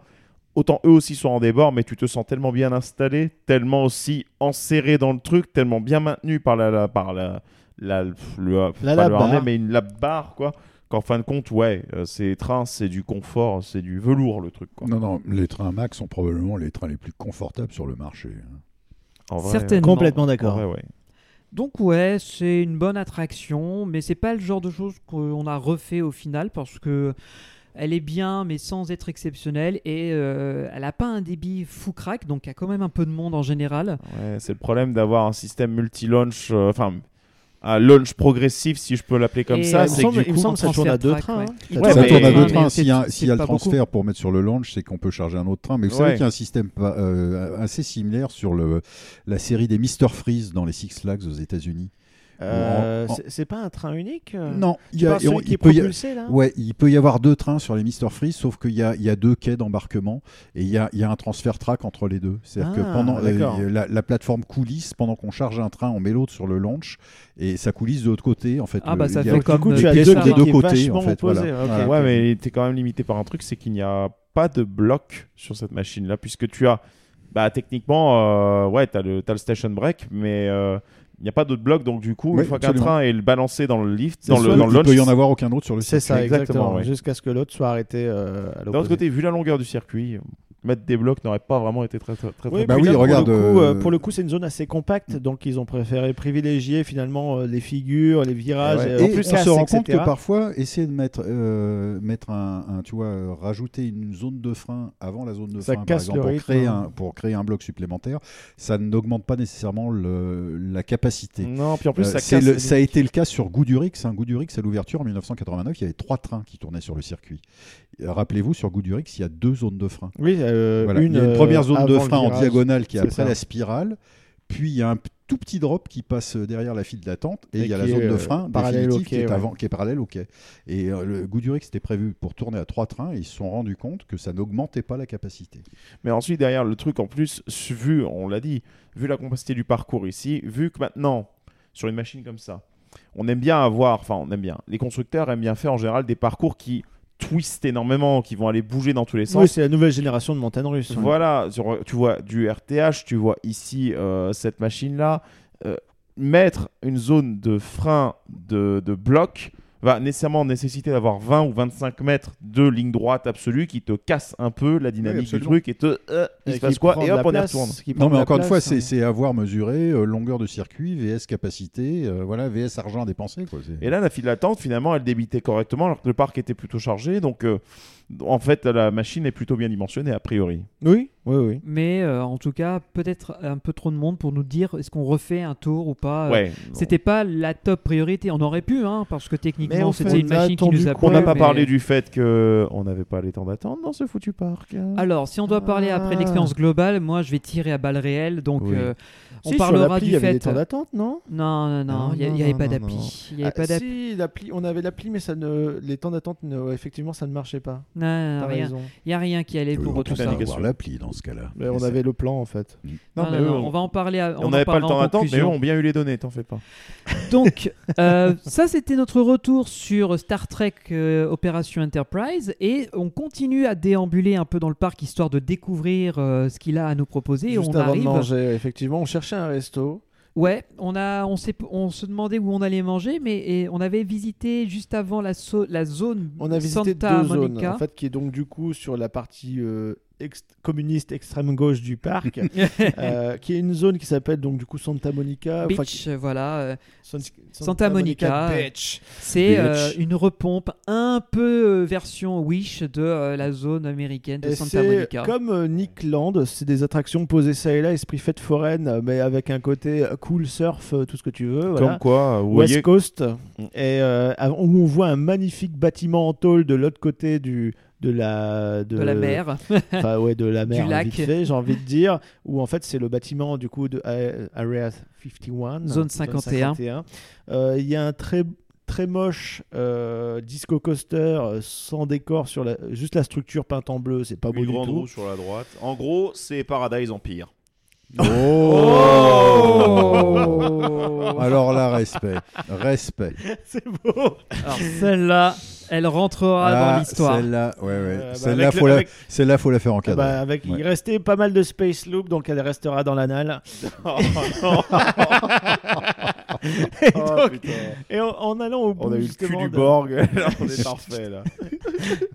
autant eux aussi sont en débord, mais tu te sens tellement bien installé, tellement aussi enserré dans le truc, tellement bien maintenu par la. la- par la, la, le- pas lap le harnais, barre. mais une lap barre, quoi qu'en fin de compte, ouais, euh, ces trains, c'est du confort, c'est du velours le truc. Quoi. Non, non, les trains Mac sont probablement les trains les plus confortables sur le marché. hein. En vrai, euh, Certainement. Complètement en d'accord. vrai, ouais. Donc ouais, c'est une bonne attraction, mais c'est pas le genre de chose qu'on a refait au final parce que elle est bien, mais sans être exceptionnelle et euh, elle a pas un débit fou crack, donc il y a quand même un peu de monde en général. Ouais, c'est le problème d'avoir un système multi-launch, euh, enfin, un launch progressif, si je peux l'appeler comme Et, euh, il ça. me C'est que semble- du il me coup, semble que ça tourne à deux Transfert trains, track, hein. ouais. Ouais, ça mais- tourne à deux mais trains. S'il y a, c'est- s'il y a c'est le pas transfert pour mettre sur le launch, c'est qu'on peut charger un autre train. Mais vous Ouais. savez qu'il y a un système pas- euh, assez similaire sur le, la série des Mister Freeze dans les Six Flags aux États-Unis. Euh, En- en- c'est- C'est pas un train unique euh Non, il Tu y a, parles celui on- qui il est peut y a- propulsé, là Ouais, il peut y avoir deux trains sur les Mister Freeze, sauf qu'il y a, il y a deux quais d'embarquement et il y a, il y a un transfert track entre les deux. C'est-à-dire Ah, que pendant euh, d'accord. la, la plateforme coulisse, pendant qu'on charge un train, on met l'autre sur le launch et ça coulisse de l'autre côté. En fait, Ah Le- bah, ça il y a- fait Donc, comme, du coup, euh, tu as les deux quais trains des deux qui est côtés, vachement en fait. opposés, voilà. ok. Voilà. Ouais, mais t'es quand même limité par un truc, c'est qu'il n'y a pas de bloc sur cette machine-là, puisque tu as, bah, techniquement, euh, ouais, t'as le, t'as le station break, mais euh, il n'y a pas d'autre bloc, donc du coup, Oui, une fois qu'un absolument. train est balancé dans le lift, C'est dans le, soit- dans le il launch, peut y en avoir aucun autre sur le C'est site. ça, Exactement, exactement. ouais. Jusqu'à ce que l'autre soit arrêté euh, à D'un autre l'opposé. côté, vu la longueur du circuit, mettre des blocs n'aurait pas vraiment été très très très. Oui, très- Bah puis oui, là, regarde, Pour le coup, euh, euh, Mm. pour le coup, c'est une zone assez compacte, donc ils ont préféré privilégier finalement euh, les figures, les virages. Ouais. euh, Et en plus, on se casses, rend compte etc.. que parfois, essayer de mettre, euh, mettre un, un, tu vois, euh, rajouter une zone de frein avant la zone de Ça frein, par casse le exemple, pour rythme, créer, hein. un, pour créer un bloc supplémentaire, ça n'augmente pas nécessairement le- la Mm. capacité. Non, puis en plus, Euh, ça c'est casse. le- ça a été le cas sur Goudurix. Hein. Goudurix, à l'ouverture en 1989, il y avait trois trains qui tournaient sur le circuit. Euh, Rappelez-vous, sur Goudurix, il y a deux zones de frein. Oui, euh, Voilà. Il y a une euh, première zone de avant le frein en virage. diagonale qui est C'est après ça. la spirale. Puis il y a un p- tout petit drop qui passe euh, derrière la file d'attente et, Et il y a la qui est, zone de euh, frein parallèle au définitive qui, quai, est ouais. avant, qui est parallèle au quai. Et euh, le Goudurix était prévu pour tourner à trois trains et ils se sont rendus compte que ça n'augmentait pas la capacité. Mais ensuite, derrière le truc, en plus, vu, on l'a dit, vu la complexité du parcours ici, vu que maintenant, sur une machine comme ça, on aime bien avoir, enfin on aime bien, les constructeurs aiment bien faire en général des parcours qui twistent énormément, qui vont aller bouger dans tous les sens. Oui, c'est la nouvelle génération de montagnes russes. oui. Voilà, sur- tu vois du RTH, tu vois ici euh, cette machine-là. Euh, mettre une zone de frein de, de bloc va nécessairement nécessiter d'avoir 20 ou 25 mètres de ligne droite absolue qui te casse un peu la dynamique du absolument. truc et te... euh, il Et se qui passe quoi prend Et de hop, la on y place, retourne. qui prend Non, mais de la encore une fois, place, c'est hein. c'est avoir mesuré euh, longueur de circuit, VS capacité, euh, voilà, VS argent dépensé. Quoi. C'est- Et là, la file d'attente, finalement, elle débitait correctement alors que le parc était plutôt chargé. Donc, euh, en fait, la machine est plutôt bien dimensionnée, a priori. Oui, oui, oui. Mais euh, en tout cas, peut-être un peu trop de monde pour nous dire est-ce qu'on refait un tour ou pas. Euh, Ouais, C'était pas la top priorité. On aurait pu, hein, parce que Mais techniquement, au fait, c'était une on a machine qui attendu nous a. quoi On n'a pas mais- parlé du fait que on n'avait pas les temps d'attente dans ce foutu parc. hein. Alors, si on doit parler Ah. après l'expérience globale, moi, je vais tirer à balles réelles. Donc, Oui. euh, on Si, sur parlera l'appli, du il y avait fait. des temps d'attente, non Non, non, non. Non, Il n'y non, avait non, pas non, d'appli. Il y avait Ah, pas d'appli. si, l'appli, on avait l'appli, mais ça ne, les temps d'attente, ne- effectivement, ça ne marchait pas. Non, non, T'as rien. raison. Il n'y a rien qui allait Oui, pour on tout peut ça. avoir l'appli dans ce cas-là. Mais on avait le plan, en fait. Non, non, non, on va en parler à- on en on n'avait pas le parlera en temps d'attente, mais eux conclusion. ont bien eu les données, t'en fais pas. Donc, euh, ça, c'était notre retour sur Star Trek euh, Opération Enterprise. Et on continue à déambuler un peu dans le parc histoire de découvrir euh, ce qu'il a à nous proposer. et Juste on avant arrive. de manger, effectivement, on cherchait un resto. Ouais, on, a, on, s'est- on se demandait où on allait manger, mais et on avait visité juste avant la, so- la zone On a visité Santa deux zones, Monica. en fait, qui est donc du coup sur la partie euh, ex- communiste extrême gauche du parc, euh, qui est une zone qui s'appelle donc du coup Santa Monica. Ah, enfin, Beach, voilà. euh, San- Santa Monica. euh, Beach. C'est Beach. euh, une repompe un peu euh, version Wish de euh, la zone américaine de Et Santa c'est Monica. Comme euh, Nick Land, c'est des attractions posées ça et là, esprit fête foraine, euh, mais avec un côté euh, cool surf, euh, tout ce que tu veux. voilà. Comme quoi, euh, West vous voyez- Mm. Coast, et euh, av- où on voit un magnifique bâtiment en tôle de l'autre côté du de la De la mer. enfin ouais de la Du mer hein, lac. vite fait, j'ai envie de dire où en fait c'est le bâtiment du coup de euh, Area 51 Zone 51. 51. Euh, il y a un très très moche euh, disco coaster euh, sans décor sur la juste la structure peinte en bleu c'est pas beau Une du grande tout roue sur la droite. En gros, c'est Paradise Empire. Oh. Oh Alors là, respect. Respect. c'est beau Alors celle-là, elle rentrera dans Ah, l'histoire. Celle-là, ouais, ouais. bah, celle-là, avec le- faut, la... avec- celle-là, faut la faire encadrer. Bah, avec, Ouais. Il restait pas mal de Space Loop, donc elle restera dans l'anal. Oh, et, donc- et en, en allant au bout. On a eu le cul justement, du de- Borg. Là, on est parfait là.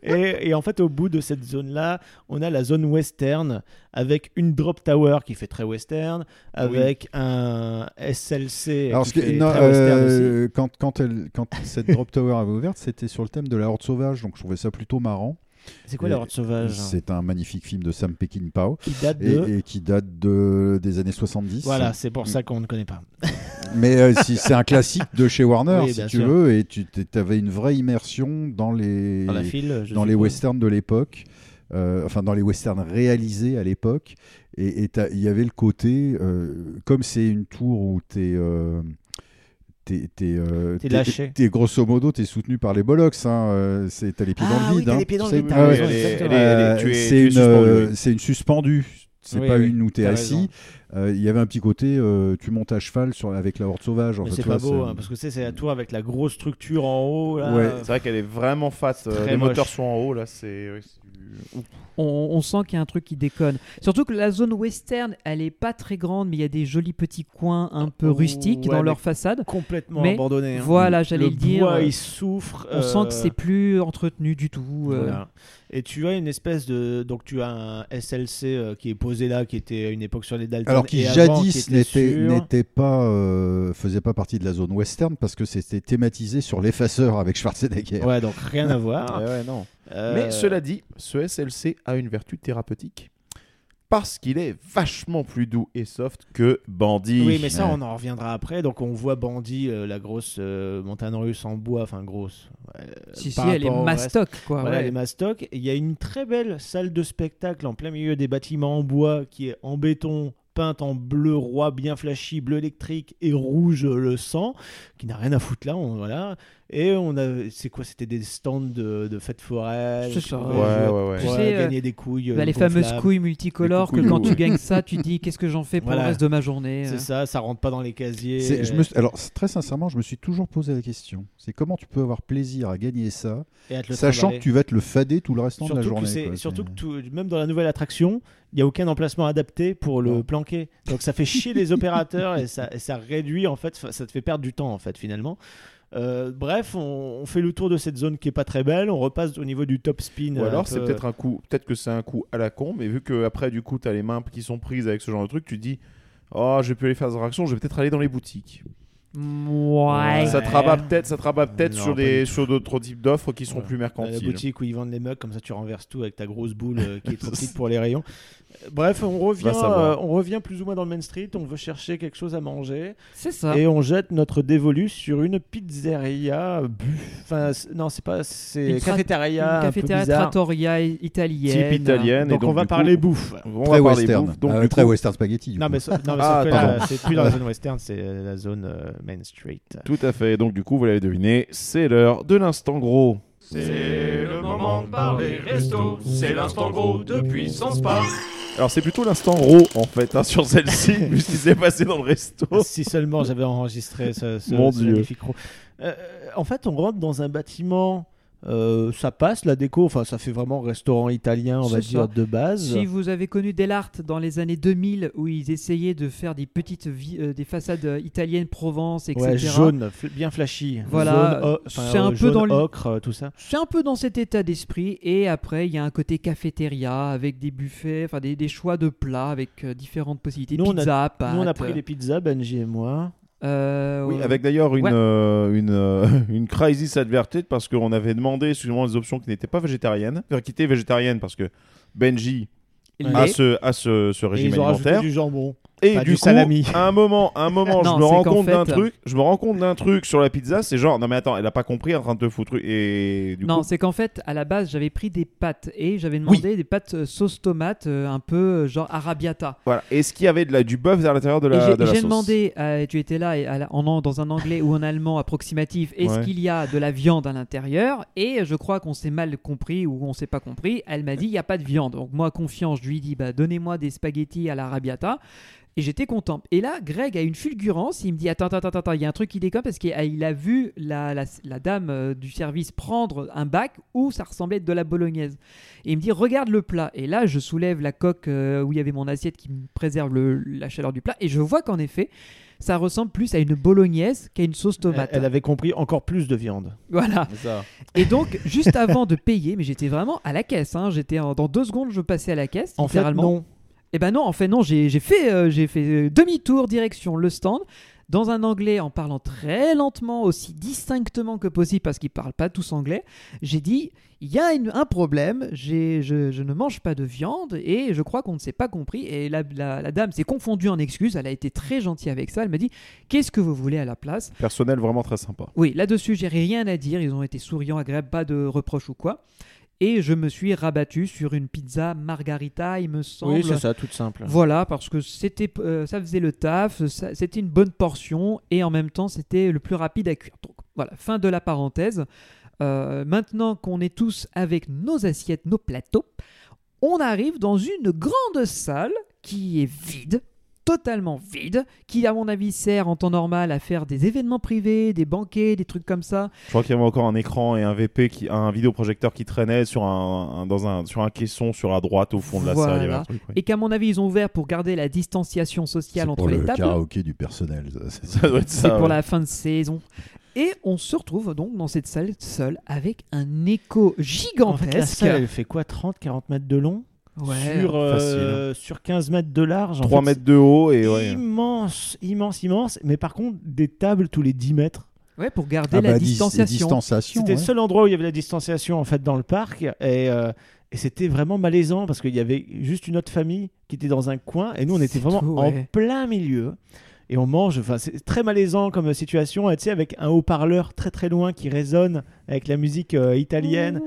et, et en fait, au bout de cette zone-là, on a la zone western avec une drop tower qui fait très western, avec un SLC. Alors, qui ce que- fait non, très western aussi. euh, quand, quand, elle, quand cette drop tower avait ouverte, c'était sur le thème de la horde sauvage, donc je trouvais ça plutôt marrant. C'est quoi Et la horde sauvage hein euh, C'est un magnifique film de Sam Peckinpah Qui date et, de. et qui date de, des années 70. Voilà, c'est pour ça qu'on ne connaît pas. Mais euh, si, c'est un classique de chez Warner, Oui, si bien tu sûr. veux, et tu avais une vraie immersion dans les, Dans la file, je dans les suppose. westerns de l'époque, euh, enfin dans les westerns réalisés à l'époque. Et et t'as- il y avait le côté, euh, comme c'est une tour où t'es. euh, T'es t'es, euh, T'es t'es- lâché. t'es- grosso modo, t'es soutenu par les bollocks. Hein, euh, c'est- t'as les pieds Ah dans le oui, vide. t'as hein, les pieds dans le tu sais. vide, t'as Ah ouais. raison, Elle est- exactement. elle est- elle est- tu es- tu C'est es une, suspendu, euh, oui. c'est une suspendue. C'est Oui, pas oui, une où t'es t'as assis. Euh, Il y avait un petit côté, euh, tu montes à cheval sur, avec la horde sauvage. en Mais fait, c'est tu pas vois, beau, c'est- hein, parce que c'est c'est la tour avec la grosse structure en haut. Là. Ouais. C'est vrai qu'elle est vraiment fat. euh, très les moche. moteurs sont en haut là. C'est. oui, c'est du- Ouh. On, on sent qu'il y a un truc qui déconne. Surtout que la zone western, elle est pas très grande, mais il y a des jolis petits coins un peu Oh, rustiques ouais, dans mais leur façade. complètement Mais abandonné. hein. Voilà, j'allais le le, dire. euh, bois, il souffre. on euh, sent que c'est plus entretenu du tout. euh. voilà. Et tu as une espèce de donc tu as un SLC euh, qui est posé là, qui était à une époque sur les Dalton. Alors qui et avant, jadis qui était n'était sur- n'était pas euh, faisait pas partie de la zone western parce que c'était thématisé sur l'effaceur avec Schwarzenegger. Ouais, donc rien à voir. Ouais, ouais, non. Euh, Mais cela dit, ce SLC a une vertu thérapeutique parce qu'il est vachement plus doux et soft que Bandit. Oui, mais ça, Ouais. on en reviendra après. Donc, on voit Bandit, euh, la grosse euh, montagne russe en bois, enfin grosse. ouais, euh, Si, si, par elle est rapport au reste. mastoc, quoi. voilà, ouais. les Mastoc. Il y a une très belle salle de spectacle en plein milieu des bâtiments en bois qui est en béton peinte en bleu roi bien flashy, bleu électrique et rouge euh, le sang, qui n'a rien à foutre là. On, voilà. Et on a, c'est quoi C'était des stands de, de fêtes foraines. C'est ça. Ouais, Ouais, ouais, ouais. Tu sais, gagner euh, des couilles. bah, euh, les fameuses gonflables. couilles multicolores Les que quand coucous, tu ouais. gagnes ça, tu dis qu'est-ce que j'en fais pour Voilà. le reste de ma journée. euh. C'est ça, ça rentre pas dans les casiers. euh, C'est- je me suis- alors, c'est- très sincèrement, je me suis toujours posé la question. C'est comment tu peux avoir plaisir à gagner ça, Et à te le sachant que trimballer. tu vas te le fader tout le restant de la Surtout que journée. c'est- quoi. surtout que tout- même dans la nouvelle attraction, il n'y a aucun emplacement adapté pour le planquer. Donc ça fait chier les opérateurs et ça, et ça réduit en fait, ça te fait perdre du temps en fait finalement. Euh, bref, on, on fait le tour de cette zone qui est pas très belle. On repasse au niveau du top spin. Ou alors c'est peu- peut-être un coup, peut-être que c'est un coup à la con, mais vu que après du coup t'as les mains qui sont prises avec ce genre de truc, tu te dis oh je vais plus aller faire des réactions, je vais peut-être aller dans les boutiques. Ouais. Ça te rabat peut-être, ça te rabat peut-être Euh, Non, sur pas des du tout. sur d'autres types d'offres qui seront plus Dans euh, La mercantiles. boutique où ils vendent les mugs, comme ça tu renverses tout avec ta grosse boule euh, qui est trop petite pour les rayons. Euh, Bref, on revient, Va savoir. euh, on revient plus ou moins dans le Main Street, on veut chercher quelque chose à manger. C'est ça. Et on jette notre dévolu sur une pizzeria, buff- enfin c- non c'est pas, c'est Une tra- cafétéria, une un peu cafétéria bizarre. trattoria i- italienne. Type italienne, et Donc, donc, on va du coup, parler bouffe. on Très va parler western. bouffe, donc, Ah, du très coup- western spaghetti. du Non coup. mais, ça- non, mais Ah, sauf que là, pardon. c'est plus dans la zone western, c'est euh, la zone euh, Main Street. Tout à fait. Donc du coup vous l'avez deviné, c'est l'heure de l'instant gros. C'est le moment de parler resto, c'est l'instant gros de puissance pas. Alors c'est plutôt l'instant gros en fait hein, sur celle-ci vu ce qui s'est passé dans le resto. Ah, Si seulement j'avais enregistré ce, ce- Oh. Mon ce Dieu. magnifique crew. Euh, en fait, on rentre dans un bâtiment. euh, ça passe la déco, enfin ça fait vraiment restaurant italien, on va C'est dire ça. de base. Si vous avez connu Delarte dans les années 2000 où ils essayaient de faire des petites vi- euh, des façades euh, italiennes Provence etc. Ouais, jaune, fl- bien flashy. Voilà, Jaune, o- enfin, c'est un euh, peu jaune, dans le- ocre, euh, tout ça. C'est un peu dans cet état d'esprit et après il y a un côté cafétéria avec des buffets, enfin des, des choix de plats avec euh, différentes possibilités. Nous, Pizza, on a, pâtes. nous, on a pris des pizzas, Benji et moi. Euh, Oui, ouais. avec d'ailleurs une, Ouais. euh, une, euh, une crisis advertite parce qu'on avait demandé sûrement les options qui n'étaient pas végétariennes, enfin, qui étaient végétariennes parce que Benji Il a l'est. ce, a ce, ce Et régime ils ont rajouté alimentaire. du jambon. Et Pas du, du coup, salami. à un moment, à un moment, Non, je me c'est rends qu'en compte d'un fait- truc. Je me rends compte d'un truc sur la pizza, c'est genre non mais attends, elle a pas compris, elle est en train de te foutre et du non, coup, c'est qu'en fait, à la base, j'avais pris des pâtes et j'avais demandé des pâtes euh, sauce tomate, euh, un peu euh, genre arabiata. voilà. Est-ce qu'il y avait de la, du bœuf à l'intérieur de Et la, j'ai- de la j'ai sauce demandé, euh, tu étais là et à la- en, an- dans un anglais ou en allemand approximatif, est-ce Ouais. qu'il y a de la viande à l'intérieur Et je crois qu'on s'est mal compris ou on s'est pas compris. Elle m'a dit, il n'y a pas de viande. Donc moi, confiant, je lui dis, bah, donnez-moi des spaghettis à l'arrabbiata. Et j'étais content. Et là, Greg a une fulgurance. Il me dit, attends, attends, attends, attends, il y a un truc qui déconne parce qu'il a- il a vu la, la- la dame euh, du service prendre un bac où ça ressemblait être de la bolognaise. Et il me dit, regarde le plat. Et là, je soulève la coque euh, où il y avait mon assiette qui me préserve le- la chaleur du plat. Et je vois qu'en effet, ça ressemble plus à une bolognaise qu'à une sauce Elle, tomate. elle avait compris encore plus de viande. Voilà. Et donc, juste avant de payer, mais j'étais vraiment à la caisse. hein. J'étais en- dans deux secondes, je passais à la caisse. En fait, littéralement. non. Eh ben non, en fait non, j'ai j'ai fait, euh, j'ai fait euh, demi-tour direction le stand dans un anglais en parlant très lentement, aussi distinctement que possible parce qu'ils parlent pas tous anglais. J'ai dit il y a une- un problème, j'ai- je, je ne mange pas de viande et je crois qu'on ne s'est pas compris. Et la, la- la dame s'est confondue en excuses, elle a été très gentille avec ça. Elle m'a dit qu'est-ce que vous voulez à la place personnel vraiment très sympa. oui, là-dessus, j'ai rien à dire. Ils ont été souriants, agréables, pas de reproches ou quoi. Et je me suis rabattu sur une pizza margarita, il me semble. Oui, c'est ça, toute simple. Voilà, parce que c'était, euh, ça faisait le taf, ça- c'était une bonne portion et en même temps, c'était le plus rapide à cuire. Donc voilà, fin de la parenthèse. Euh, maintenant qu'on est tous avec nos assiettes, nos plateaux, on arrive dans une grande salle qui est vide, totalement vide, qui à mon avis sert en temps normal à faire des événements privés, des banquets, des trucs comme ça. Je crois qu'il y avait encore un écran et un VP qui, un vidéoprojecteur qui traînait sur un, un- dans un sur un caisson sur la droite au fond de la Voilà. salle. Il y avait un truc, oui. Et qu'à mon avis, ils ont ouvert pour garder la distanciation sociale entre Pour les le tables. karaoké du personnel. ça, c'est- Ça doit être C'est ça, pour ouais. la fin de saison. Et on se retrouve donc dans cette salle seule avec un écho En gigantesque. fait, la salle, elle fait quoi 30-40 mètres de long Ouais. sur, euh, sur 15 mètres de large. en 3 fait, mètres de haut et ouais. immense, immense, immense. Mais par contre, des tables tous les 10 mètres. Ouais, pour garder Ah la bah, dis- distanciation. distanciation, C'était le ouais. seul endroit où il y avait la distanciation en fait dans le parc et, euh, et c'était vraiment malaisant parce qu'il y avait juste une autre famille qui était dans un coin et nous on était vraiment tout, en ouais. plein milieu et on mange. Enfin, c'est très malaisant comme situation. et Tu sais, avec un haut-parleur très très loin qui résonne avec la musique euh, italienne.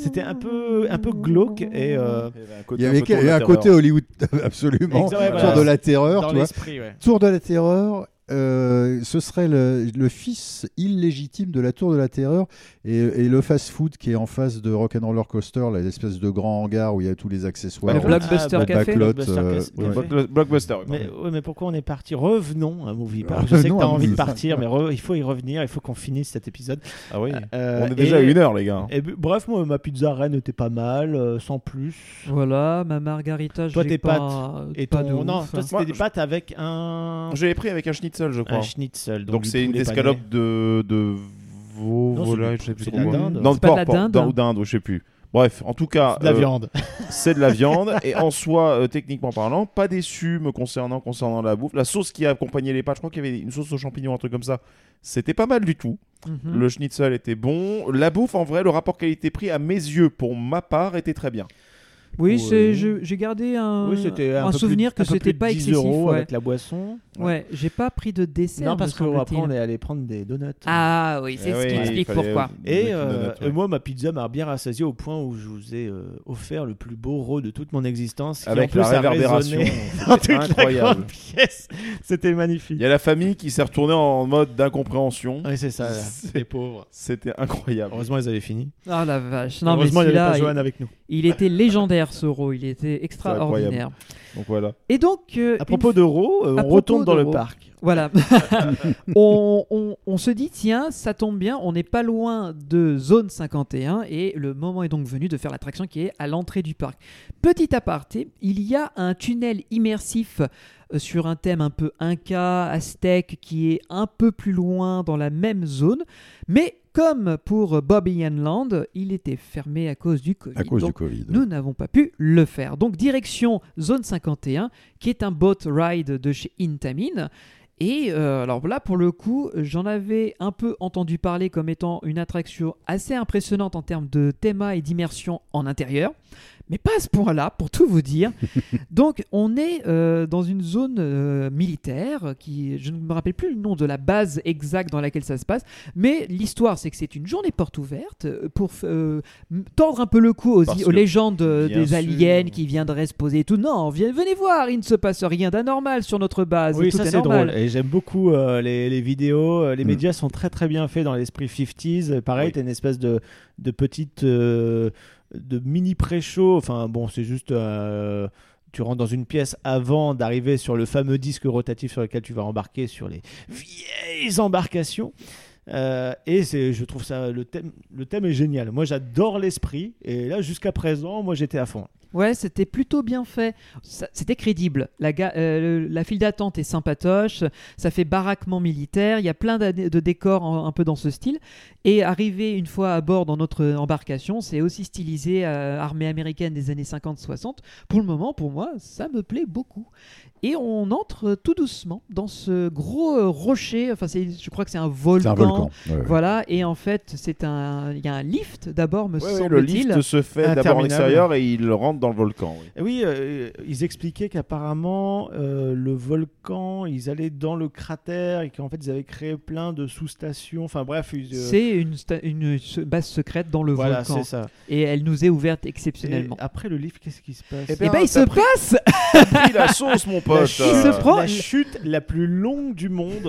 C'était un peu, un peu glauque. Et, euh, Il y avait quel- il y a un côté Hollywood absolument. Exact, ouais, Tour voilà. de la terreur, Dans tu vois. l'esprit, ouais. Tour de la terreur. euh, ce serait le, le fils illégitime de la Tour de la Terreur et, et le fast-food qui est en face de Rock'n'Roller Coaster, là, l'espèce de grand hangar où il y a tous les accessoires. Le Blockbuster le Café. backlot, Ah, bah, Blockbuster euh, Café. ouais. Blockbuster. Mais, ouais, mais pourquoi on est parti Revenons à Movie Park. Je Revenons sais que à t'as envie Movie de Park. partir, mais re- il faut y revenir. Il faut qu'on finisse cet épisode. Ah oui. Euh, On est déjà et- à une heure, hein. les gars. et bu- bref, moi, ma pizza reine était pas mal, euh, sans plus. Voilà, ma margarita, Toi, j'ai tes pas- pâtes. Et pas ton- de ouf, non, toi, hein. c'était des pâtes avec un. Je l'ai pris avec un schnitzel, je crois. Un schnitzel. Donc du c'est une poulet escalope de, de veau, Non, c'est volaille, du- je sais plus c'est de comment. la dinde. Non, C'est pas de porc, la porc, dinde, dinde hein. ou dinde, je sais plus. Bref, en tout cas, euh, C'est de la viande. C'est de la viande et en soi, euh, techniquement parlant, pas déçu me concernant concernant la bouffe. La sauce qui accompagnait les pâtes, je crois qu'il y avait une sauce aux champignons, un truc comme ça. C'était pas mal du tout. Mhm. Le schnitzel était bon. La bouffe, en vrai, le rapport qualité-prix, à mes yeux, pour ma part, était très bien. Oui, Ouais. c'est- je- j'ai gardé un, euh, Ah Oui, c'était un un peu plus- souvenir un que peu plus c'était de pas 10 excessif. euros ouais. avec la boisson. Ouais, j'ai pas pris de dessert. Non, parce me qu'après, semble-t-il. on est allé prendre des donuts. Ah oui, c'est Eh ce qui oui, explique il fallait- pourquoi. Et, Avec une euh, donut, et ouais. moi, ma pizza m'a bien rassasié au point où je vous ai euh, offert le plus beau rot de toute mon existence. Qui Avec en plus la a réverbération. résonné dans C'était toute la incroyable. grande pièce. C'était magnifique. Il y a la famille qui s'est retournée en mode d'incompréhension. Oui, c'est ça, là. les pauvres. C'était incroyable. Heureusement, ils avaient fini. Ah la vache. Non, Heureusement, il mais y avait celui-là, pas Johan avec nous. Il était légendaire, ce rôle. Il était extraordinaire. Donc voilà. Et donc. euh, À une propos f- de Ro, euh, à on propos retourne dans de le Ro. parc. Voilà. on, on- on se dit, tiens, ça tombe bien, on n'est pas loin de zone 51 et le moment est donc venu de faire l'attraction qui est à l'entrée du parc. Petit aparté, il y a un tunnel immersif euh, sur un thème un peu inca, aztèque, qui est un peu plus loin dans la même zone, mais. Comme pour Bobby and Land, il était fermé à cause du Covid. À cause du Donc, Covid. Nous n'avons pas pu le faire. Donc direction Zone 51, qui est un boat ride de chez Intamin. Et euh, alors là, pour le coup, j'en avais un peu entendu parler comme étant une attraction assez impressionnante en termes de théma et d'immersion en intérieur, mais pas à ce point-là, pour tout vous dire. Donc on est euh, dans une zone euh, militaire, qui, je ne me rappelle plus le nom de la base exacte dans laquelle ça se passe, mais l'histoire c'est que c'est une journée porte ouverte euh, pour euh, m- tordre un peu le cou aux, Parce aux que- légendes euh, bien des sûr. aliens qui viendraient se poser et tout. Non, vi- venez voir, il ne se passe rien d'anormal sur notre base. Oui, tout ça est c'est normal. drôle. Et j'aime beaucoup euh, les, les vidéos. Euh, Les médias sont très très bien faits dans l'esprit 50s. Euh, Pareil, t'as une espèce de, de petite. euh, de mini pré-show. Enfin bon, c'est juste. euh, tu rentres dans une pièce avant d'arriver sur le fameux disque rotatif sur lequel tu vas embarquer sur les vieilles embarcations. Euh, et c'est, je trouve ça le thème, le thème est génial. Moi, j'adore l'esprit. Et là, jusqu'à présent, moi, j'étais à fond. Ouais, c'était plutôt bien fait. Ça- C'était crédible. La, ga- euh, le- la file d'attente est sympatoche. Ça fait baraquement militaire. Il y a plein d'ad- de décors en- un peu dans ce style. Et arriver une fois à bord dans notre embarcation, c'est aussi stylisé euh, armée américaine des années 50-60. Pour le moment, pour moi, ça me plaît beaucoup. Et on entre euh, tout doucement dans ce gros euh, rocher. Enfin, c'est- je crois que c'est un volcan. volcan, ouais, ouais. Voilà. Et en fait, c'est un. Il y a un lift d'abord, me Ouais, ouais, semble-t-il. le lift se fait d'abord en Interminable. extérieur et il rentre dans le volcan. oui. Eh Oui, euh, ils expliquaient qu'apparemment, euh, le volcan, ils allaient dans le cratère et qu'en fait, ils avaient créé plein de sous-stations. Enfin bref, ils, euh, C'est une, sta- une se- base secrète dans le Voilà, volcan. c'est ça. Et elle nous est ouverte et ah, exceptionnellement. après le livre, qu'est-ce qui se passe Eh ben, Eh ben, il t'as se pris- passe t'as pris la sauce, mon pote. euh, La chute, Il se prend- la chute la plus longue du monde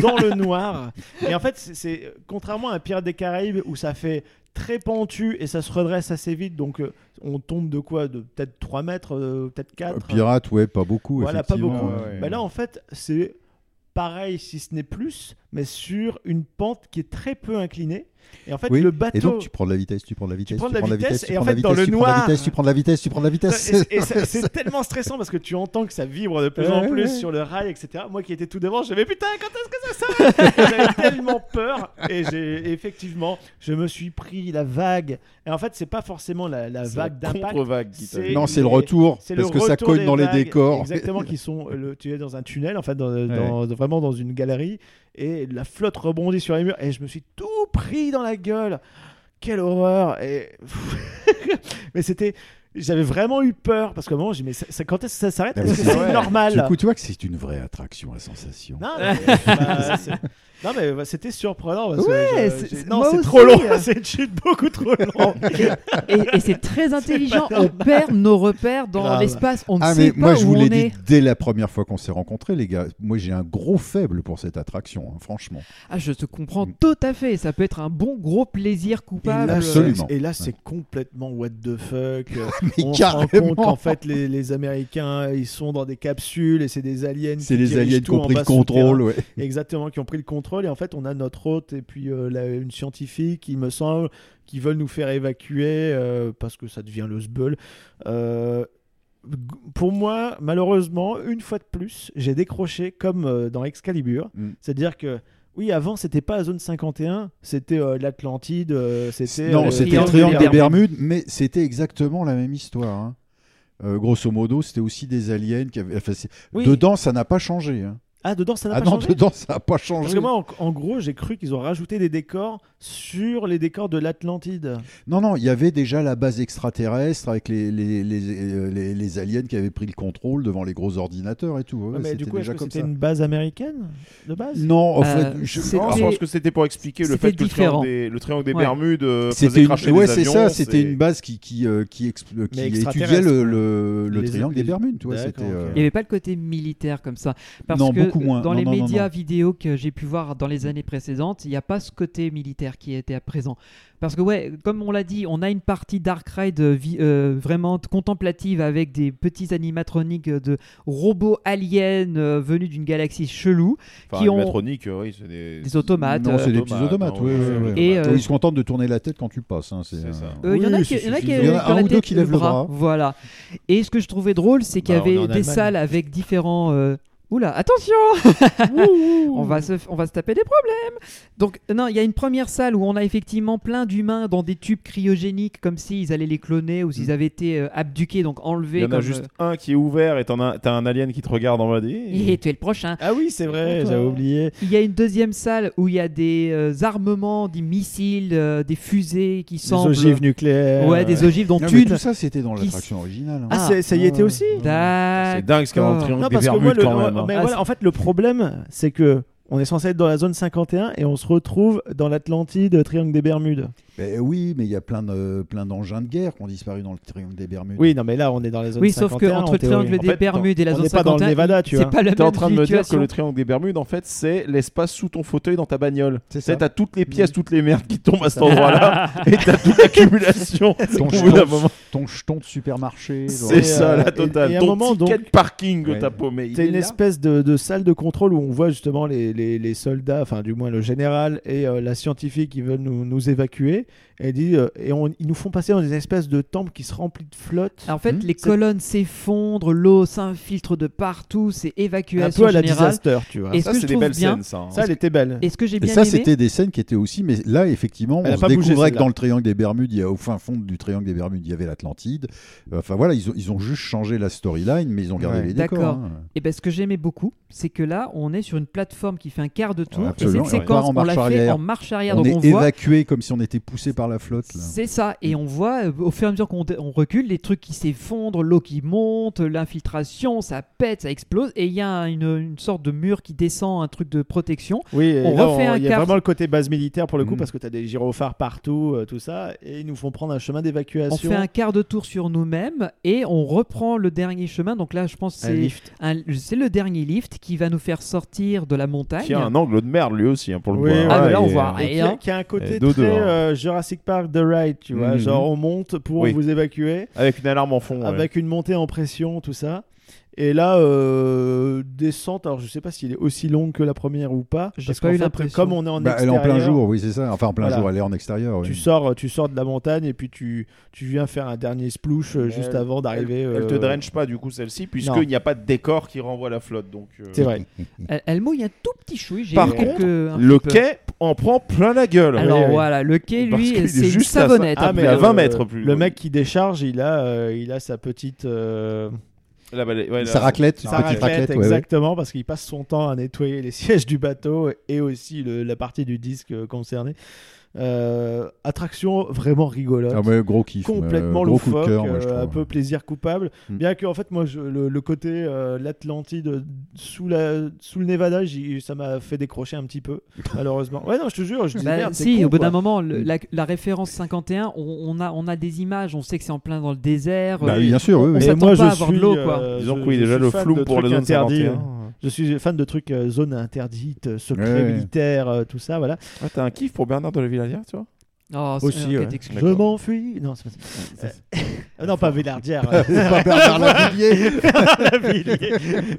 dans le noir. Et en fait, c'est- c'est contrairement à Pirates des Caraïbes où ça fait très pentu et ça se redresse assez vite. Donc, euh, on tombe de quoi De peut-être 3 mètres, euh, peut-être 4. Pirate, ouais, pas beaucoup. Voilà, pas effectivement, beaucoup. ouais. Bah là, en fait, c'est pareil, si ce n'est plus, mais sur une pente qui est très peu inclinée. Et en fait, Oui, le bateau. Et donc tu prends de la vitesse, tu prends de la vitesse, prends de la tu prends de vitesse, tu et en prends de la fait, dans vitesse, le tu prends de la noir- vitesse, tu prends de la vitesse, tu prends de la vitesse. Et ça- c'est tellement stressant parce que tu entends que ça vibre de plus en Ouais, plus ouais. sur le rail, etc. Moi qui étais tout devant, j'avais putain, quand est-ce que ça sort J'avais tellement peur et j'ai effectivement, je me suis pris la vague. Et en fait, c'est pas forcément la, la la vague d'impact. contre-vague qui t'a- Non, c'est le retour, c'est parce le que ça retour cogne des dans les vagues, décors. Exactement, qui sont. euh, le- tu es dans un tunnel, en fait, dans- dans- vraiment dans une galerie, et la flotte rebondit sur les murs, et je me suis tout pris dans la gueule. Quelle horreur Et mais c'était J'avais vraiment eu peur parce que moment j'ai dit, mais ça- ça- quand est-ce que ça s'arrête Ah, Est-ce que mais c'est normal Du coup, tu vois que c'est une vraie attraction à sensation. Non, mais, bah, c'est- non, mais, bah, c'était surprenant. Parce que Ouais, je- c'est- j'ai- c'est- non, moi c'est aussi. trop long. c'est une chute beaucoup trop long. Et, et c'est très intelligent. On perd nos repères dans Grave. l'espace. On ne ah, sait mais pas moi, je où vous on l'ai est. dit dès la première fois qu'on s'est rencontrés, les gars. Moi, j'ai un gros faible pour cette attraction, hein, franchement. Ah, je te Mm. comprends tout à fait. Ça peut être un bon gros plaisir coupable. Absolument. Et là, c'est complètement what the fuck. Mais On se rend carrément. compte qu'en fait, les, les Américains, ils sont dans des capsules et c'est des aliens. C'est qui les dirigent aliens qui tout ont en pris bas le sous terrain. contrôle, ouais. Exactement, qui ont pris le contrôle. Et en fait, on a notre hôte et puis euh, la- une scientifique, il me semble, qui veulent nous faire évacuer euh, parce que ça devient le sbeul. Euh, g- pour moi, malheureusement, une fois de plus, j'ai décroché comme euh, dans Excalibur. Mm. C'est-à-dire que. Oui, avant, c'était pas la zone 51, c'était euh, l'Atlantide, euh, c'était. Non, euh, c'était le triangle des Bermudes, mais c'était exactement la même histoire. hein. Euh, grosso modo, c'était aussi des aliens. Qui avaient... enfin, c'est- Oui. Dedans, ça n'a pas changé. hein. Ah, dedans, ça n'a Ah pas non, changé. dedans, ça n'a pas changé. Parce que moi, en, en gros, j'ai cru qu'ils ont rajouté des décors sur les décors de l'Atlantide. Non, non, il y avait déjà la base extraterrestre avec les, les, les- euh, les- les aliens qui avaient pris le contrôle devant les gros ordinateurs et tout. Ouais, Ah, mais c'était du coup, est-ce déjà que comme c'était ça. une base américaine de base Non, en fait, Euh, je- ah, Non, Ah, je pense que c'était pour expliquer le C'était fait que le différent. triangle des, le triangle des Ouais. Bermudes euh, C'était faisait une- cracher ouais, des c'est avions. ça, c'était une base qui, qui, euh, qui, ex- euh, qui Mais étudiait le, le- le Les- triangle des les- Bermudes. tu vois, D'accord, c'était, ok. euh, Il n'y avait pas le côté militaire comme ça. Parce Non, que beaucoup moins. dans Non, les non, non, médias non. vidéo que j'ai pu voir dans les années précédentes, il n'y a pas ce côté militaire qui était à présent. Parce que, ouais, comme on l'a dit, on a une partie Dark Ride euh, vi- euh, vraiment contemplative avec des petits animatroniques de robots aliens euh, venus d'une galaxie chelou. Enfin, qui ont... animatronique, euh, oui, c'est des... Des automates. euh, Non, c'est des petits automates. non, ouais, oui, ouais, c'est ouais. Bah, des Et, automates. euh, Ils se contentent de tourner la tête quand tu passes. hein, c'est, euh, Il y en a oui, qui, c'est y en a qui- suffisant. Il y en a qui ont un la ou deux tête qui et le lèvent le bras. Voilà. Et ce que je trouvais drôle, c'est qu'il y Bah, on est en avait des Allemagne. salles avec différents. euh, Oula, attention on, va se, on va se taper des problèmes Donc, non, il y a une première salle où on a effectivement plein d'humains dans des tubes cryogéniques, comme s'ils allaient les cloner ou Mm. s'ils avaient été euh, abduqués, donc enlevés. Il y en a comme, juste euh, un qui est ouvert et t'en as t'as un alien qui te regarde en mode. eh, Et tu es le prochain. Ah oui, c'est vrai, j'avais oublié. Il y a une deuxième salle où il y a des euh, armements, des missiles, euh, des fusées qui semblent. ogives nucléaires. Ouais, des ogives, dont Non, mais une. tout ça, c'était dans qui l'attraction originale. hein. Ah, c'est- ça y était aussi Ah, C'est dingue ce qu'il y a dans le triangle des Bermudes le, quand même. hein. mais voilà, en fait, le problème, c'est que on est censé être dans la zone 51 et on se retrouve dans l'Atlantide, triangle des Bermudes. Ben oui, mais il y a plein de- plein d'engins de guerre qui ont disparu dans le triangle des Bermudes. Oui, non, mais là, on est dans la zone Oui, 51. sauf que entre le triangle des Bermudes et la on zone n'est pas dans le 51, Nevada, tu c'est vois. pas la T'es en même train de me dire que situation. le triangle des Bermudes, en fait, c'est l'espace sous ton fauteuil dans ta bagnole. C'est ça. T'as toutes les pièces, toutes les merdes qui tombent à cet ça. endroit-là et t'as toute l'accumulation. Ton au bout d'un jeton, moment. ton jeton de supermarché. C'est ça, la totale. et à un Ton moment, ticket donc- de parking que Ouais. t'as paumé. il T'as est une là. espèce de, de salle de contrôle où on voit justement les, les- les soldats, enfin du moins le général et euh, la scientifique qui veulent nous, nous évacuer. Et, dit, euh, et on- ils nous font passer dans des espèces de temples qui se remplissent de flotte. En Hmm. fait, les colonnes s'effondrent, l'eau s'infiltre de partout, c'est un évacuation peu à la générale. disaster, tu vois. Et ce que je trouve bien- hein. Ça, elle était belle. Et ce que j'ai Et bien ça, aimé, c'était des scènes qui étaient aussi. Mais là, effectivement, Elle a on se pas bougé, découvrait que celle-là. dans le triangle des Bermudes, il y a, au fin fond du triangle des Bermudes, il y avait l'Atlantide. Enfin voilà, ils ont, ils ont juste changé la storyline, mais ils ont gardé les décors. D'accord. hein. Et ben ce que j'aimais beaucoup, c'est que là, on est sur une plateforme qui fait un quart de tour. Ouais, et absolument. cette Et on part séquence, on l'a fait en marche arrière. On donc est on voit, évacué comme si on était poussé par la flotte. là. c'est ça. Et on voit, euh, au fur et à mesure qu'on dé- on recule, les trucs qui s'effondrent, l'eau qui monte, l'infiltration, ça pète, ça explose. Et il y a une, une sorte de mur qui descend, un truc de protection. Oui, et on là, refait on- un il y a quart. vraiment le côté base militaire pour le coup, Mm. parce que tu as des gyrophares partout, euh, tout ça, et ils nous font prendre un chemin On d'évacuation. fait un quart de tour sur nous-mêmes et on reprend le dernier chemin. Donc là, je pense que Un c'est lift. un- c'est le dernier lift qui va nous faire sortir de la montagne. Qui a un angle de merde lui aussi hein, pour le Oui, voir. Ah, mais là, on et- voit Et qui, rien. a, qui a un côté Et dodo, très hein. euh, Jurassic Park The Ride, tu vois. Mhm. Genre, on monte pour Oui. vous évacuer. Avec une alarme en fond. ouais. avec une montée en pression, tout ça. Et là, euh, descente. Alors, je sais pas s'il est aussi longue que la première ou pas. parce pas qu'en eu fait, l'impression. Comme on est en Bah, elle est en extérieur. plein jour, oui, c'est ça. Enfin, en plein jour, elle est en extérieur, oui. Tu sors, tu sors de la montagne et puis tu, tu viens faire un dernier splouche euh, juste Elle- avant d'arriver. Elle, elle te euh, drenche pas du coup celle-ci, Non. puisqu'il n'y a pas de décor qui renvoie la flotte. donc. euh, C'est vrai. Elle, elle mouille un tout petit chouille. j'ai Par eu quelques- contre, un le petit peu. quai en prend plein la gueule. Alors voilà, le quai, Parce qu'il lui, est c'est une juste à ça. savonnette. Ah, après. mais à 20 euh, mètres plus. Le mec qui décharge, il a, euh, il a sa petite. euh, La balai- ouais, la- Sa raclette, sa une petite raclette, ouais, ouais. exactement, parce qu'il passe son temps à nettoyer les sièges du bateau et aussi le- la partie du disque euh, concernée. Euh, attraction vraiment rigolote. Ah ouais, gros kiff, Complètement euh, gros coup de loufoque, cœur, moi, je euh, un trouve. peu plaisir coupable. Mm. Bien que, en fait, moi, je- le, le côté euh, l'Atlantide sous, la, sous le Nevada, j'y- ça m'a fait décrocher un petit peu, malheureusement. Ouais, non, je te jure, je dis Bah, merde, c'est si, con, au bout quoi. d'un moment, le- la, la référence 51, on, on a, on a des images, on sait que c'est en plein dans le désert. Bah euh, oui, bien sûr, oui, on oui. s'attend Et moi, pas je à avoir de suis, l'eau, quoi. euh, Disons je- que oui, je déjà, suis le hein. fan flou de pour la trucs zone interdits, 51. hein. euh, Je suis fan de trucs euh, zone interdite, euh, secret Ouais. militaire, euh, tout ça, voilà. Ah, t'as un kiff pour Bernard de la Villardière, tu vois Oh, c'est- Aussi, ok, ouais. t'excuses. je m'enfuis. Non, c'est pas ça. Euh, non, pas Villardière. Pas Bernard Lavillier. Bernard Lavillier.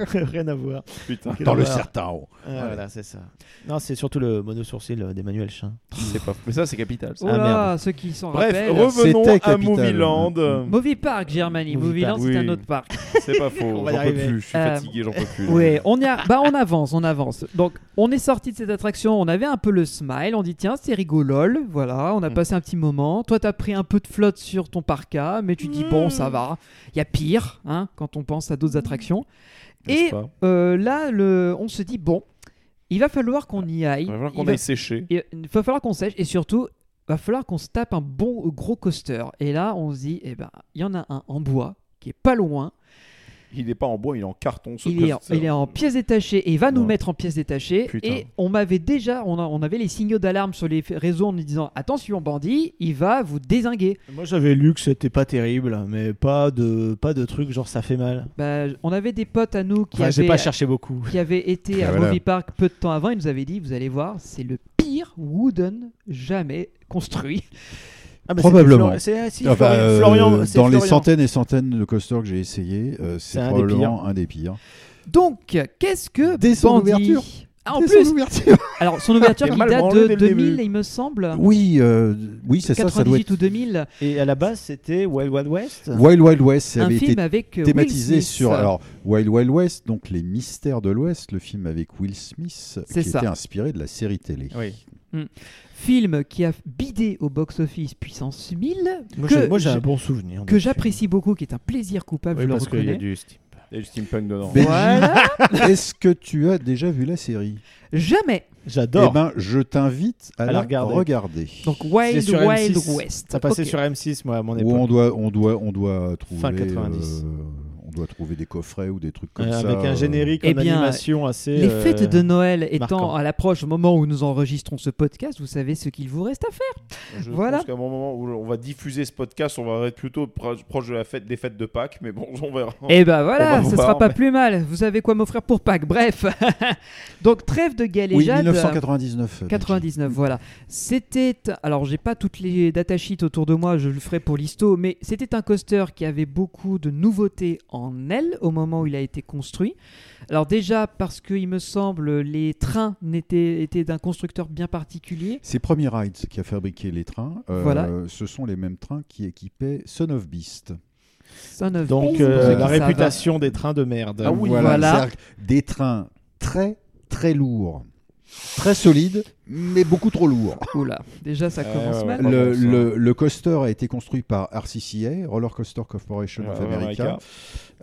Rien à voir. Putain. Quelle Dans le horreur. Sertao. Ah, Voilà, c'est ça. Non, c'est surtout le monosourcil euh, d'Emmanuel Chin. C'est pas. Mais ça, c'est capital. Oh là, ceux qui s'en Ah, Bref, rappellent. revenons C'était à capital. Mm. Movie Land. Movie Park, Germany. Movie Movie Land, Park. c'est un autre parc. Oui. C'est pas faux, On va y j'en peux arriver. Euh, plus, je suis fatigué, j'en peux plus. Ouais, on, y a- bah, on avance, on avance. Donc, on est sorti de cette attraction, on avait un peu le smile, on dit tiens, c'est rigolol, voilà, Mm. on a passé un petit moment. Toi, t'as pris un peu de flotte sur ton parka, mais tu dis bon, Mm. ça va, il y a pire hein, quand on pense à d'autres attractions. Mm. N'est-ce Et pas euh, là, le, on se dit bon, il va falloir qu'on y aille. Il va falloir qu'on Il va- aille sécher. et Il va falloir qu'on sèche et surtout, il va falloir qu'on se tape un bon gros coaster. Et là, on se dit, eh ben, il y en a un en bois qui est pas loin. Il est pas en bois, il est en carton. ce Il est, en, coaster. il est en pièces détachées et il va nous mettre en pièces détachées. Putain. Et on m'avait déjà, on, a- on avait les signaux d'alarme sur les réseaux en nous disant attention bandit, il va vous désinguer. Moi, j'avais lu que c'était pas terrible, mais pas de, pas de truc genre ça fait mal. Bah, on avait des potes à nous qui Enfin, j'ai avaient, pas cherché beaucoup. qui avaient été Ah, à voilà. Movie Park peu de temps avant. Ils nous avaient dit vous allez voir, c'est le pire wooden jamais construit. probablement. Ah, bah, Florian- Enfin, euh, Florian- c'est dans les Florian. centaines et centaines de coasters que j'ai essayé, euh, C'est c'est un des probablement un des pires. Donc, qu'est-ce que Dès son Bandit- ouverture. Ah, en plus Alors, son ouverture T'es qui mal date branlé de dès le début. 2000, il me semble. Oui, euh, oui, c'est ça, ça doit 98 être. ou 2000. Et à la base, c'était Wild Wild West. Wild Wild West, ça Un avait film été avec, euh, thématisé Will Smith. sur alors Wild Wild West, donc les mystères de l'Ouest, le film avec Will Smith C'est qui ça. était inspiré de la série télé. Hmm. Film qui a bidé au box-office puissance 1000. Moi, que j'ai- moi, j'ai un j'a- bon souvenir de Que ce j'apprécie beaucoup, qui est un plaisir coupable, je le reconnais. steam. Il y a du steampunk dedans. Benji, Voilà. est-ce que tu as déjà vu la série Jamais. J'adore. Eh ben, je t'invite à, À la la regarder. regarder. Donc, Wild C'était sur Wild M6. West. Ça passait Ok. sur M6, moi, à mon Où époque. on doit, on doit, on doit trouver. Fin 90. euh, on doit trouver des coffrets ou des trucs comme Euh, ça. avec un euh, générique Eh en bien, animation assez. Les euh, fêtes de Noël étant marquant. à l'approche, au moment où nous enregistrons ce podcast, vous savez ce qu'il vous reste à faire. Je voilà. pense qu'à un moment où on va diffuser ce podcast, on va être plutôt pro- proche de la fête des fêtes de Pâques, mais bon, on verra. Oh. Et ben voilà, On va ce bah, voir, sera pas mais- plus mal. Vous avez quoi m'offrir pour Pâques, bref. Donc trêve de galéjade. Oui, 1999, Benji. 99, voilà. C'était, alors j'ai pas toutes les datasheets autour de moi, je le ferai pour l'histo, mais c'était un coaster qui avait beaucoup de nouveautés en elle au moment où il a été construit. Alors déjà parce que il me semble les trains n'étaient étaient d'un constructeur bien particulier. C'est Premier Rides qui a fabriqué les trains. Euh, Voilà. Ce sont les mêmes trains qui équipaient Son of Beast. Son of Donc, Beast, euh, pour ceux qui la savent. Ah réputation des trains de merde. Euh, voilà. C'est-à-dire que Des trains très, très lourds. Très solides, mais beaucoup trop lourds. Oula, déjà Ah ça commence Ah, mal. Le, le- le coaster a été construit par RCCA, Roller Coaster Corporation of Ouais, ouais, America, America.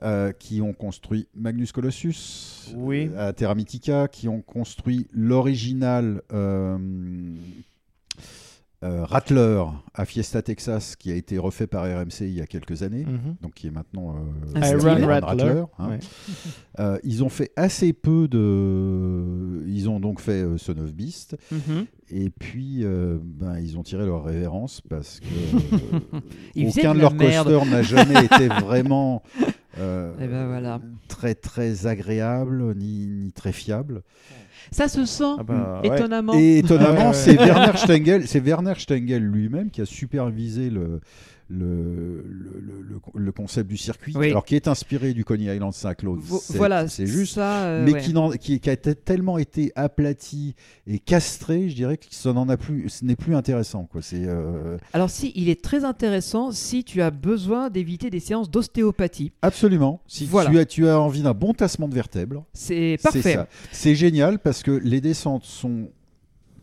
euh, qui ont construit Magnus Colossus Oui. euh, à Terra Mythica, qui ont construit l'original euh, euh, Rattler à Fiesta Texas, qui a été refait par RMC il y a quelques années, Mhm. donc qui est maintenant Un euh, style. Iron Ah, Rattler. hein. Ouais. Euh, ils ont fait assez peu de. Ils ont donc fait euh, Son of Beast. Mhm. Et puis, euh, ben, ils ont tiré leur révérence parce que euh, Ils faisaient aucun de de la leurs coasters merde. n'a jamais été vraiment euh, Eh ben voilà. très très agréable ni, ni très fiable. Ça se sent Ah bah, ouais. étonnamment. Et étonnamment, c'est Werner Stengel, c'est Werner Stengel lui-même qui a supervisé le le, le, le- le- le concept du circuit, Oui. alors qui est inspiré du Coney Island Saint-Claude. Vo- c'est- voilà, c'est juste, ça, euh, mais ouais. qui, n'en- qui, qui a t- tellement été aplati et castré, je dirais que ça n'en a plus, ce n'est plus intéressant. Quoi. C'est euh, Alors si, il est très intéressant si tu as besoin d'éviter des séances d'ostéopathie. Absolument. Si Voilà. tu, as, tu as envie d'un bon tassement de vertèbres, C'est parfait. ça. C'est génial parce que les descentes sont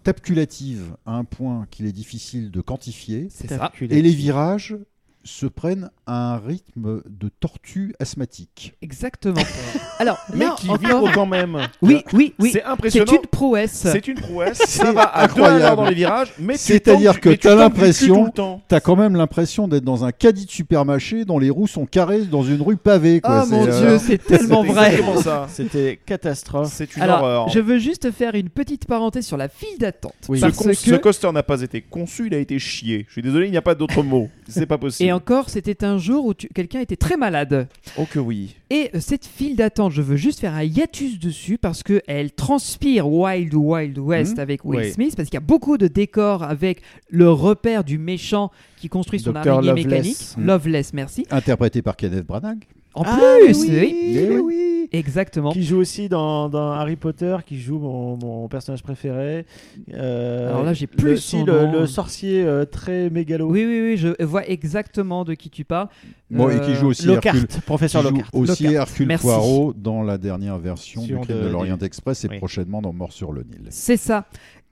tapculatives à un point qu'il est difficile de quantifier. C'est ça. Et les virages se prennent à un rythme de tortue asthmatique. Exactement. Alors, Mais là, qui encore- vibre quand même. Oui, oui, oui. C'est impressionnant. C'est une prouesse. C'est une prouesse. Ça va à deux à l'heure dans les virages, mais tu tombes c'est-à-dire du- que mais tu t'as tombes du cul tout l'impression, le temps. t'as quand même l'impression d'être dans un caddie de supermarché dont les roues sont carrées dans une rue pavée. Quoi. euh, Oh mon Dieu, c'est tellement vrai. exactement ça. C'était catastrophe. C'est une Alors, horreur. je veux juste faire une petite parenthèse sur la file d'attente. Ce, Parce con- ce que- coaster n'a pas été conçu, il a été chié. Je suis désolé, il n'y a pas d'autre mot. C'est pas possible. Et encore, c'était un jour où tu- quelqu'un était très malade. Oh que oui. Et euh, cette file d'attente, je veux juste faire un hiatus dessus parce que elle transpire Wild Wild West Mhm. avec Will Ouais. Smith parce qu'il y a beaucoup de décors avec le repère du méchant qui construit son Dr. araignée Loveless. mécanique. Mhm. Loveless, merci. Interprété par Kenneth Branagh. En Ah, plus, mais oui, mais oui. Exactement. Qui joue aussi dans, dans Harry Potter, qui joue mon, mon personnage préféré. Euh, Alors là, j'ai le- plus si, son le, nom. le sorcier euh, très mégalo. Oui, oui, oui, je vois exactement de qui tu parles. Bon, et qui Euh, joue aussi Lockhart, Hercule, professeur qui joue Lockhart. aussi Lockhart. Hercule Merci. Poirot dans la dernière version Version du Crime de- de, l'Orient des- Express et prochainement dans Mort sur le Nil. C'est ça.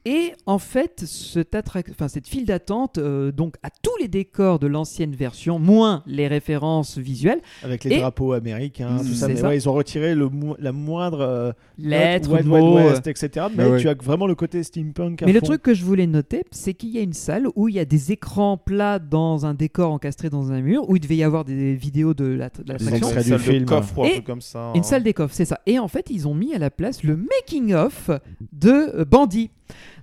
Et en fait, cette, attrac- enfin, cette file d'attente, euh, donc à tous les décors de l'ancienne version, moins les références visuelles. Avec les Et- drapeaux américains, tout ça. C'est Mais ouais, ils ont retiré le mo- la moindre euh, Lettre, note Wild mot, Wild West, euh. etc. Mais Ah ouais. tu as vraiment le côté steampunk. à Mais le fond. truc que je voulais noter, c'est qu'il y a une salle où il y a des écrans plats dans un décor encastré dans un mur, où il devait y avoir des vidéos de la- de l'attraction. extraits Une du salle de film. coffre ou un Et truc comme ça, Une hein. salle des coffres, c'est ça. Et en fait, ils ont mis à la place le making-of de euh, Bandit.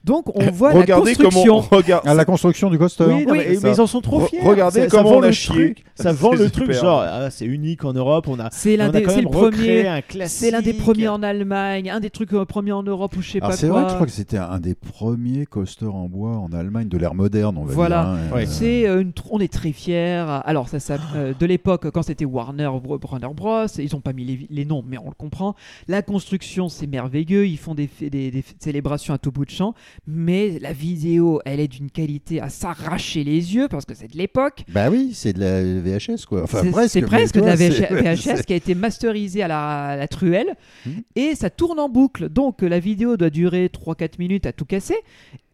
Donc on voit Regardez Ah, la construction. comment on regarde. À la construction du coaster. Oui, non, mais, mais ils en sont trop Re- fiers. regardez Ça- ça comment vend on a le chié. truc, Ça vend C'est le truc, super. genre, ah, c'est unique en Europe. On a, C'est l'un on a des, quand c'est le même recréé premier, un c'est l'un des classique. premiers en Allemagne, un des trucs euh, premiers en Europe ou je sais Alors, pas Ah, c'est quoi. vrai que je crois que c'était un des premiers coasters en bois en Allemagne de l'ère moderne, on va Voilà, dire. hein. Euh, c'est euh, une tr- on est très fiers. Alors ça, ça euh, de l'époque quand c'était Warner Bro- Warner Bros, ils ont pas mis les, les noms, mais on le comprend. La construction c'est merveilleux, ils font des, f- des- des f- célébrations à tout bout de champ, mais la vidéo, elle est d'une qualité à s'arracher les yeux parce que c'est de l'époque. Bah oui, c'est de la VHS quoi. Enfin C'est- presque. c'est mais presque tu de la vois, VH- c'est- VHS c'est- Hum. qui a été masterisée à la, à la truelle et ça tourne en boucle. Donc la vidéo doit durer 3-4 minutes à tout casser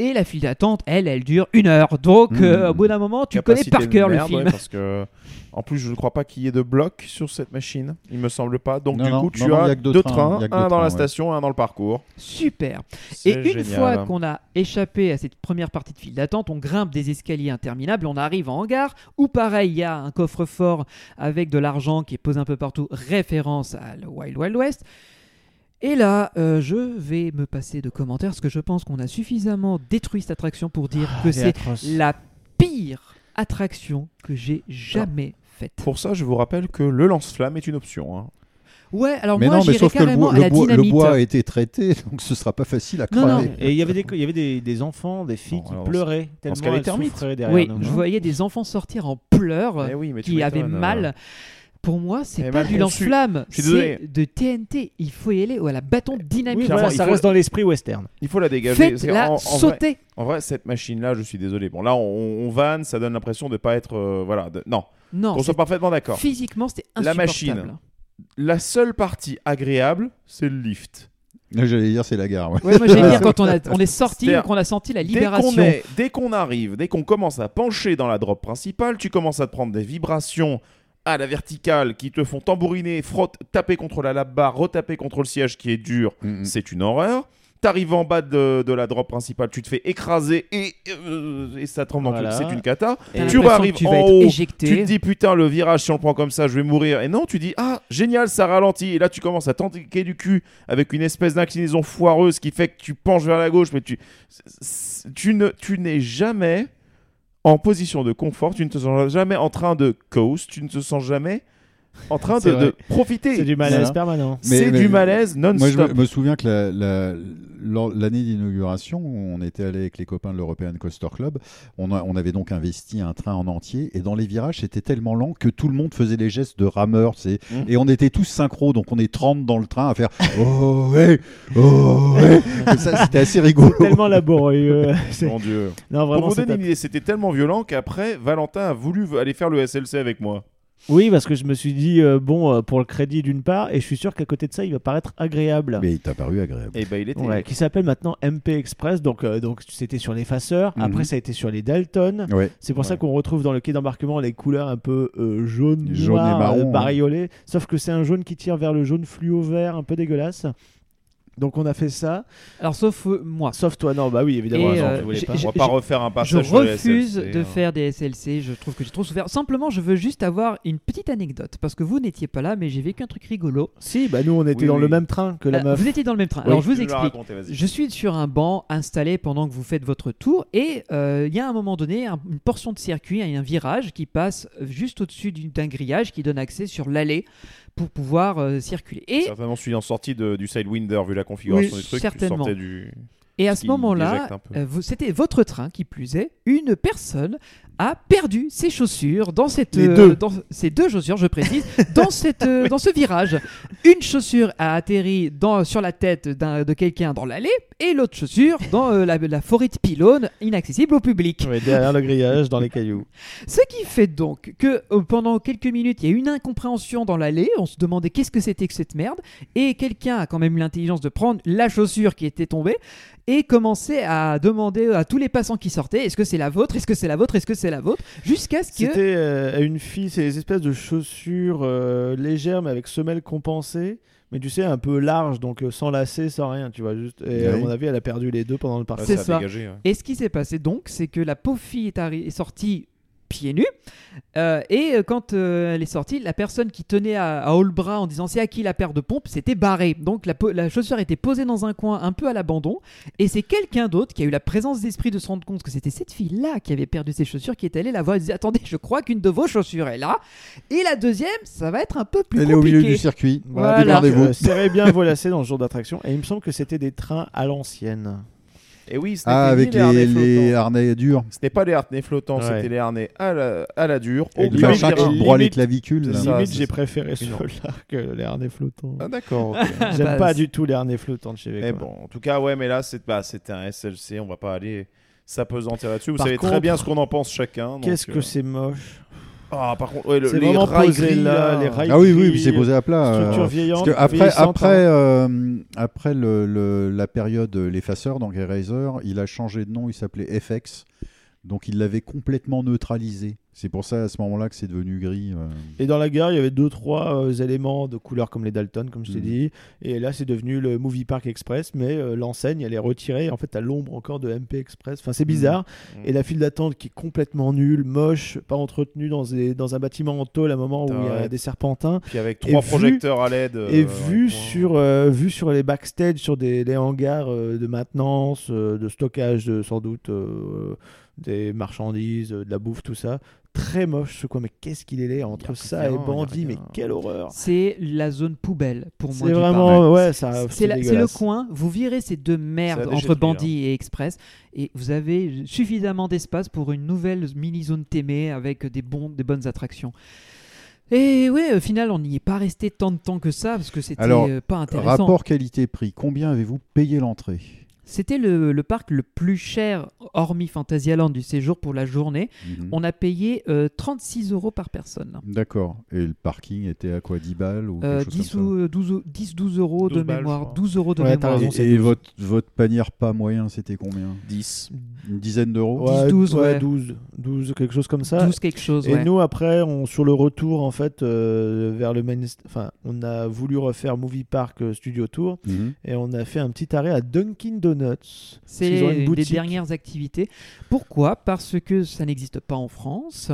et la file d'attente, elle, elle dure une heure. Donc Hum. euh, au bout d'un moment, tu connais Capacité par de cœur le merde, film. ouais, parce que, en plus, je ne crois pas qu'il y ait de bloc sur cette machine. Il me semble pas. Donc, Non, du non, coup, non, tu non, il y as a que deux deux trains, trains, il y a que un deux dans la trains, ouais. station, un dans le parcours. Super. C'est Et une génial. fois hein. qu'on a échappé à cette première partie de file d'attente, on grimpe des escaliers interminables, on arrive en hangar où pareil, il y a un coffre-fort avec de l'argent qui est posé un peu partout, référence à le Wild Wild West. Et là, euh, je vais me passer de commentaires parce que je pense qu'on a suffisamment détruit cette attraction pour dire Ah, que elle est c'est atroce. la pire attraction que j'ai jamais faite. Pour ça, je vous rappelle que le lance-flamme est une option. hein. Ouais, alors mais moi non, mais j'irais sauf que le carrément bois, à la le bois- le dynamite. bois a été traité, donc ce sera pas facile à Non, cramer. non. Et il y avait des, il y avait des, des enfants, des filles qui alors, pleuraient dans tellement ce elles cas, les termites. souffraient derrière Oui, nous. je voyais des enfants sortir en pleurs Eh oui, mais tu qui avaient m'étonnes, euh, mal. Pour moi, Eh, c'est pas mal du conçu. lance-flamme, Je suis désolé. c'est de TNT. Il faut y aller ou à la bâton Oui, dynamique. voilà, ça reste dans l'esprit western. Il faut la dégager. Parce que Faites-la en- en vrai- sauter. en vrai, cette machine-là, je suis désolé. Bon, là, on, on vanne, ça donne l'impression de pas être. euh, voilà. de- Non. Non, On soit c'est- parfaitement d'accord. physiquement, c'était La insupportable. machine. La seule partie agréable, c'est le lift. Là, J'allais dire c'est la gare. ouais. Ouais, moi j'allais dire quand on, a- on est sorti, C'est-à-dire, qu'on a senti la dès libération. qu'on est- Dès qu'on arrive, dès qu'on commence à pencher dans la drop principale, tu commences à te prendre des vibrations à la verticale qui te font tambouriner, frotte, taper contre la lap barre, retaper contre le siège qui est dur. C'est une horreur. T'arrives en bas de, de la drop principale, tu te fais écraser et, euh, et ça tremble dans Voilà. tout. C'est une cata. Et t'as tu l'impression arrives que tu vas en être haut, éjecté. tu te dis putain le virage si on le prend comme ça je vais mourir. Et non, tu dis ah génial ça ralentit. Et là tu commences à t'entriquer du cul avec une espèce d'inclinaison foireuse qui fait que tu penches vers la gauche, mais tu c'est- tu ne tu n'es jamais en position de confort, tu ne te sens jamais en train de coast, tu ne te sens jamais en train C'est de, de vrai. profiter. C'est du malaise Voilà. permanent. Mais- C'est mais- du malaise Moi, je non-stop. me- me souviens que la- la- lors- l'année d'inauguration, on était allé avec les copains de l'European Coaster Club. On, a- on avait donc investi un train en entier. Et dans les virages, c'était tellement lent que tout le monde faisait les gestes de rameur. c'est- Et on était tous synchro. Donc on est 30 dans le train à faire Oh ouais Oh ouais Ça, C'était assez rigolo. C'est tellement laborieux. euh, C'est- Mon Dieu. Non, vraiment, Pour vous c'est donner top. une idée, c'était tellement violent qu'après, Valentin a voulu aller faire le SLC avec moi. Oui, parce que je me suis dit, euh, bon, euh, pour le crédit d'une part, et je suis sûr qu'à côté de ça, il va paraître agréable. Mais il t'a paru agréable. Et ben il était. Ouais, qui s'appelle maintenant MP Express. Donc, euh, donc c'était sur l'effaceur. Mhm. Après, ça a été sur les Dalton. Ouais. C'est pour ça qu'on retrouve dans le quai d'embarquement les couleurs un peu euh, jaune, Jaune noir, et marron, euh, ouais. bariolé. Sauf que c'est un jaune qui tire vers le jaune fluo vert, un peu dégueulasse. Donc on a fait ça. Alors sauf euh, moi. Sauf toi, non, bah oui, évidemment. Et, non, euh, tu voulais j'ai- pas. j'ai- j'ai- Je refuse de hein. faire des SLC. Je trouve que j'ai trop souffert. Simplement, je veux juste avoir une petite anecdote parce que vous n'étiez pas là, mais j'ai vécu un truc rigolo. Euh, Si, bah nous on était dans le même train que la meuf. Ah, Vous étiez dans le même train. Oui. Alors je vous Tu la explique. racontes, vas-y. je suis sur un banc installé pendant que vous faites votre tour et euh, il y a un moment donné un- une portion de circuit, il y a un virage qui passe euh, juste au-dessus d'une- d'un grillage qui donne accès sur l'allée pour pouvoir euh, circuler. Et Certainement, celui en sortie de- du Sidewinder, vu la configuration Oui, du truc, certainement. tu sortais du. Et à ce qui moment-là, déjecte un peu. euh, vous- c'était votre train qui plus est. Une personne a perdu ses chaussures dans cette, Les euh, deux. dans ces deux chaussures, je précise, dans cette, euh, dans ce virage. Une chaussure a atterri dans, sur la tête d'un- de quelqu'un dans l'allée et l'autre chaussure dans euh, la, la forêt de pylônes, inaccessible au public. Derrière le grillage, dans les cailloux. Ce qui fait donc que euh, pendant quelques minutes, il y a eu une incompréhension dans l'allée. On se demandait qu'est-ce que c'était que cette merde. Et quelqu'un a quand même eu l'intelligence de prendre la chaussure qui était tombée et commencer à demander à tous les passants qui sortaient est-ce que c'est la vôtre Est-ce que c'est la vôtre Est-ce que c'est la vôtre Jusqu'à ce que. C'était euh, à une fille, c'est des espèces de chaussures euh, légères mais avec semelles compensées, mais tu sais un peu large donc euh, sans lacets, sans rien, tu vois juste. Et à Oui. mon avis, elle a perdu les deux pendant le Ah, parcours. C'est ça. Et ce qui s'est passé donc, c'est que la pauvre fille est, arri- est sortie pieds nus. euh, et euh, quand euh, elle est sortie, la personne qui tenait à, à haut le bras en disant c'est à qui la paire de pompes, s'était barrée. Donc la, po- la chaussure était posée dans un coin un peu à l'abandon. Et c'est quelqu'un d'autre qui a eu la présence d'esprit de se rendre compte que c'était cette fille-là qui avait perdu ses chaussures qui est allée la voir et disait attendez, je crois qu'une de vos chaussures est là. Et la deuxième, ça va être un peu plus Elle est au compliqué. milieu du circuit. Voilà. Démerdez-vous. Euh, serrez bien vos lacets dans le jour d'attraction. Et il me semble que c'était des trains à l'ancienne. Et oui, ce Ah, avec n'était ni les, harnais les flottants. harnais durs. C'était pas les harnais flottants, Ouais. c'était les harnais à la, à la dure. au Avec le grain. machin qui te broie les clavicules, là. C'est ça, Limite, c'est j'ai ça. préféré Énorme. ceux-là que les harnais flottants. Ah, d'accord. ok. J'aime Bah, pas c'est- du tout les harnais flottants de chez Mais Vekoma. bon, en tout cas, ouais, mais là, c'est- bah, c'était un SLC, on va pas aller s'apesantir là-dessus. Vous Par savez contre, très bien ce qu'on en pense chacun. donc, Qu'est-ce euh, que c'est moche. Ah, par contre, ouais, le- C'est les vraiment rails posé gris, là, là. les rails Ah oui, oui, gris, mais c'est posé à Ah, plat. euh, Structure vieillante. Parce que après, vieillissante, après, hein. euh, après le, le- la période euh, l'effaceur dans Eraser, il a changé de nom, il s'appelait FX. Donc il l'avait complètement neutralisé. C'est pour ça à ce moment-là que c'est devenu gris. euh. Et dans la gare, il y avait deux trois euh, éléments de couleur comme les Dalton, comme je t'ai dit. Et là, c'est devenu le Movie Park Express, mais euh, l'enseigne, elle est retirée. En fait, à l'ombre encore de MP Express. Enfin, c'est bizarre. Et la file d'attente qui est complètement nulle, moche, pas entretenue dans, des- dans un bâtiment en tôle à un moment où il y a T'arrêtes. des serpentins. Puis avec Et trois vu- projecteurs à LED, euh, et avec vu moi. sur, euh, vu sur les backstage, sur des, les hangars euh, de maintenance, euh, de stockage, de- sans doute euh, des marchandises, euh, de la bouffe, tout ça. Très moche ce coin, mais qu'est-ce qu'il est laid entre ça et rien, y a Bandit, mais quelle horreur! C'est la zone poubelle pour moi. C'est du vraiment- parc. ouais, ça- C'est- Ah, c'est C'est la- c'est le dégueulasse. coin. Vous virez ces deux merdes C'est la hein. entre déchetterie, Bandit et Express et vous avez suffisamment d'espace pour une nouvelle mini zone témée avec des, bons, des bonnes attractions. Et ouais, au final, on n'y est pas resté tant de temps que ça parce que c'était Alors, euh, pas intéressant. rapport qualité-prix, combien avez-vous payé l'entrée C'était le, le parc le plus cher, hormis Fantasyland, du séjour pour la journée. Mhm. On a payé euh, 36 euros par personne. Mmh. D'accord. Et le parking était à quoi 10 balles ou Euh, quelque chose 10 ou 12, 10, 12 euros de 12 balles, je mémoire. crois. 12 euros de Ouais, mémoire. comme ça Et, et votre, votre panier pas moyen, c'était combien 10. Une dizaine d'euros Ouais, 12, ouais. 12, 12, quelque chose comme ça. 12, quelque chose, Et ouais. nous, après, on, sur le retour, en fait, euh, vers le main. Enfin, on a voulu refaire Movie Park euh, Studio Tour Mhm. et on a fait un petit arrêt à Dunkin' Donuts. C'est Ils ont une les, boutique. dernières activités. Pourquoi Parce que ça n'existe pas en France.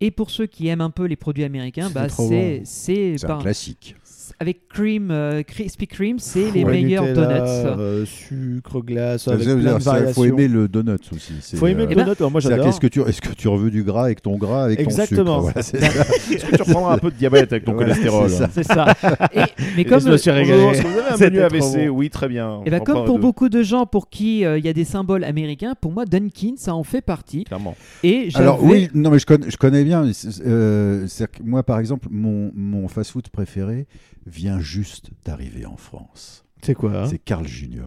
Et pour ceux qui aiment un peu les produits américains, C'est bah, trop c'est bon. c'est C'est un par- classique. Avec cream, euh, crispy cream, c'est les Ouais, meilleurs Nutella, donuts. euh, sucre, glace, Ça avec veut plein de dire ça, variations. faut aimer le donut aussi. c'est, Faut Eh aimer le euh, ben, donut, alors moi, c'est-à-dire j'adore. Qu'est-ce que tu est-ce que tu veux du gras avec ton gras avec ton sucre Exactement. Voilà, c'est Bah, ça. est-ce que tu reprendras un peu de diabète avec ton Voilà, cholestérol C'est C'est ça. ça. Et- mais Et comme- je me suis régalé. Bonjour, est-ce que vous avez un C'était menu trop AVC bon. Oui, très bien. Et On bah, va comme pas pour de- beaucoup de gens pour qui euh, il y a des symboles américains, pour moi Dunkin ça en fait partie. Clairement. Et j'avais- Alors oui, non mais je connais, je connais bien. mais c'est- euh, c'est-à-dire que moi, par exemple, mon, mon fast-food préféré vient juste d'arriver en France. C'est quoi hein C'est Carl Junior.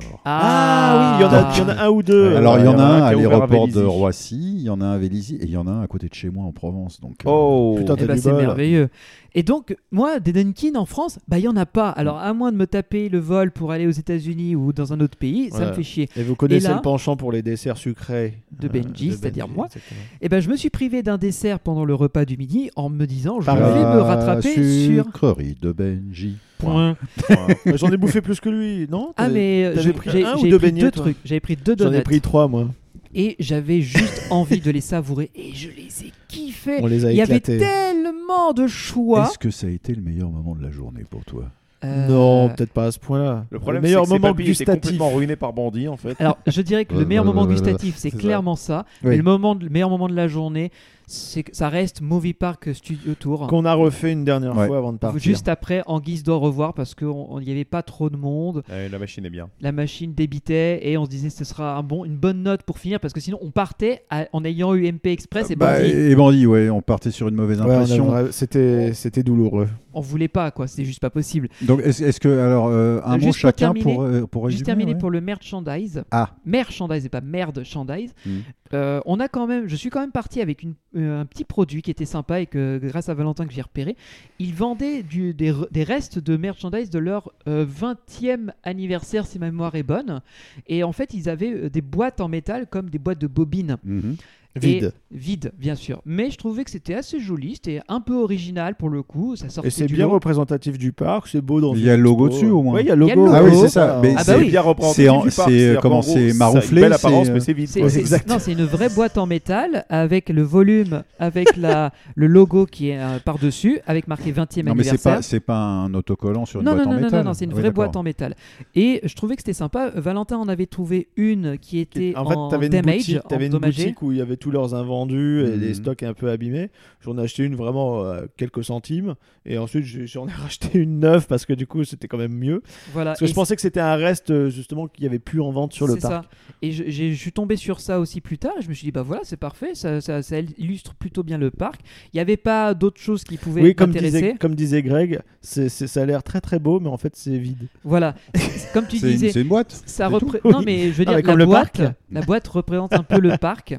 Ah, oui, il y en a- il y en a un ou deux. euh, Alors il y en a un à qui ouvert l'aéroport de Vélizy. Roissy, il y en a un à Vélizy et il y en a un à côté de chez moi en Provence. Donc, euh, Oh. Putain, Eh ben, c'est merveilleux. Et donc, moi, des Dunkin en France, bah, il n'y en a pas. Alors, à moins de me taper le vol pour aller aux États-Unis ou dans un autre pays, ça me Ouais. fait chier. Et vous connaissez là, le penchant pour les desserts sucrés de euh, Benji, c'est-à-dire moi, exactement. et ben, je me suis privé d'un dessert pendant le repas du midi en me disant je vais La me rattraper sur. sucrerie de Benji. Point. Ouais, J'en ai bouffé plus que lui, non Ah, T'avais- mais euh, t'avais j'ai pris j'ai- un ou j'ai deux pris beignets, deux toi trucs. J'avais pris deux J'en ai donuts. pris trois, moi. Et j'avais juste envie de les savourer. Et je les ai kiffés. On les a Il y avait éclatés. tellement de choix. Est-ce que ça a été le meilleur moment de la journée pour toi Non, peut-être pas à ce point-là. Le problème, meilleur c'est que ses moment papilles étaient gustatif. complètement ruiné par Bandit, en fait. Alors, je dirais que le Ouais, meilleur ouais, moment ouais, ouais, gustatif, c'est c'est ça. clairement ça. Oui. Mais le, moment, de- le meilleur moment de la journée, c'est que ça reste Movie Park Studio Tour. Qu'on a refait une dernière Ouais. fois avant de partir. Juste après, en guise d'au revoir, parce qu'il n'y avait pas trop de monde. Ouais, Ah la machine est bien. La machine débitait et on se disait ce sera un bon, une bonne note pour finir, parce que sinon on partait à- en ayant eu MP Express Ah et ben, Bah, Bandit. Et Bandit, ouais, on partait sur une mauvaise Ouais, on a impression. vra- C'était c'était douloureux. On voulait pas, quoi. C'était juste pas possible. Donc est-ce est-ce que alors euh, un Juste mot pour chacun terminer- pour euh, pour Juste résumer terminer ouais. pour le merchandise. Ah. Merchandise et pas merde chandise. Hmm. Mm. Euh, on a quand même, je suis quand même parti avec une- euh, un petit produit qui était sympa et que grâce à Valentin que j'ai repéré, ils vendaient du- des, re- des restes de merchandise de leur euh, 20e anniversaire si ma mémoire est bonne. Et en fait, ils avaient euh, des boîtes en métal comme des boîtes de bobines. Mhm. Et- Vide. Vide, bien sûr. Mais je trouvais que c'était assez joli, c'était un peu original pour le coup. Ça sortait Et c'est du bien lot. représentatif du parc, c'est beau dans Il une y a le logo expo. dessus au moins. Ouais, il y a le logo. Ah oui, c'est ça. Mais Ah bah c'est oui. C'est en- c'est comment c'est marouflé. c'est, euh, c'est- Non, c'est une vraie boîte en métal avec le volume, avec la, le logo qui est euh, par-dessus, avec marqué 20e Non mais c'est anniversaire. pas c'est pas un autocollant sur une non, boîte non, en non, non, métal. non, non, c'est une Oui, vraie d'accord. boîte en métal. Et je trouvais que c'était sympa. Valentin en avait trouvé une qui était En en, fait, t'avais une, damage, boutique, t'avais une endommagée. boutique où il y avait tous leurs invendus et Mhm. les stocks un peu abîmés. J'en ai acheté une vraiment euh, quelques centimes. Et ensuite, j'ai- j'en ai racheté une neuve parce que du coup, c'était quand même mieux. Voilà. Parce que Ah, Et je pensais que c'était un reste euh, justement qu'il n'y avait plus en vente sur le C'est parc. ça. Et je, j'ai- je suis tombé sur ça aussi plus tard. Et je me suis dit, bah voilà, c'est parfait. Ça, ça- ça illustre plutôt bien le parc. Il n'y avait pas d'autres choses qui pouvaient Oui, comme m'intéresser. disait, comme disait Greg, c'est c'est- ça a l'air très très beau, mais en fait, c'est vide. Voilà, C'est- comme tu C'est une- disais, c'est une boîte, Ça c'est tout. repré- Oui. Non mais je veux Ah, dire, mais comme la le boîte, parc. la boîte représente un peu le parc.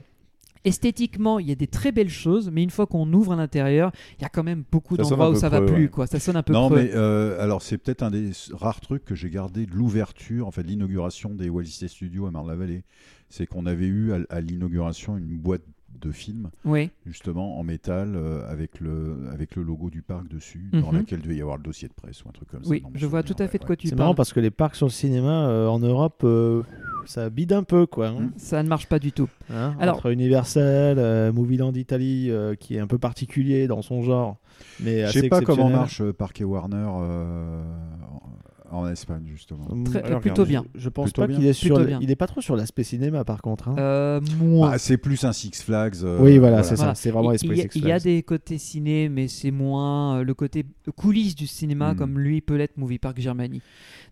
Esthétiquement, il y a des très belles choses, mais une fois qu'on ouvre à l'intérieur, il y a quand même beaucoup sonne d'endroits un où peu ça va creux, plus, ouais. quoi. Ça sonne un peu Non, creux. mais euh, alors c'est peut-être un des s- rares trucs que j'ai gardé de l'ouverture, en fait, de l'inauguration des Walt Disney Studios à Marne-la-Vallée. C'est qu'on avait eu à, l- à l'inauguration une boîte de films, Oui. justement en métal, euh, avec, le, avec le logo du parc dessus, dans Mhm. laquelle devait y avoir le dossier de presse ou un truc comme ça. Oui, Non, mais je vois tout à fait de quoi tu C'est parles. marrant parce que les parcs sur le cinéma euh, en Europe, euh, ça bide un peu quoi. hein. Ça ne marche pas du tout. Hein, Alors, entre Universal, euh, Movieland Italie, euh, qui est un peu particulier dans son genre, mais Je assez sais pas comment exceptionnel. marche euh, Parquet Warner euh, en, en Espagne, justement. Très- Alors, plutôt bien. Hum, Je pense Plutôt pas bien. qu'il est sur, Plutôt le- bien. il est pas trop sur l'aspect cinéma par contre. hein. Euh, moins. Bah, c'est plus un Six Flags. euh, Oui, voilà, c'est ça. Voilà. C'est vraiment Il- esprit il, y a- Six il y a Flags. des côtés ciné, mais c'est moins euh, le côté coulisses du cinéma Mmh. Mm. comme lui peut l'être Movie Park Germany.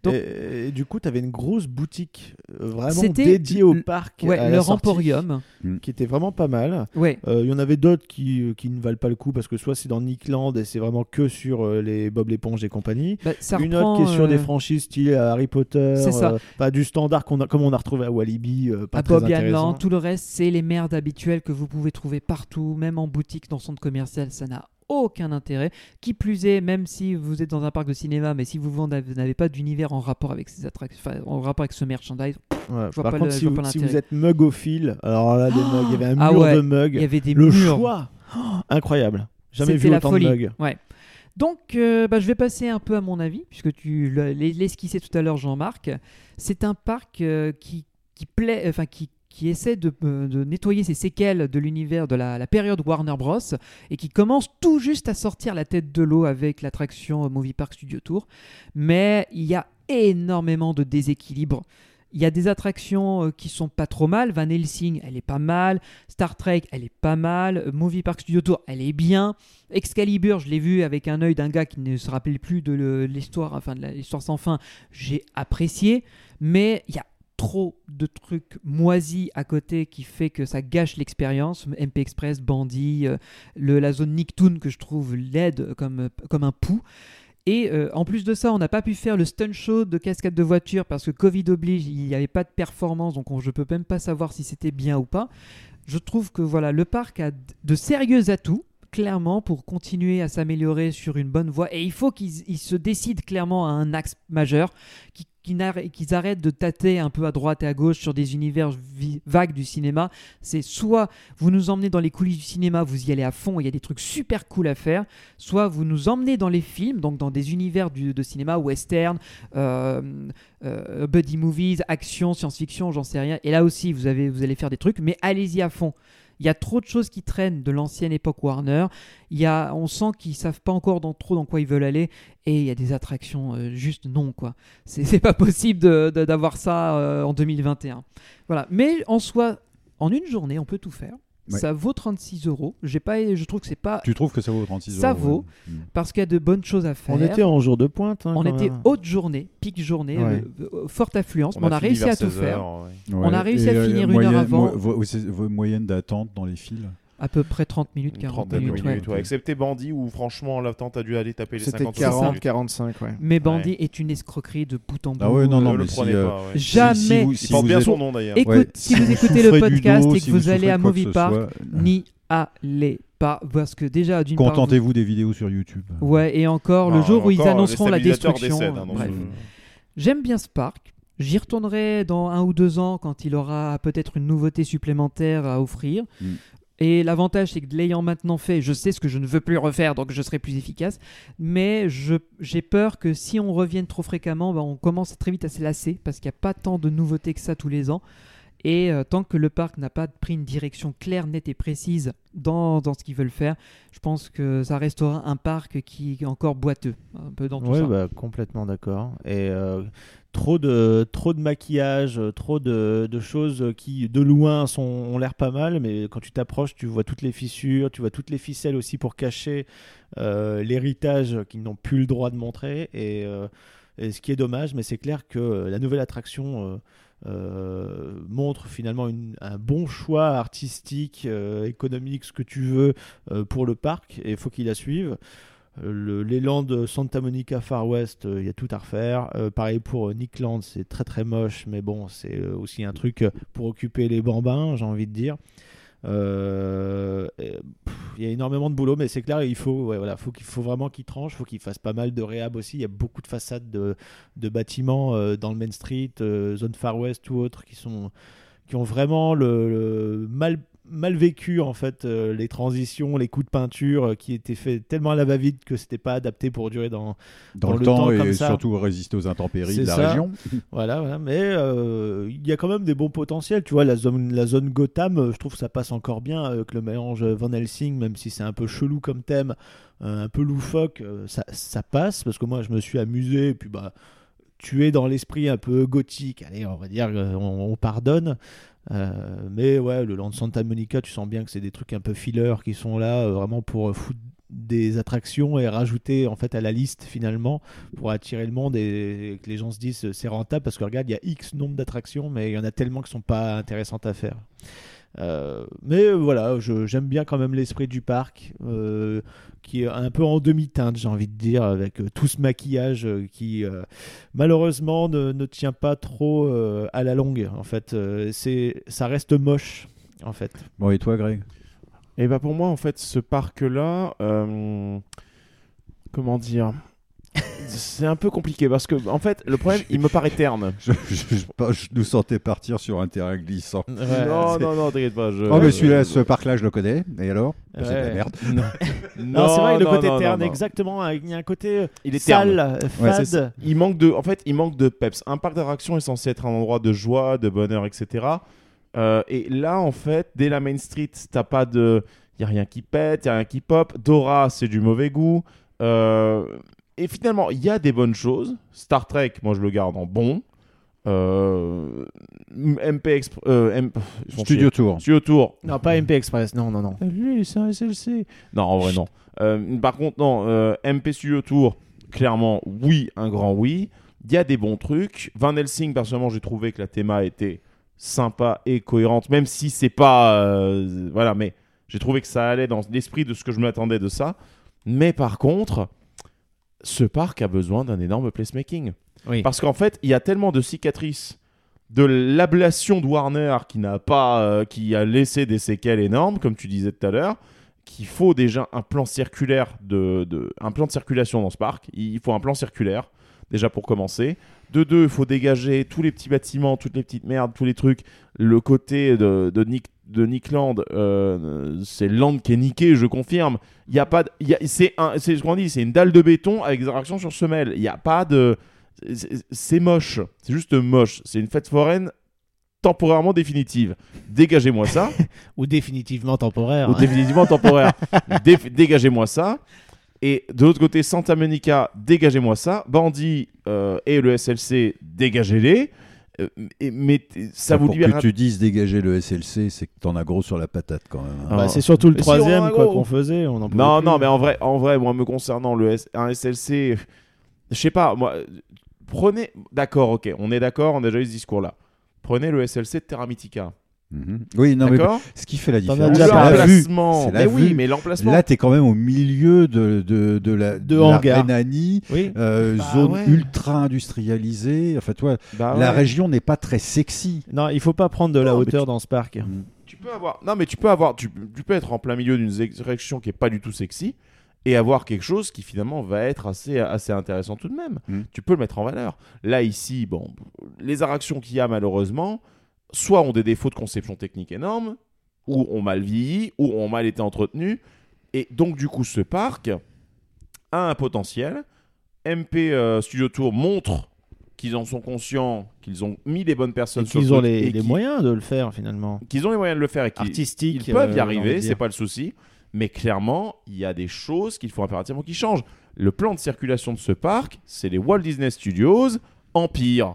Donc, et, et du coup, tu avais une grosse boutique euh, vraiment C'était dédiée au le- parc, ouais, à la leur sortie, emporium. qui était vraiment pas mal. Euh, Il Ouais. y en avait d'autres qui, qui ne valent pas le coup parce que soit c'est dans Nickland et c'est vraiment que sur euh, les Bob l'éponge et compagnie. Bah, ça Une reprend, autre qui est sur euh, des franchises style Harry Potter, C'est ça. euh, pas du standard qu'on a, comme on a retrouvé à Walibi, euh, pas à très Bob intéressant. Yanlan, tout le reste, c'est les merdes habituelles que vous pouvez trouver partout, même en boutique, dans centre commercial, ça n'a aucun intérêt. Qui plus est, même si vous êtes dans un parc de cinéma, mais si vous vous n'avez pas d'univers en rapport avec ces attractions, enfin, en rapport avec ce merchandise, Ouais, je vois Par pas contre, le- je si, vois vous, pas si l'intérêt. vous êtes mugophile, alors là, des mugs, il y avait un Ah mur ouais, de mugs. il y avait des le murs. choix, oh, incroyable. Jamais C'était vu la autant folie. de mugs. Ouais. Donc, euh, bah, je vais passer un peu à mon avis, puisque tu l'as- l'es- l'esquissais tout à l'heure, Jean-Marc. C'est un parc euh, qui, qui plaît, euh, enfin qui qui essaie de, euh, de nettoyer ses séquelles de l'univers de la, la période Warner Bros. et qui commence tout juste à sortir la tête de l'eau avec l'attraction Movie Park Studio Tour. Mais il y a énormément de déséquilibre. Il y a des attractions euh, qui sont pas trop mal. Van Helsing, elle est pas mal. Star Trek, elle est pas mal. Euh, Movie Park Studio Tour, elle est bien. Excalibur, je l'ai vu avec un œil d'un gars qui ne se rappelle plus de le- l'histoire, enfin de la- l'histoire sans fin. J'ai apprécié, mais il y a trop de trucs moisis à côté qui fait que ça gâche l'expérience. MP Express, Bandit, euh, le- la zone Nicktoon que je trouve laide comme, comme un pouls. Et euh, en plus de ça, on n'a pas pu faire le stunt show de cascade de voiture parce que Covid oblige, il n'y avait pas de performance, donc on- je peux même pas savoir si c'était bien ou pas. Je trouve que voilà, le parc a d- de sérieux atouts clairement pour continuer à s'améliorer sur une bonne voie et il faut qu'ils ils se décident clairement à un axe majeur qui- qui n'arr- qu'ils arrêtent de tâter un peu à droite et à gauche sur des univers vi- vagues du cinéma c'est soit vous nous emmenez dans les coulisses du cinéma vous y allez à fond il y a des trucs super cool à faire soit vous nous emmenez dans les films donc dans des univers du- de cinéma western euh, euh, buddy movies action science-fiction j'en sais rien et là aussi vous, avez, vous allez faire des trucs mais allez-y à fond il y a trop de choses qui traînent de l'ancienne époque Warner. Il y a, on sent qu'ils savent pas encore dans, trop dans quoi ils veulent aller. Et il y a des attractions euh, juste non quoi. C'est c'est pas possible de- de- d'avoir ça euh, en 2021. Voilà. Mais en soi, en une journée, on peut tout faire. Ouais. Ça vaut 36 euros. J'ai pas, je trouve que c'est pas. Tu trouves que ça vaut 36 Ça euros, vaut ouais. Mm. parce qu'il y a de bonnes choses à faire. On était en jour de pointe, hein, on quand était même. haute journée, pic journée, Ouais. euh, euh, forte affluence. On mais On, a a, fini réussi vers à tout 16 faire. heures, ouais. On a Ouais. réussi Et, à euh, finir une moyenne- heure avant. mo- vo- c'est- vo- moyenne d'attente dans les files À peu près 30 minutes, 40 30 minutes. ouais. minutes, ouais. Excepté Bandit où franchement l'attente a dû aller taper les C'était 50 40, 45, ouais. Mais Bandit est une escroquerie de bout en bout. Ah ouais, non, non, Ne le mais si, prenez euh, pas, ouais. si- Jamais. si vous- si Il porte vous bien êtes- son nom, d'ailleurs. Écoute, Ouais, si, vous écoutez souffrez le du podcast dos, et que si vous, allez souffrez à de quoi que Movie ce Park, soit, n'y allez pas. Parce que déjà, d'une part. vous- Contentez-vous des vidéos sur YouTube. Ouais, et encore, le Ah, jour où ils encore, euh, annonceront les la stabilisateurs destruction. décèdent, hein, dans bref. ce- J'aime bien ce parc. J'y retournerai dans un ou deux ans quand il aura peut-être une nouveauté supplémentaire à offrir. Mm. Et l'avantage, c'est que de l'ayant maintenant fait, je sais ce que je ne veux plus refaire, donc je serai plus efficace. Mais je- j'ai peur que si on revienne trop fréquemment, bah, on commence très vite à se lasser parce qu'il n'y a pas tant de nouveautés que ça tous les ans. Et euh, tant que le parc n'a pas pris une direction claire, nette et précise dans, dans ce qu'ils veulent faire, je pense que ça restera un parc qui est encore boiteux, un peu dans tout ouais, ça. bah, complètement d'accord. Et euh, trop de trop de maquillage, euh, trop de, de choses qui de loin sont ont l'air pas mal, mais quand tu t'approches, tu vois toutes les fissures, tu vois toutes les ficelles aussi pour cacher euh, l'héritage qu'ils n'ont plus le droit de montrer. Et, euh, et ce qui est dommage, mais c'est clair que euh, la nouvelle attraction. euh, euh, montre finalement une- un bon choix artistique, euh, économique, ce que tu veux euh, pour le parc et il faut qu'il la suive. Euh, le- L'élan de Santa Monica Far West, euh, il y a tout à refaire. Euh, pareil pour euh, Nick Land, c'est très très moche, mais bon, c'est euh, aussi un truc euh, pour occuper les bambins, j'ai envie de dire. Euh, et, pff, il y a énormément de boulot, mais c'est clair, il faut, ouais, voilà, faut qu'il faut vraiment qu'il tranche, faut qu'il fasse pas mal de réhab aussi. Il y a beaucoup de façades de, de bâtiments euh, dans le Main Street, euh, zone Far West ou autre, qui sont qui ont vraiment le, le mal mal vécu en fait euh, les transitions, les coups de peinture euh, qui étaient faits tellement à la va-vite que c'était pas adapté pour durer dans Dans le temps et comme ça. surtout résister aux intempéries de C'est la ça. région. voilà, voilà. mais euh, il y a quand même des bons potentiels. Tu vois, la zone, la zone Gotham, euh, je trouve que ça passe encore bien avec le mélange Van Helsing, même si c'est un peu chelou comme thème, euh, un peu loufoque, euh, ça, ça passe parce que moi je me suis amusé et puis bah tu es dans l'esprit un peu gothique. Allez, on va dire, euh, on, on pardonne. Euh, mais ouais, le Land Santa Monica, tu sens bien que c'est des trucs un peu filler qui sont là euh, vraiment pour euh, foutre des attractions et rajouter en fait à la liste finalement pour attirer le monde et, et que les gens se disent euh, c'est rentable parce que regarde il y a X nombre d'attractions mais il y en a tellement qui sont pas intéressantes à faire. Euh, mais euh, voilà, je- j'aime bien quand même l'esprit du parc, euh, qui est un peu en demi-teinte, j'ai envie de dire, avec euh, tout ce maquillage euh, qui euh, malheureusement ne, ne tient pas trop euh, à la longue. En fait, Euh, c'est ça reste moche, en fait. Bon, et toi, Greg Et bah pour moi, en fait, ce parc-là, euh, comment dire C'est un peu compliqué parce que, en fait, le problème, il me paraît terne. je, je- je- pas- je nous sentais partir sur un terrain glissant. Non, non, non, t'inquiète pas. Je... Ah, Oh, mais celui-là, ce parc-là, je le connais. Et alors Bah, C'est de la Ouais. merde. Non. Non, c'est vrai, le côté terne, exactement. Il y a un côté euh, Il est sale, terne. fade. Ouais, c'est ça. il manque de, en fait, il manque de peps. Un parc d'attraction est censé être un endroit de joie, de bonheur, etc. Euh, et là, en fait, dès la Main Street, t'as pas de, y a rien qui pète, y a rien qui pop. Dora, c'est du mauvais goût. Euh, Et finalement, il y a des bonnes choses. Star Trek, moi, je le garde en bon. Euh, MP Exp- euh, M- ils sont Studio chiés. Tour. Studio Tour. Non, pas MP Express, non, non, non. Lui, c'est un SLC. Hein. Non, en vrai, non. Euh, par contre, non, euh, MP Studio Tour, clairement, oui, un grand oui. Il y a des bons trucs. Van Helsing, personnellement, j'ai trouvé que la théma était sympa et cohérente, même si c'est pas. euh, voilà, mais j'ai trouvé que ça allait dans l'esprit de ce que je m'attendais de ça. Mais par contre, ce parc a besoin d'un énorme placemaking. Oui. Parce qu'en fait, il y a tellement de cicatrices de l'ablation de Warner qui n'a pas, euh, qui a laissé des séquelles énormes, comme tu disais tout à l'heure, qu'il faut déjà un plan circulaire de, de- un plan de circulation dans ce parc. Il faut un plan circulaire déjà pour commencer. De deux, il faut dégager tous les petits bâtiments, toutes les petites merdes, tous les trucs. Le côté de, de Nick de Nickland, euh, c'est Land qui est niqué, je confirme. Il y a pas, de- il y a- c'est un, c'est ce qu'on dit, c'est une dalle de béton avec des réactions sur semelle. Il n'y a pas de, c'est- c'est moche, c'est juste moche. C'est une fête foraine temporairement définitive. Dégagez-moi ça. Ou définitivement temporaire. Ou définitivement temporaire. Dé- dégagez-moi ça. Et de l'autre côté, Santa Monica, dégagez-moi ça. Bandit euh, et le SLC, dégagez-les. Euh, et- mais t- ça Bah, vous pour libère. que tu dises dégager le SLC, c'est que t'en as gros sur la patate quand même. hein. Ah. Si, on en a gros. Non, non, mais en vrai, en vrai, moi, me concernant le S- un SLC, je sais pas, moi, euh, prenez. D'accord, ok, on est d'accord, on a déjà eu ce discours-là. Prenez le SLC de Terra Mythica. Mhm. Oui, non, mais D'accord ce qui fait la T'en as différence, déjà c'est parlé. la vue. L'emplacement. C'est Mais la oui, vue. mais l'emplacement. Là, t'es quand même au milieu de, de, de la, de la hangar. Rhénanie, Oui. euh, Bah zone ouais. ultra industrialisée. Enfin, toi, Bah la ouais. région n'est pas très sexy. Non, il faut pas prendre de la hauteur dans ce parc. Tu peux avoir. Non, mais tu peux avoir. Tu, tu peux être en plein milieu d'une érection qui est pas du tout sexy et avoir quelque chose qui finalement va être assez, assez intéressant tout de même. Mm. Tu peux le mettre en valeur. Là, ici, bon, les érections qu'il y a malheureusement, soit ont des défauts de conception technique énormes, ou ont mal vieilli, ou ont mal été entretenus. Et donc, du coup, ce parc a un potentiel. MP euh, Studio Tour montre qu'ils en sont conscients, qu'ils ont mis les bonnes personnes Et sur le qu'ils ont truc les, et les qu'ils- moyens de le faire finalement. qu'ils ont les moyens de le faire et qu'ils Artistique, ils peuvent euh, y j'ai envie de arriver, dire. c'est pas le souci. Mais clairement, il y a des choses qu'il faut impérativement qu'ils changent. Le plan de circulation de ce parc, c'est les Walt Disney Studios Empire.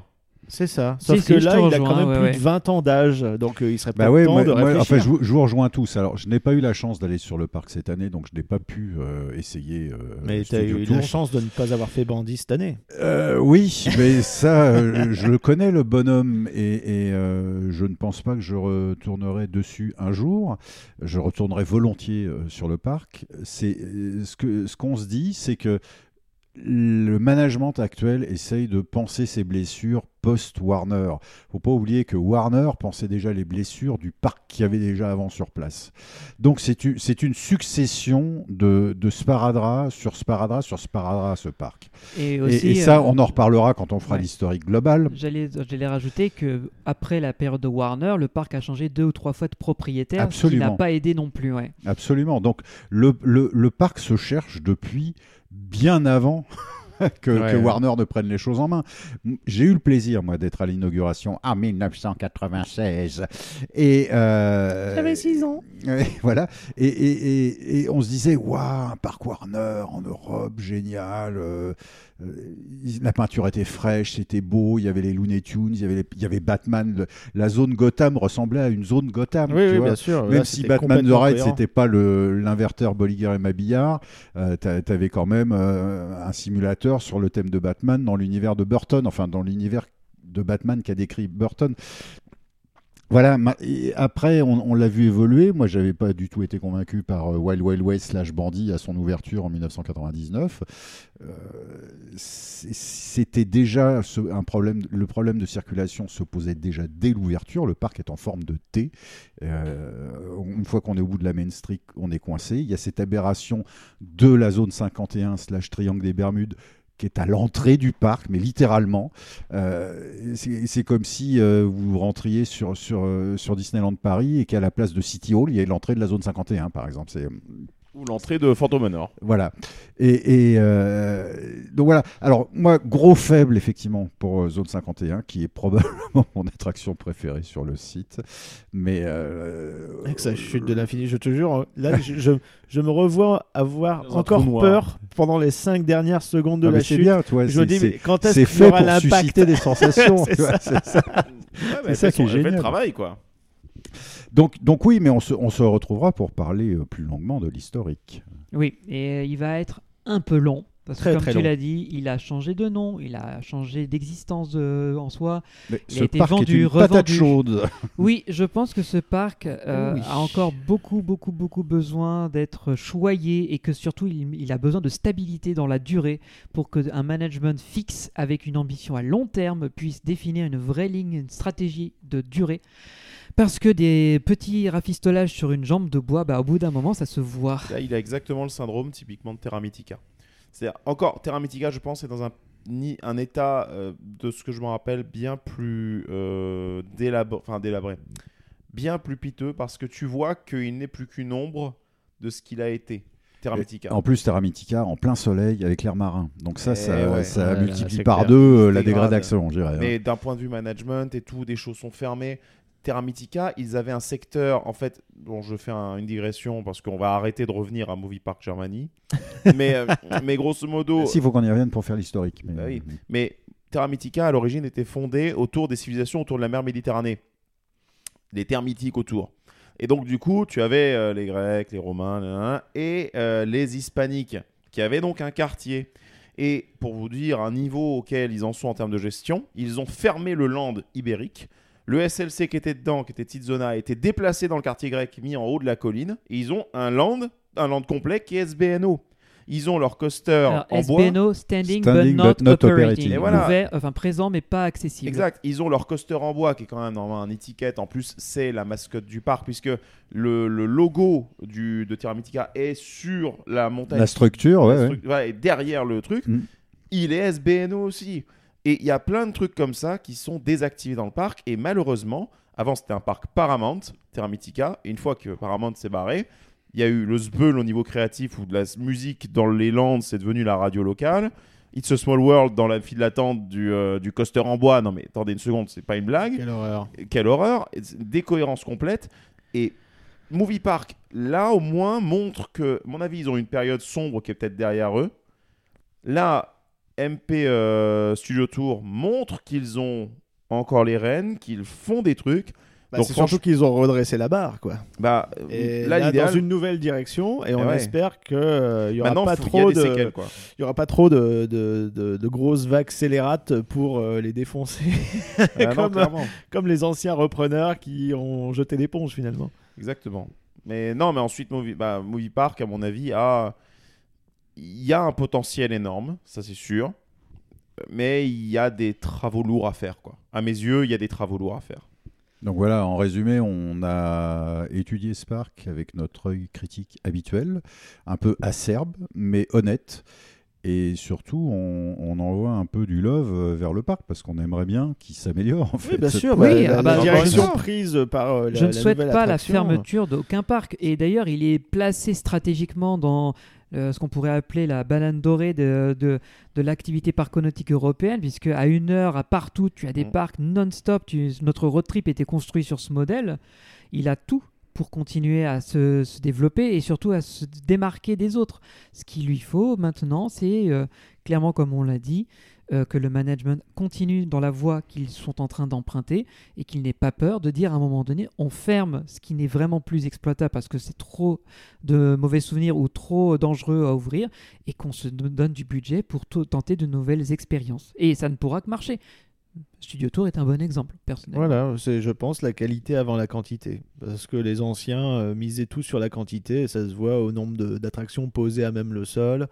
C'est ça. Sauf que là, il a quand même plus de 20 ans d'âge, donc euh, il serait pas Bah ouais, temps moi, de moi, réfléchir. enfin, je, vous- je vous rejoins tous. Alors, je n'ai pas eu la chance d'aller sur le parc cette année, donc je n'ai pas pu euh, essayer. euh, Mais t'as Studio eu Tour. la chance de ne pas avoir fait Bandit cette année. Euh, oui, mais ça, euh, je le connais, le bonhomme, et, et, euh, je ne pense pas que je retournerai dessus un jour. Je retournerai volontiers euh, sur le parc. C'est euh, ce que ce qu'on se dit, c'est que le management actuel essaye de penser ses blessures post-Warner. Faut pas oublier que Warner pensait déjà les blessures du parc qu'il y avait déjà avant sur place. Donc c'est une, c'est une succession de, de sparadrap sur sparadrap sur sparadrap ce parc. Et aussi, ça, euh, on en reparlera quand on fera ouais. l'historique global. J'allais, j'allais rajouter que après la période de Warner, le parc a changé deux ou trois fois de propriétaire, ce qui Absolument. n'a pas aidé non plus. Ouais. Absolument. Donc le, le- le parc se cherche depuis bien avant que, Ouais. que Warner ne prenne les choses en main. M- J'ai eu le plaisir, moi, d'être à l'inauguration en 1996. Et. euh, J'avais 6 ans. Ouais, voilà. Et, et- et- et on se disait, waouh, un parc Warner en Europe, génial. euh, euh, il- la peinture était fraîche, c'était beau. Il y avait les Looney Tunes, il y avait, les- il y avait Batman. Le- la zone Gotham ressemblait à une zone Gotham. Oui, tu oui, vois. bien sûr. Même Là, si c'était Batman The complètement Ride, cohérent. c'était pas le- l'inverteur Bolliger et Mabillard. Euh, t'a- T'avais quand même euh, un simulateur sur le thème de Batman dans l'univers de Burton, enfin dans l'univers de Batman qu'a décrit Burton. Voilà, ma- et après, on, on l'a vu évoluer. Moi, j'avais pas du tout été convaincu par euh, Wild Wild West slash Bandit à son ouverture en 1999. Euh, c'est- C'était déjà ce- un problème. Le problème de circulation se posait déjà dès l'ouverture. Le parc est en forme de T. Euh, une fois qu'on est au bout de la Main Street, on est coincé. Il y a cette aberration de la zone 51 slash Triangle des Bermudes qui est à l'entrée du parc, mais littéralement. Euh, c'est c'est comme si euh, vous rentriez sur, sur, euh, sur Disneyland Paris et qu'à la place de City Hall, il y a l'entrée de la zone 51, par exemple. C'est Ou l'entrée de Phantom Manor. voilà. Et, et, euh, donc voilà. Alors moi, gros faible effectivement pour euh, Zone 51, qui est probablement mon attraction préférée sur le site. Mais euh, Avec sa chute de l'infini, je te jure. Là, je, je- je me revois avoir un encore trou noir. peur pendant les 5 dernières secondes de Ah, la mais c'est chute. bien, tu vois, je me c'est- dis, c'est- mais quand est-ce c'est qu'il y fait aura pour l'impact susciter des sensations, C'est tu vois, ça. c'est ça. mais ça elle qui est fait son- elle fait génial. le travail, quoi. donc, donc oui, mais on se, on se retrouvera pour parler euh, plus longuement de l'historique. Oui, et euh, il va être un peu long. Parce que Très, comme très tu long. l'as dit, il a changé de nom, il a changé d'existence euh, en soi. Mais il ce a été parc est vendu, une revendu. patate chaude. Oui, je pense que ce parc euh, Oui. a encore beaucoup, beaucoup, beaucoup besoin d'être choyé et que surtout il, il a besoin de stabilité dans la durée pour que un management fixe avec une ambition à long terme puisse définir une vraie ligne, une stratégie de durée. Parce que des petits rafistolages sur une jambe de bois, bah, au bout d'un moment, ça se voit. Là, il a exactement le syndrome typiquement de Terra Mythica. C'est-à-dire, encore, Terra Mythica, je pense, est dans un, ni- un état, euh, de ce que je me rappelle, bien plus euh, délabo- enfin, délabré. Bien plus piteux parce que tu vois qu'il n'est plus qu'une ombre de ce qu'il a été, Terra Mythica. En plus, Terra Mythica en plein soleil avec l'air marin. Donc ça, Eh ça, ouais. ça Ouais, multiplie c'est par clair. deux euh, C'est la dégrade. dégradation, hein. je dirais. Mais d'un point de vue management et tout, des choses sont fermées. Terra Mythica, ils avaient un secteur, en fait, bon, je fais un- une digression parce qu'on va arrêter de revenir à Movie Park Germany. mais, euh, mais grosso modo. S'il faut qu'on y revienne pour faire l'historique. mais- Bah oui. Mais Terra Mythica, à l'origine, était fondée autour des civilisations autour de la mer Méditerranée. Les terres mythiques autour. Et donc, du coup, tu avais euh, les Grecs, les Romains, nan, nan, nan, et euh, les Hispaniques, qui avaient donc un quartier. Et pour vous dire un niveau auquel ils en sont en termes de gestion, ils ont fermé le land ibérique. Le SLC qui était dedans, qui était Tizona, a été déplacé dans le quartier grec, mis en haut de la colline. Et ils ont un land, un land complet qui est SBNO. Ils ont leur coaster Alors, en bois. SBNO, standing, Standing but not, but not operating. operating. Et voilà. Ouvert, enfin, présent mais pas accessible. Exact. Ils ont leur coaster en bois qui est quand même normalement un étiquette. En plus, c'est la mascotte du parc puisque le, le logo du, de Terra Mythica est sur la montagne. La structure, ouais, ouais. voilà, et derrière le truc, Mm. il est SBNO aussi. Et il y a plein de trucs comme ça qui sont désactivés dans le parc. Et malheureusement, avant c'était un parc Paramount, Terra Mythica. Et une fois que Paramount s'est barré, il y a eu le Zbeul au niveau créatif où de la s- musique dans les Landes, c'est devenu la radio locale. It's a Small World dans la file d'attente du, euh, du coaster en bois. Non mais attendez une seconde, c'est pas une blague. Quelle horreur. Quelle horreur. Et c'est une Décohérence complète. Et Movie Park, là au moins, montre que, à mon avis, ils ont une période sombre qui est peut-être derrière eux. Là, MP euh, Studio Tour montre qu'ils ont encore les rênes, qu'ils font des trucs. Bah, Donc c'est franchement, surtout qu'ils ont redressé la barre, quoi. bah, Et là, là, l'idéal- dans une nouvelle direction, et Eh on ouais. espère que euh, il y aura Maintenant, pas faut- il y a trop des de, séquelles, quoi. il y aura pas trop de, de, de- de grosses vagues scélérates pour euh, les défoncer, Ah non, comme, clairement. comme les anciens repreneurs qui ont jeté l'éponge finalement. Exactement. Mais non, mais ensuite, Movie, bah, Movie Park, à mon avis, a... il y a un potentiel énorme, ça c'est sûr. Mais il y a des travaux lourds à faire, quoi. À mes yeux, il y a des travaux lourds à faire. Donc voilà, en résumé, on a étudié ce parc avec notre œil critique habituel, un peu acerbe, mais honnête. Et surtout, on, on envoie un peu du love euh, vers le parc parce qu'on aimerait bien qu'il s'améliore. En fait, bien cette- sûr, bah, Oui, la- ah la bah, direction bien sûr. prise par, euh, la- Je ne la souhaite nouvelle pas la attraction. fermeture d'aucun parc. Et d'ailleurs, il est placé stratégiquement dans euh, ce qu'on pourrait appeler la banane dorée de, de, de l'activité parconautique européenne, puisque à une heure, à partout, tu as Mm. des parcs non-stop. Tu- Notre road trip était construit sur ce modèle. Il a tout pour continuer à se, se développer et surtout à se démarquer des autres. Ce qu'il lui faut maintenant, c'est euh, clairement, comme on l'a dit, euh, que le management continue dans la voie qu'ils sont en train d'emprunter et qu'il n'ait pas peur de dire à un moment donné on ferme ce qui n'est vraiment plus exploitable parce que c'est trop de mauvais souvenirs ou trop dangereux à ouvrir et qu'on se don- donne du budget pour to- tenter de nouvelles expériences. Et ça ne pourra que marcher. Studio Tour est un bon exemple, personnellement. Voilà, c'est je pense la qualité avant la quantité, parce que les anciens euh, misaient tout sur la quantité, et ça se voit au nombre de- d'attractions posées à même le sol,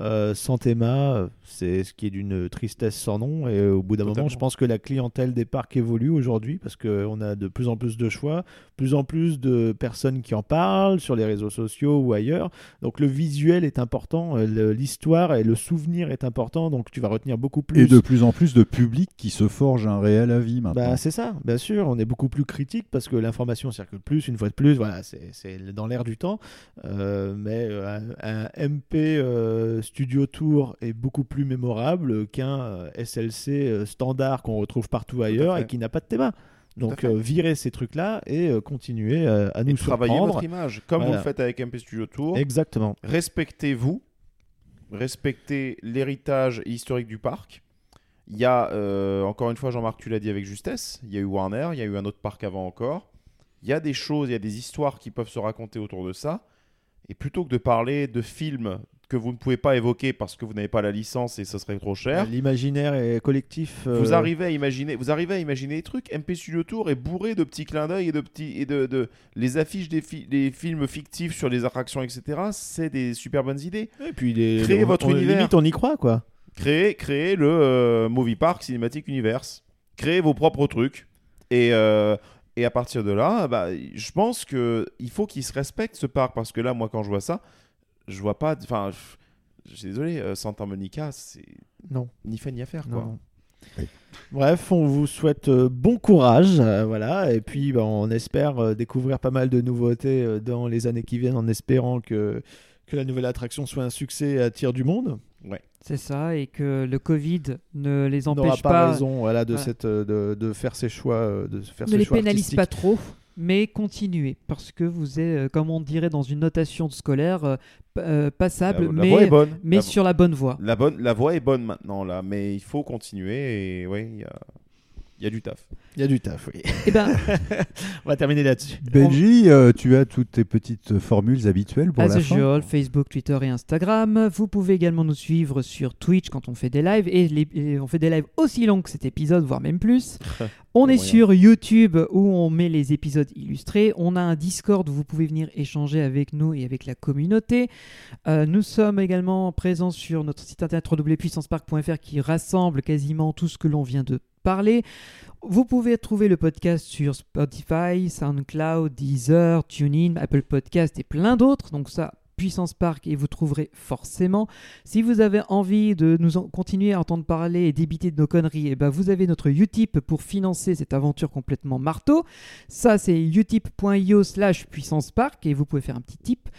Euh, sans théma, euh, c'est ce qui est d'une tristesse sans nom, et euh, au bout d'un moment, je pense que la clientèle des parcs évolue aujourd'hui, parce qu'on a de plus en plus de choix, plus en plus de personnes qui en parlent sur les réseaux sociaux ou ailleurs, donc le visuel est important, euh, le- l'histoire et le souvenir est important, donc tu vas retenir beaucoup plus. Et de plus en plus de public qui se forge un réel avis maintenant. Bah, c'est ça, bien sûr. On est beaucoup plus critique parce que l'information circule plus, une fois de plus. Voilà, c'est c'est dans l'air du temps. Euh, mais euh, un, un MP euh, Studio Tour est beaucoup plus mémorable qu'un euh, SLC euh, standard qu'on retrouve partout ailleurs fait. et qui n'a pas de théma. Donc, euh, virer ces trucs-là et euh, continuer euh, à nous Travaillez surprendre. votre image, comme vous Voilà. le faites avec MP Studio Tour. Exactement. Respectez-vous, respectez l'héritage historique du parc. Il y a, euh, encore une fois, Jean-Marc, tu l'as dit avec justesse, il y a eu Warner, il y a eu un autre parc avant encore. Il y a des choses, il y a des histoires qui peuvent se raconter autour de ça. Et plutôt que de parler de films que vous ne pouvez pas évoquer parce que vous n'avez pas la licence et ce serait trop cher. L'imaginaire est collectif. euh, Vous arrivez à imaginer, vous arrivez à imaginer des trucs. MP Studio Tour est bourré de petits clins d'œil et de petits et de, de- les affiches des, fi- des films fictifs sur les attractions, etc. C'est des super bonnes idées. Et puis les, créez on- votre on- univers. Limite, on y croit, quoi. Créez, créez le euh, Movie Park Cinematic Universe. Créez vos propres trucs. Et, euh, et à partir de là, bah, je pense que il faut qu'il se respecte ce parc parce que là, moi, quand je vois ça, je vois pas. Enfin, je je suis désolé, euh, Santa Monica, c'est Non. ni fait ni à faire, Non, quoi. non. Bref, on vous souhaite euh, bon courage, euh, voilà, et puis bah, on espère euh, découvrir pas mal de nouveautés euh, dans les années qui viennent, en espérant que, que la nouvelle attraction soit un succès et attire du monde. Ouais. C'est ça, et que le Covid ne les N'aura empêche pas, pas. raison, voilà, de Voilà. cette, euh, de, de faire ses choix, euh, de faire ne ses les choix pénalise artistiques. pas trop, mais continuez parce que vous êtes, euh, comme on dirait dans une notation scolaire, euh, p- euh, passable, La- la mais, voie est bonne. mais La- sur la bonne voie. La, bonne, la voie est bonne maintenant, là, mais il faut continuer et ouais, il y a, il y a du taf. Il y a du taf, oui. Eh ben, on va terminer là-dessus. Benji, euh, tu as toutes tes petites formules habituelles Ah, pour As la fin usual, Facebook, Twitter et Instagram. Vous pouvez également nous suivre sur Twitch quand on fait des lives. Et, les- et on fait des lives aussi longs que cet épisode, voire même plus. on Bon est moyen. sur YouTube où on met les épisodes illustrés. On a un Discord où vous pouvez venir échanger avec nous et avec la communauté. Euh, nous sommes également présents sur notre site internet www.puissancepark.fr qui rassemble quasiment tout ce que l'on vient de parler. Vous pouvez trouver le podcast sur Spotify, SoundCloud, Deezer, TuneIn, Apple Podcast et plein d'autres. Donc ça, Puissance Park, et vous trouverez forcément. Si vous avez envie de nous en- continuer à entendre parler et débiter de nos conneries, eh ben vous avez notre Utip pour financer cette aventure complètement marteau. Ça, c'est utip.io slash Puissance Park et vous pouvez faire un petit tip.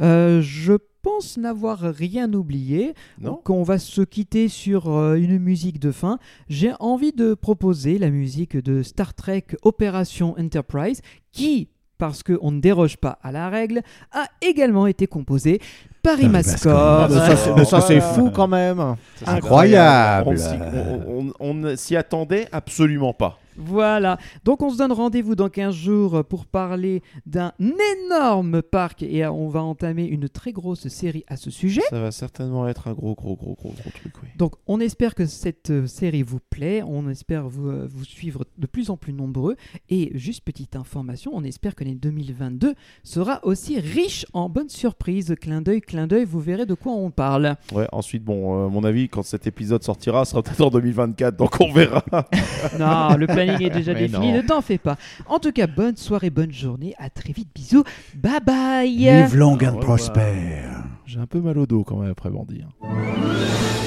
Euh, je pense n'avoir rien oublié. Non. Oh. Donc on va se quitter sur euh, une musique de fin. J'ai envie de proposer la musique de Star Trek Opération Enterprise qui, parce qu'on ne déroge pas à la règle, a également été composée par Imascore. Ah, mais ça, c'est- mais ça, c'est fou quand même. On s'y- On, on- on ne s'y attendait absolument pas. Voilà. Donc on se donne rendez-vous dans 15 jours pour parler d'un énorme parc et euh, on va entamer une très grosse série à ce sujet. Ça va certainement être un gros, gros, gros, gros, gros truc, oui. Donc on espère que cette euh, série vous plaît, on espère vous, euh, vous suivre de plus en plus nombreux et juste petite information, on espère que l'année 2022 sera aussi riche en bonnes surprises. Clin d'œil, clin d'œil, vous verrez de quoi on parle. Ouais, ensuite, bon, euh, mon avis, quand cet épisode sortira, sera peut-être en 2024, donc on verra. Non, le planning est déjà défini, ne t'en fais pas. En tout cas, bonne soirée, bonne journée, à très vite, bisous, bye bye. Ah, bah. Live long and prosper. J'ai un peu mal au dos quand même après Bandit. hein.